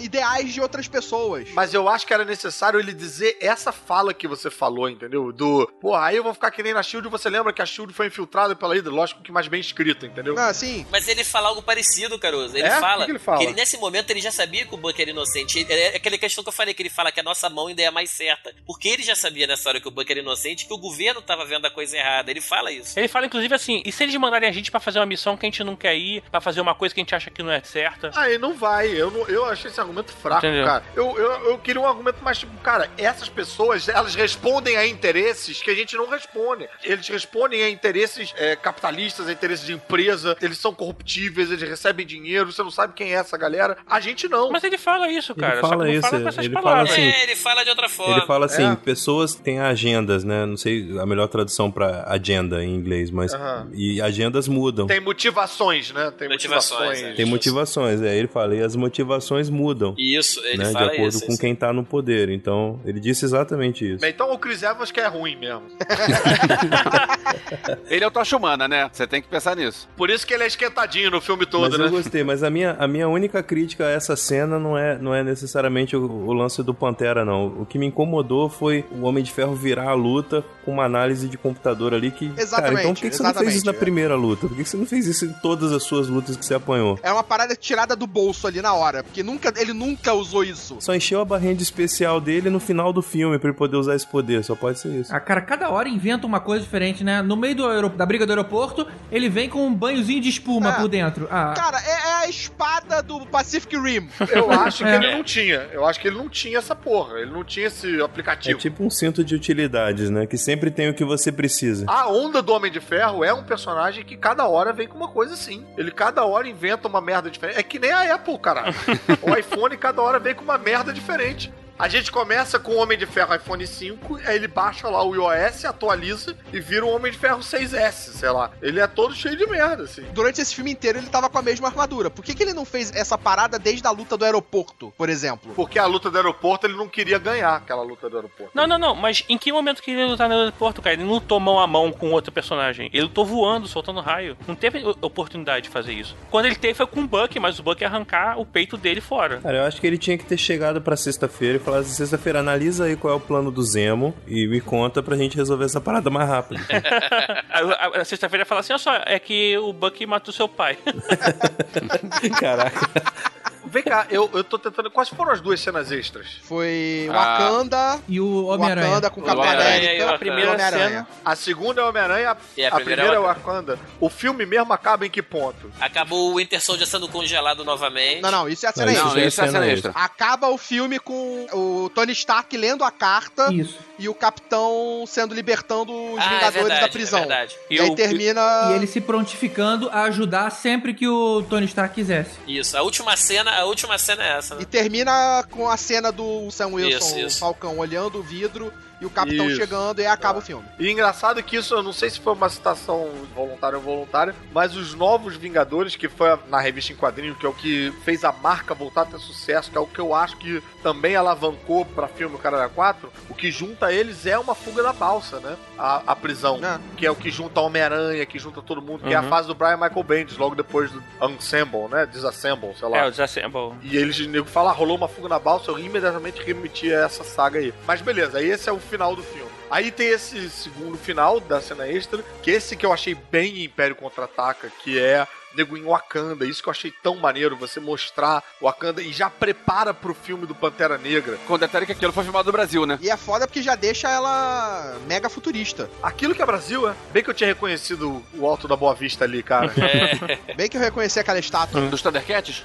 S: ideais de outras pessoas.
D: Mas eu acho que era necessário ele dizer essa fala que você falou, entendeu? Do, porra, aí eu vou ficar que nem na Shield. Você lembra que a Shield foi infiltrada pela Hydra? Lógico que mais bem escrita, entendeu?
S: Não, assim,
E: Mas ele fala algo parecido, Caruso. Ele
D: É? O
E: fala
D: que que ele fala?
E: que ele, nesse momento ele já sabia que o Buck era inocente. Ele- É aquela questão que eu falei, que ele fala que a nossa mão ainda é a mais certa. Porque ele já sabia nessa hora que o Buck era inocente, que o governo tava vendo a coisa errada. Ele fala isso.
F: Ele fala, inclusive, assim, e se eles mandarem a gente pra fazer uma missão que a gente não quer ir, pra fazer uma coisa que a gente acha que não é certa?
D: Aí não vai, eu, não- eu achei esse argumento fraco,
F: Entendeu.
D: cara. Eu, eu, eu queria um argumento mais tipo, cara, essas pessoas, elas respondem a interesses que a gente não responde. Eles respondem a interesses é, capitalistas, a interesses de empresa, eles são corruptíveis, eles recebem dinheiro, você não sabe quem é essa galera. A gente não.
F: Mas ele fala isso, cara. só
H: fala
F: que não fala
H: isso,
F: com essas
H: ele fala
F: palavras.
H: assim,
E: É, ele fala de outra forma.
H: Ele fala assim,
D: É.
H: pessoas têm agendas, né? Não sei a melhor tradução pra agenda em inglês, mas
D: Aham.
H: e agendas mudam.
D: Tem motivações, né? Tem
E: Motivações,
D: motivações.
E: é.
H: Tem motivações, é, ele fala, e as motivações mudam,
T: Isso, ele
H: né, de
T: fala
H: acordo
T: isso.
H: com
T: isso.
H: quem tá no poder. Então, ele disse exatamente isso.
D: Mas Então o Chris Evans que é ruim mesmo.
G: Ele é o Tocha Humana, né? Você tem que pensar nisso.
D: Por isso que ele é esquentadinho no filme
H: Mas
D: todo,
H: eu
D: né?
H: gostei, mas a minha, a minha única crítica a essa cena não é, não é necessariamente o, o lance do Pantera, não. O que me incomodou foi o Homem de Ferro virar a luta com uma análise de computador ali que. Cara,
E: Exatamente,
H: então por que, que você não fez isso na
E: exatamente, é.
H: primeira luta? Por que que você não fez isso em todas as suas lutas que você apanhou?
E: É uma parada tirada do bolso ali na hora, porque nunca, ele nunca usou isso.
H: Só encheu a barrinha de especial dele no final do filme pra ele poder usar esse poder, só pode ser isso.
C: Ah, cara, cada hora inventa uma coisa diferente, né? No meio do aero- da briga do aeroporto, ele vem com um banhozinho de espuma
E: É.
C: por dentro. Ah,
E: Cara, é, é a espada do Pacific Rim.
D: Eu acho que
C: É.
D: ele não tinha. Eu acho que ele não tinha essa porra. Ele não tinha esse
H: É
D: aplicativo.
H: tipo um cinto de utilidades, né? Que sempre tem o que você precisa.
D: A onda do Homem de Ferro é um personagem que cada hora vem com uma coisa assim. Ele cada hora inventa uma merda diferente. É que nem a Apple, caralho. o iPhone cada hora vem com uma merda diferente. A gente começa com o Homem de Ferro iPhone 5, aí ele baixa lá o iOS, atualiza e vira o Homem de Ferro 6S, sei lá. Ele é todo cheio de merda, assim.
E: Durante esse filme inteiro ele tava com a mesma armadura. Por que, que ele não fez essa parada desde a luta do aeroporto, por exemplo?
D: Porque a luta do aeroporto ele não queria ganhar aquela luta do aeroporto.
F: Não, não, não, mas em que momento que ele lutar no aeroporto, cara? Ele não lutou mão a mão com outro personagem. Ele lutou voando, soltando raio. Não teve o- oportunidade de fazer isso. Quando ele teve foi com o Buck, mas o Buck ia arrancar o peito dele fora.
H: Cara, eu acho que ele tinha que ter chegado pra sexta-feira e falado assim, sexta-feira, analisa aí qual é o plano do Zemo e me conta pra gente resolver essa parada mais rápido.
F: Aí, a- a sexta-feira ele fala assim: olha só, é que o Buck matou seu pai.
H: Caraca.
D: Vem cá, eu, eu tô tentando. Quais foram as duas cenas extras?
E: Foi
G: Ah.
E: Wakanda,
C: e o Homem-Aranha.
E: Wakanda com
G: O
E: Capitão
F: e
G: Homem-Aranha
F: o
E: América,
F: Wakanda.
E: né? Então, primeiro Homem-Aranha.
D: A segunda é Homem-Aranha,
T: É,
D: a, primeira é Wakanda. O filme mesmo acaba em que ponto?
T: Acabou o Winter Soldier sendo congelado novamente.
E: Não, não, isso é a cena
H: Não,
E: extra.
G: Não,
H: já é
G: isso é
H: cena
G: cena extra.
E: Acaba o filme com o Tony Stark lendo a carta
C: Isso.
E: e o Capitão sendo libertando os
T: Ah, é
E: Vingadores
T: verdade,
E: da prisão.
T: É verdade.
E: E aí
F: o-
E: termina.
C: E ele se prontificando a ajudar sempre que o Tony Stark quisesse.
T: Isso, a última cena, a última cena é essa, né?
E: E termina com a cena do Sam Wilson,
T: Isso, isso.
E: o Falcão, olhando o vidro e o Capitão
D: Isso.
E: chegando e aí acaba o
T: Tá.
E: filme.
D: E engraçado que isso, eu não sei se foi uma citação voluntária ou voluntária, mas os Novos Vingadores, que foi a- na revista em quadrinho, que é o que fez a marca voltar a ter sucesso, que é o que eu acho que também alavancou pra filme O Cara da 4, o que junta eles é uma fuga da balsa, né? A, a prisão.
E: É.
D: Que é o que junta Homem-Aranha, que junta todo mundo, que é a
F: Uhum.
D: fase do Brian Michael Bendis, logo depois do Unsemble, né? Disassemble, sei lá.
F: É, o Disassemble.
D: E eles nego fala, "Ah, rolou uma fuga na balsa, eu imediatamente remeti a essa saga aí. Mas beleza, aí esse é o final do filme. Aí tem esse segundo final da cena extra, que esse que eu achei bem Império Contra-Ataca, que é nego em Wakanda. Isso que eu achei tão maneiro, você mostrar Wakanda e já prepara pro filme do Pantera Negra.
G: Com detalhe que aquilo foi filmado no Brasil, né?
E: E é foda porque já deixa ela mega futurista.
D: Aquilo que é Brasil, é? Bem que eu tinha reconhecido o Alto da Boa Vista ali, cara.
T: É.
E: Bem que eu reconheci aquela estátua.
G: Dos Thundercats?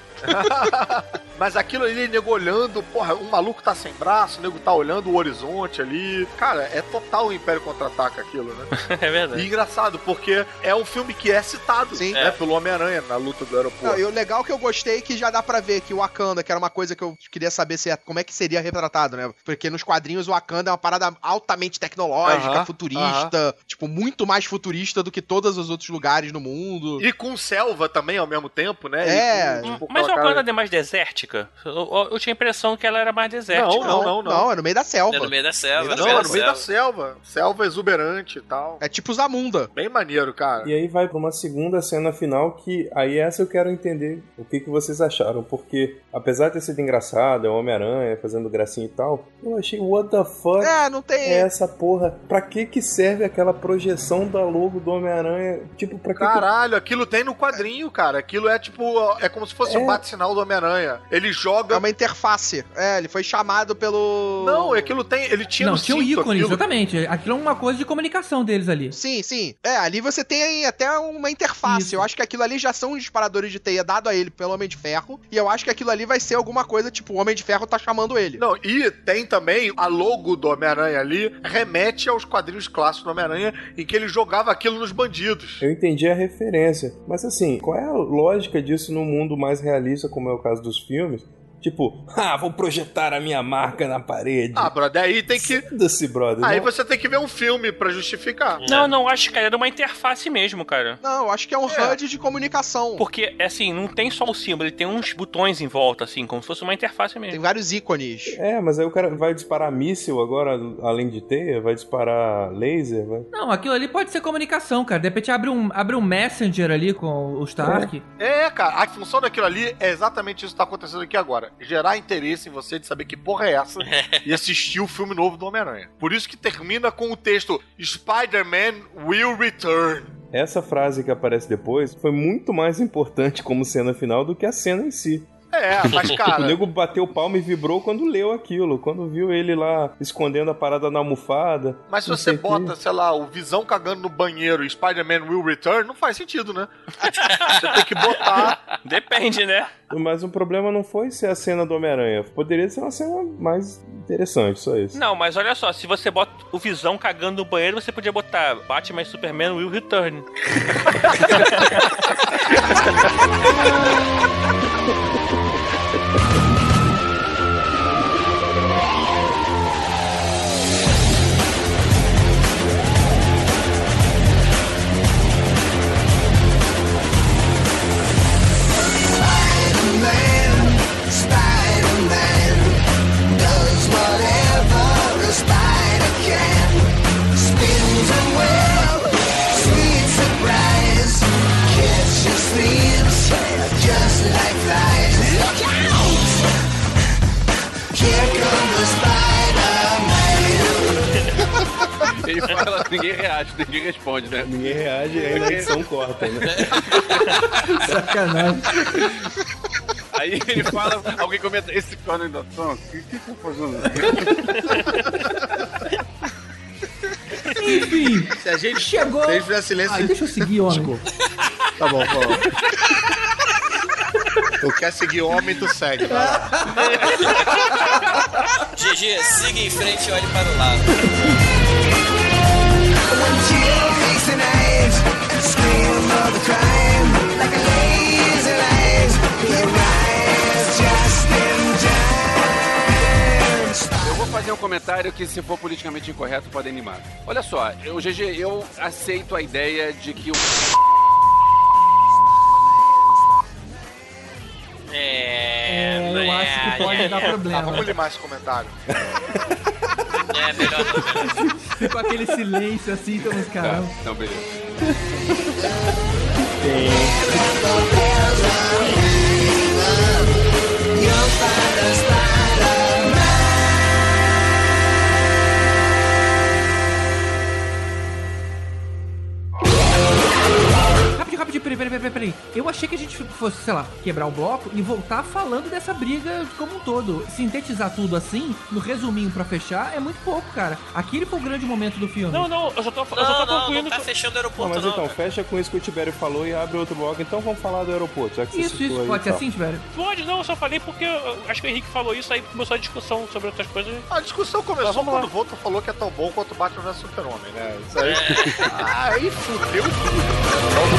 D: Mas aquilo ali, nego olhando, porra, um maluco tá sem braço, o nego tá olhando o horizonte ali. Cara, é total Império Contra-Ataca aquilo, né?
F: é
D: E
F: verdade.
D: engraçado, porque é um filme que é citado
E: Sim.
D: né, pelo Homem-Aranha na luta do
E: Não,
D: aeroporto.
E: e o legal que eu gostei é que já dá pra ver que o Wakanda, que era uma coisa que eu queria saber se é- como é que seria retratado, né? Porque nos quadrinhos o Wakanda é uma parada altamente tecnológica,
D: Aham,
E: futurista, tipo, muito mais futurista do que todos os outros lugares no mundo.
D: E com selva também ao mesmo tempo, né?
E: É.
D: E com, tipo,
F: Mas o
D: aquela
F: Wakanda
D: cara-
F: é mais desértica? Eu, eu- eu tinha a impressão que ela era mais desértica.
D: Não, não, não, não.
E: é no meio da selva.
T: É no meio da selva.
E: Meio da
D: Não,
E: selva.
D: é no meio da selva. Selva exuberante e tal.
E: É tipo Zamunda.
D: Bem maneiro, cara.
H: E aí vai pra uma segunda cena final que aí essa eu quero entender o que, que vocês acharam, porque apesar de ter sido engraçado, é o Homem-Aranha fazendo gracinha e tal, eu achei what the fuck
E: É, não tem.
H: é essa porra? Pra que que serve aquela projeção da logo do Homem-Aranha? Tipo, pra que que
D: Caralho, aquilo tem no quadrinho, cara. Aquilo é tipo. É como se fosse
H: É.
D: um bate-sinal do Homem-Aranha. Ele
E: É
D: joga.
E: uma interface. É, ele foi chamado pelo.
D: Não, aquilo tem. Ele tira
C: não,
D: o
C: tinha um
D: cinto,
C: ícone,
D: aquilo.
C: exatamente. Aquilo é uma coisa de comunicação deles ali.
E: Sim, sim. É, ali você tem até uma interface.
C: Isso.
E: Eu acho que aquilo ali já são os disparadores de teia dado a ele pelo Homem de Ferro. E eu acho que aquilo ali vai ser alguma coisa tipo o Homem de Ferro tá chamando ele.
D: Não, e tem também a logo do Homem-Aranha ali, remete aos quadrinhos clássicos do Homem-Aranha, em que ele jogava aquilo nos bandidos.
H: Eu entendi a referência. Mas assim, qual é a lógica disso num mundo mais realista, como é o caso dos filmes? Tipo, ah, vou projetar a minha marca na parede.
D: Ah, brother, aí tem que.
H: Foda-se, brother.
D: Aí
H: não-
D: você tem que ver um filme pra justificar.
F: Não, não, acho que era uma interface mesmo, cara.
I: Não, eu acho que é um HUD de comunicação.
F: Porque, assim, não tem só o símbolo, ele tem uns botões em volta, assim, como se fosse uma interface
I: Tem
F: mesmo.
I: vários ícones.
H: É, mas aí o cara vai disparar míssil agora, além de teia, vai disparar laser, vai.
C: Não, aquilo ali pode ser comunicação, cara. De repente abre um, abre um messenger ali com o Stark.
D: É, cara, a função daquilo ali é exatamente isso que tá acontecendo aqui agora. Gerar interesse em você de saber que porra é essa e assistir o filme novo do Homem-Aranha. Por isso que termina com o texto Spider-Man will return.
H: Essa frase que aparece depois foi muito mais importante como cena final do que a cena em si.
D: É, mas
H: O
D: cara,
H: nego bateu palma e vibrou quando leu aquilo, quando viu ele lá escondendo a parada na almofada.
D: mas se
H: não
D: você
H: sei o quê.
D: bota, sei lá, o Visão cagando no banheiro e Spider-Man will return, não faz sentido, né? Você tem que botar.
F: Depende, né?
H: Mas o problema não foi ser a cena do Homem-Aranha. Poderia ser uma cena mais interessante, só isso.
F: Não, mas olha só, se você bota o Visão cagando no banheiro, você podia botar Batman e Superman Will Return.
G: Ele fala, ninguém reage, ninguém responde, né?
H: Ninguém reage, aí a edição corta, né?
C: Sacanagem.
G: Aí ele fala, alguém comenta, esse cara ainda tá, o que que tá fazendo?
C: Enfim,
U: Se a gente.
C: chegou.
U: Se a gente fizer silêncio,
C: Ai, deixa eu seguir, homem.
U: tá bom, tá bom. Tu quer seguir homem, tu segue. vai
D: tá?
U: lá.
E: GG, siga em frente e olhe para o lado.
G: Eu vou fazer um comentário que, se for politicamente incorreto, pode animar. Olha só, eu, GG, eu aceito a ideia de que o.
E: É,
C: É, eu
E: né,
C: acho que pode dar
D: Ah,
C: problema.
D: vamos limar esse comentário.
E: É, melhor não.
C: Ficou aquele silêncio assim, então,
G: Tá,
C: caramba.
G: então beleza.
C: Rapidinho, rapidinho, peraí, peraí, peraí, peraí. Eu achei que a gente fosse, sei lá, quebrar o bloco e voltar falando dessa briga como um todo. Sintetizar tudo assim, no resuminho pra fechar, é muito pouco, cara. Aquele foi o grande momento do filme.
F: Não, não, eu só tô, eu só
E: Não,
F: tô
E: não,
F: concluindo.
E: não tá
F: que-
E: fechando o
H: Não,
E: aeroporto,
H: mas
E: não.
H: então,
E: cara.
H: fecha com isso que o Tibério falou e abre outro bloco. Então vamos falar do aeroporto, já que você
C: isso,
H: citou aí tá.
C: isso,
H: e
C: pode ser
H: tal.
C: assim, velho.
F: Pode, não, eu só falei porque eu- acho que o Henrique falou isso, aí começou a discussão sobre outras coisas.
D: A discussão
F: Tá,
D: começou
F: vamos
D: quando
F: lá.
D: o Volta falou que é tão bom quanto Batman vs Super-Homem, né? Isso aí. aí fudeu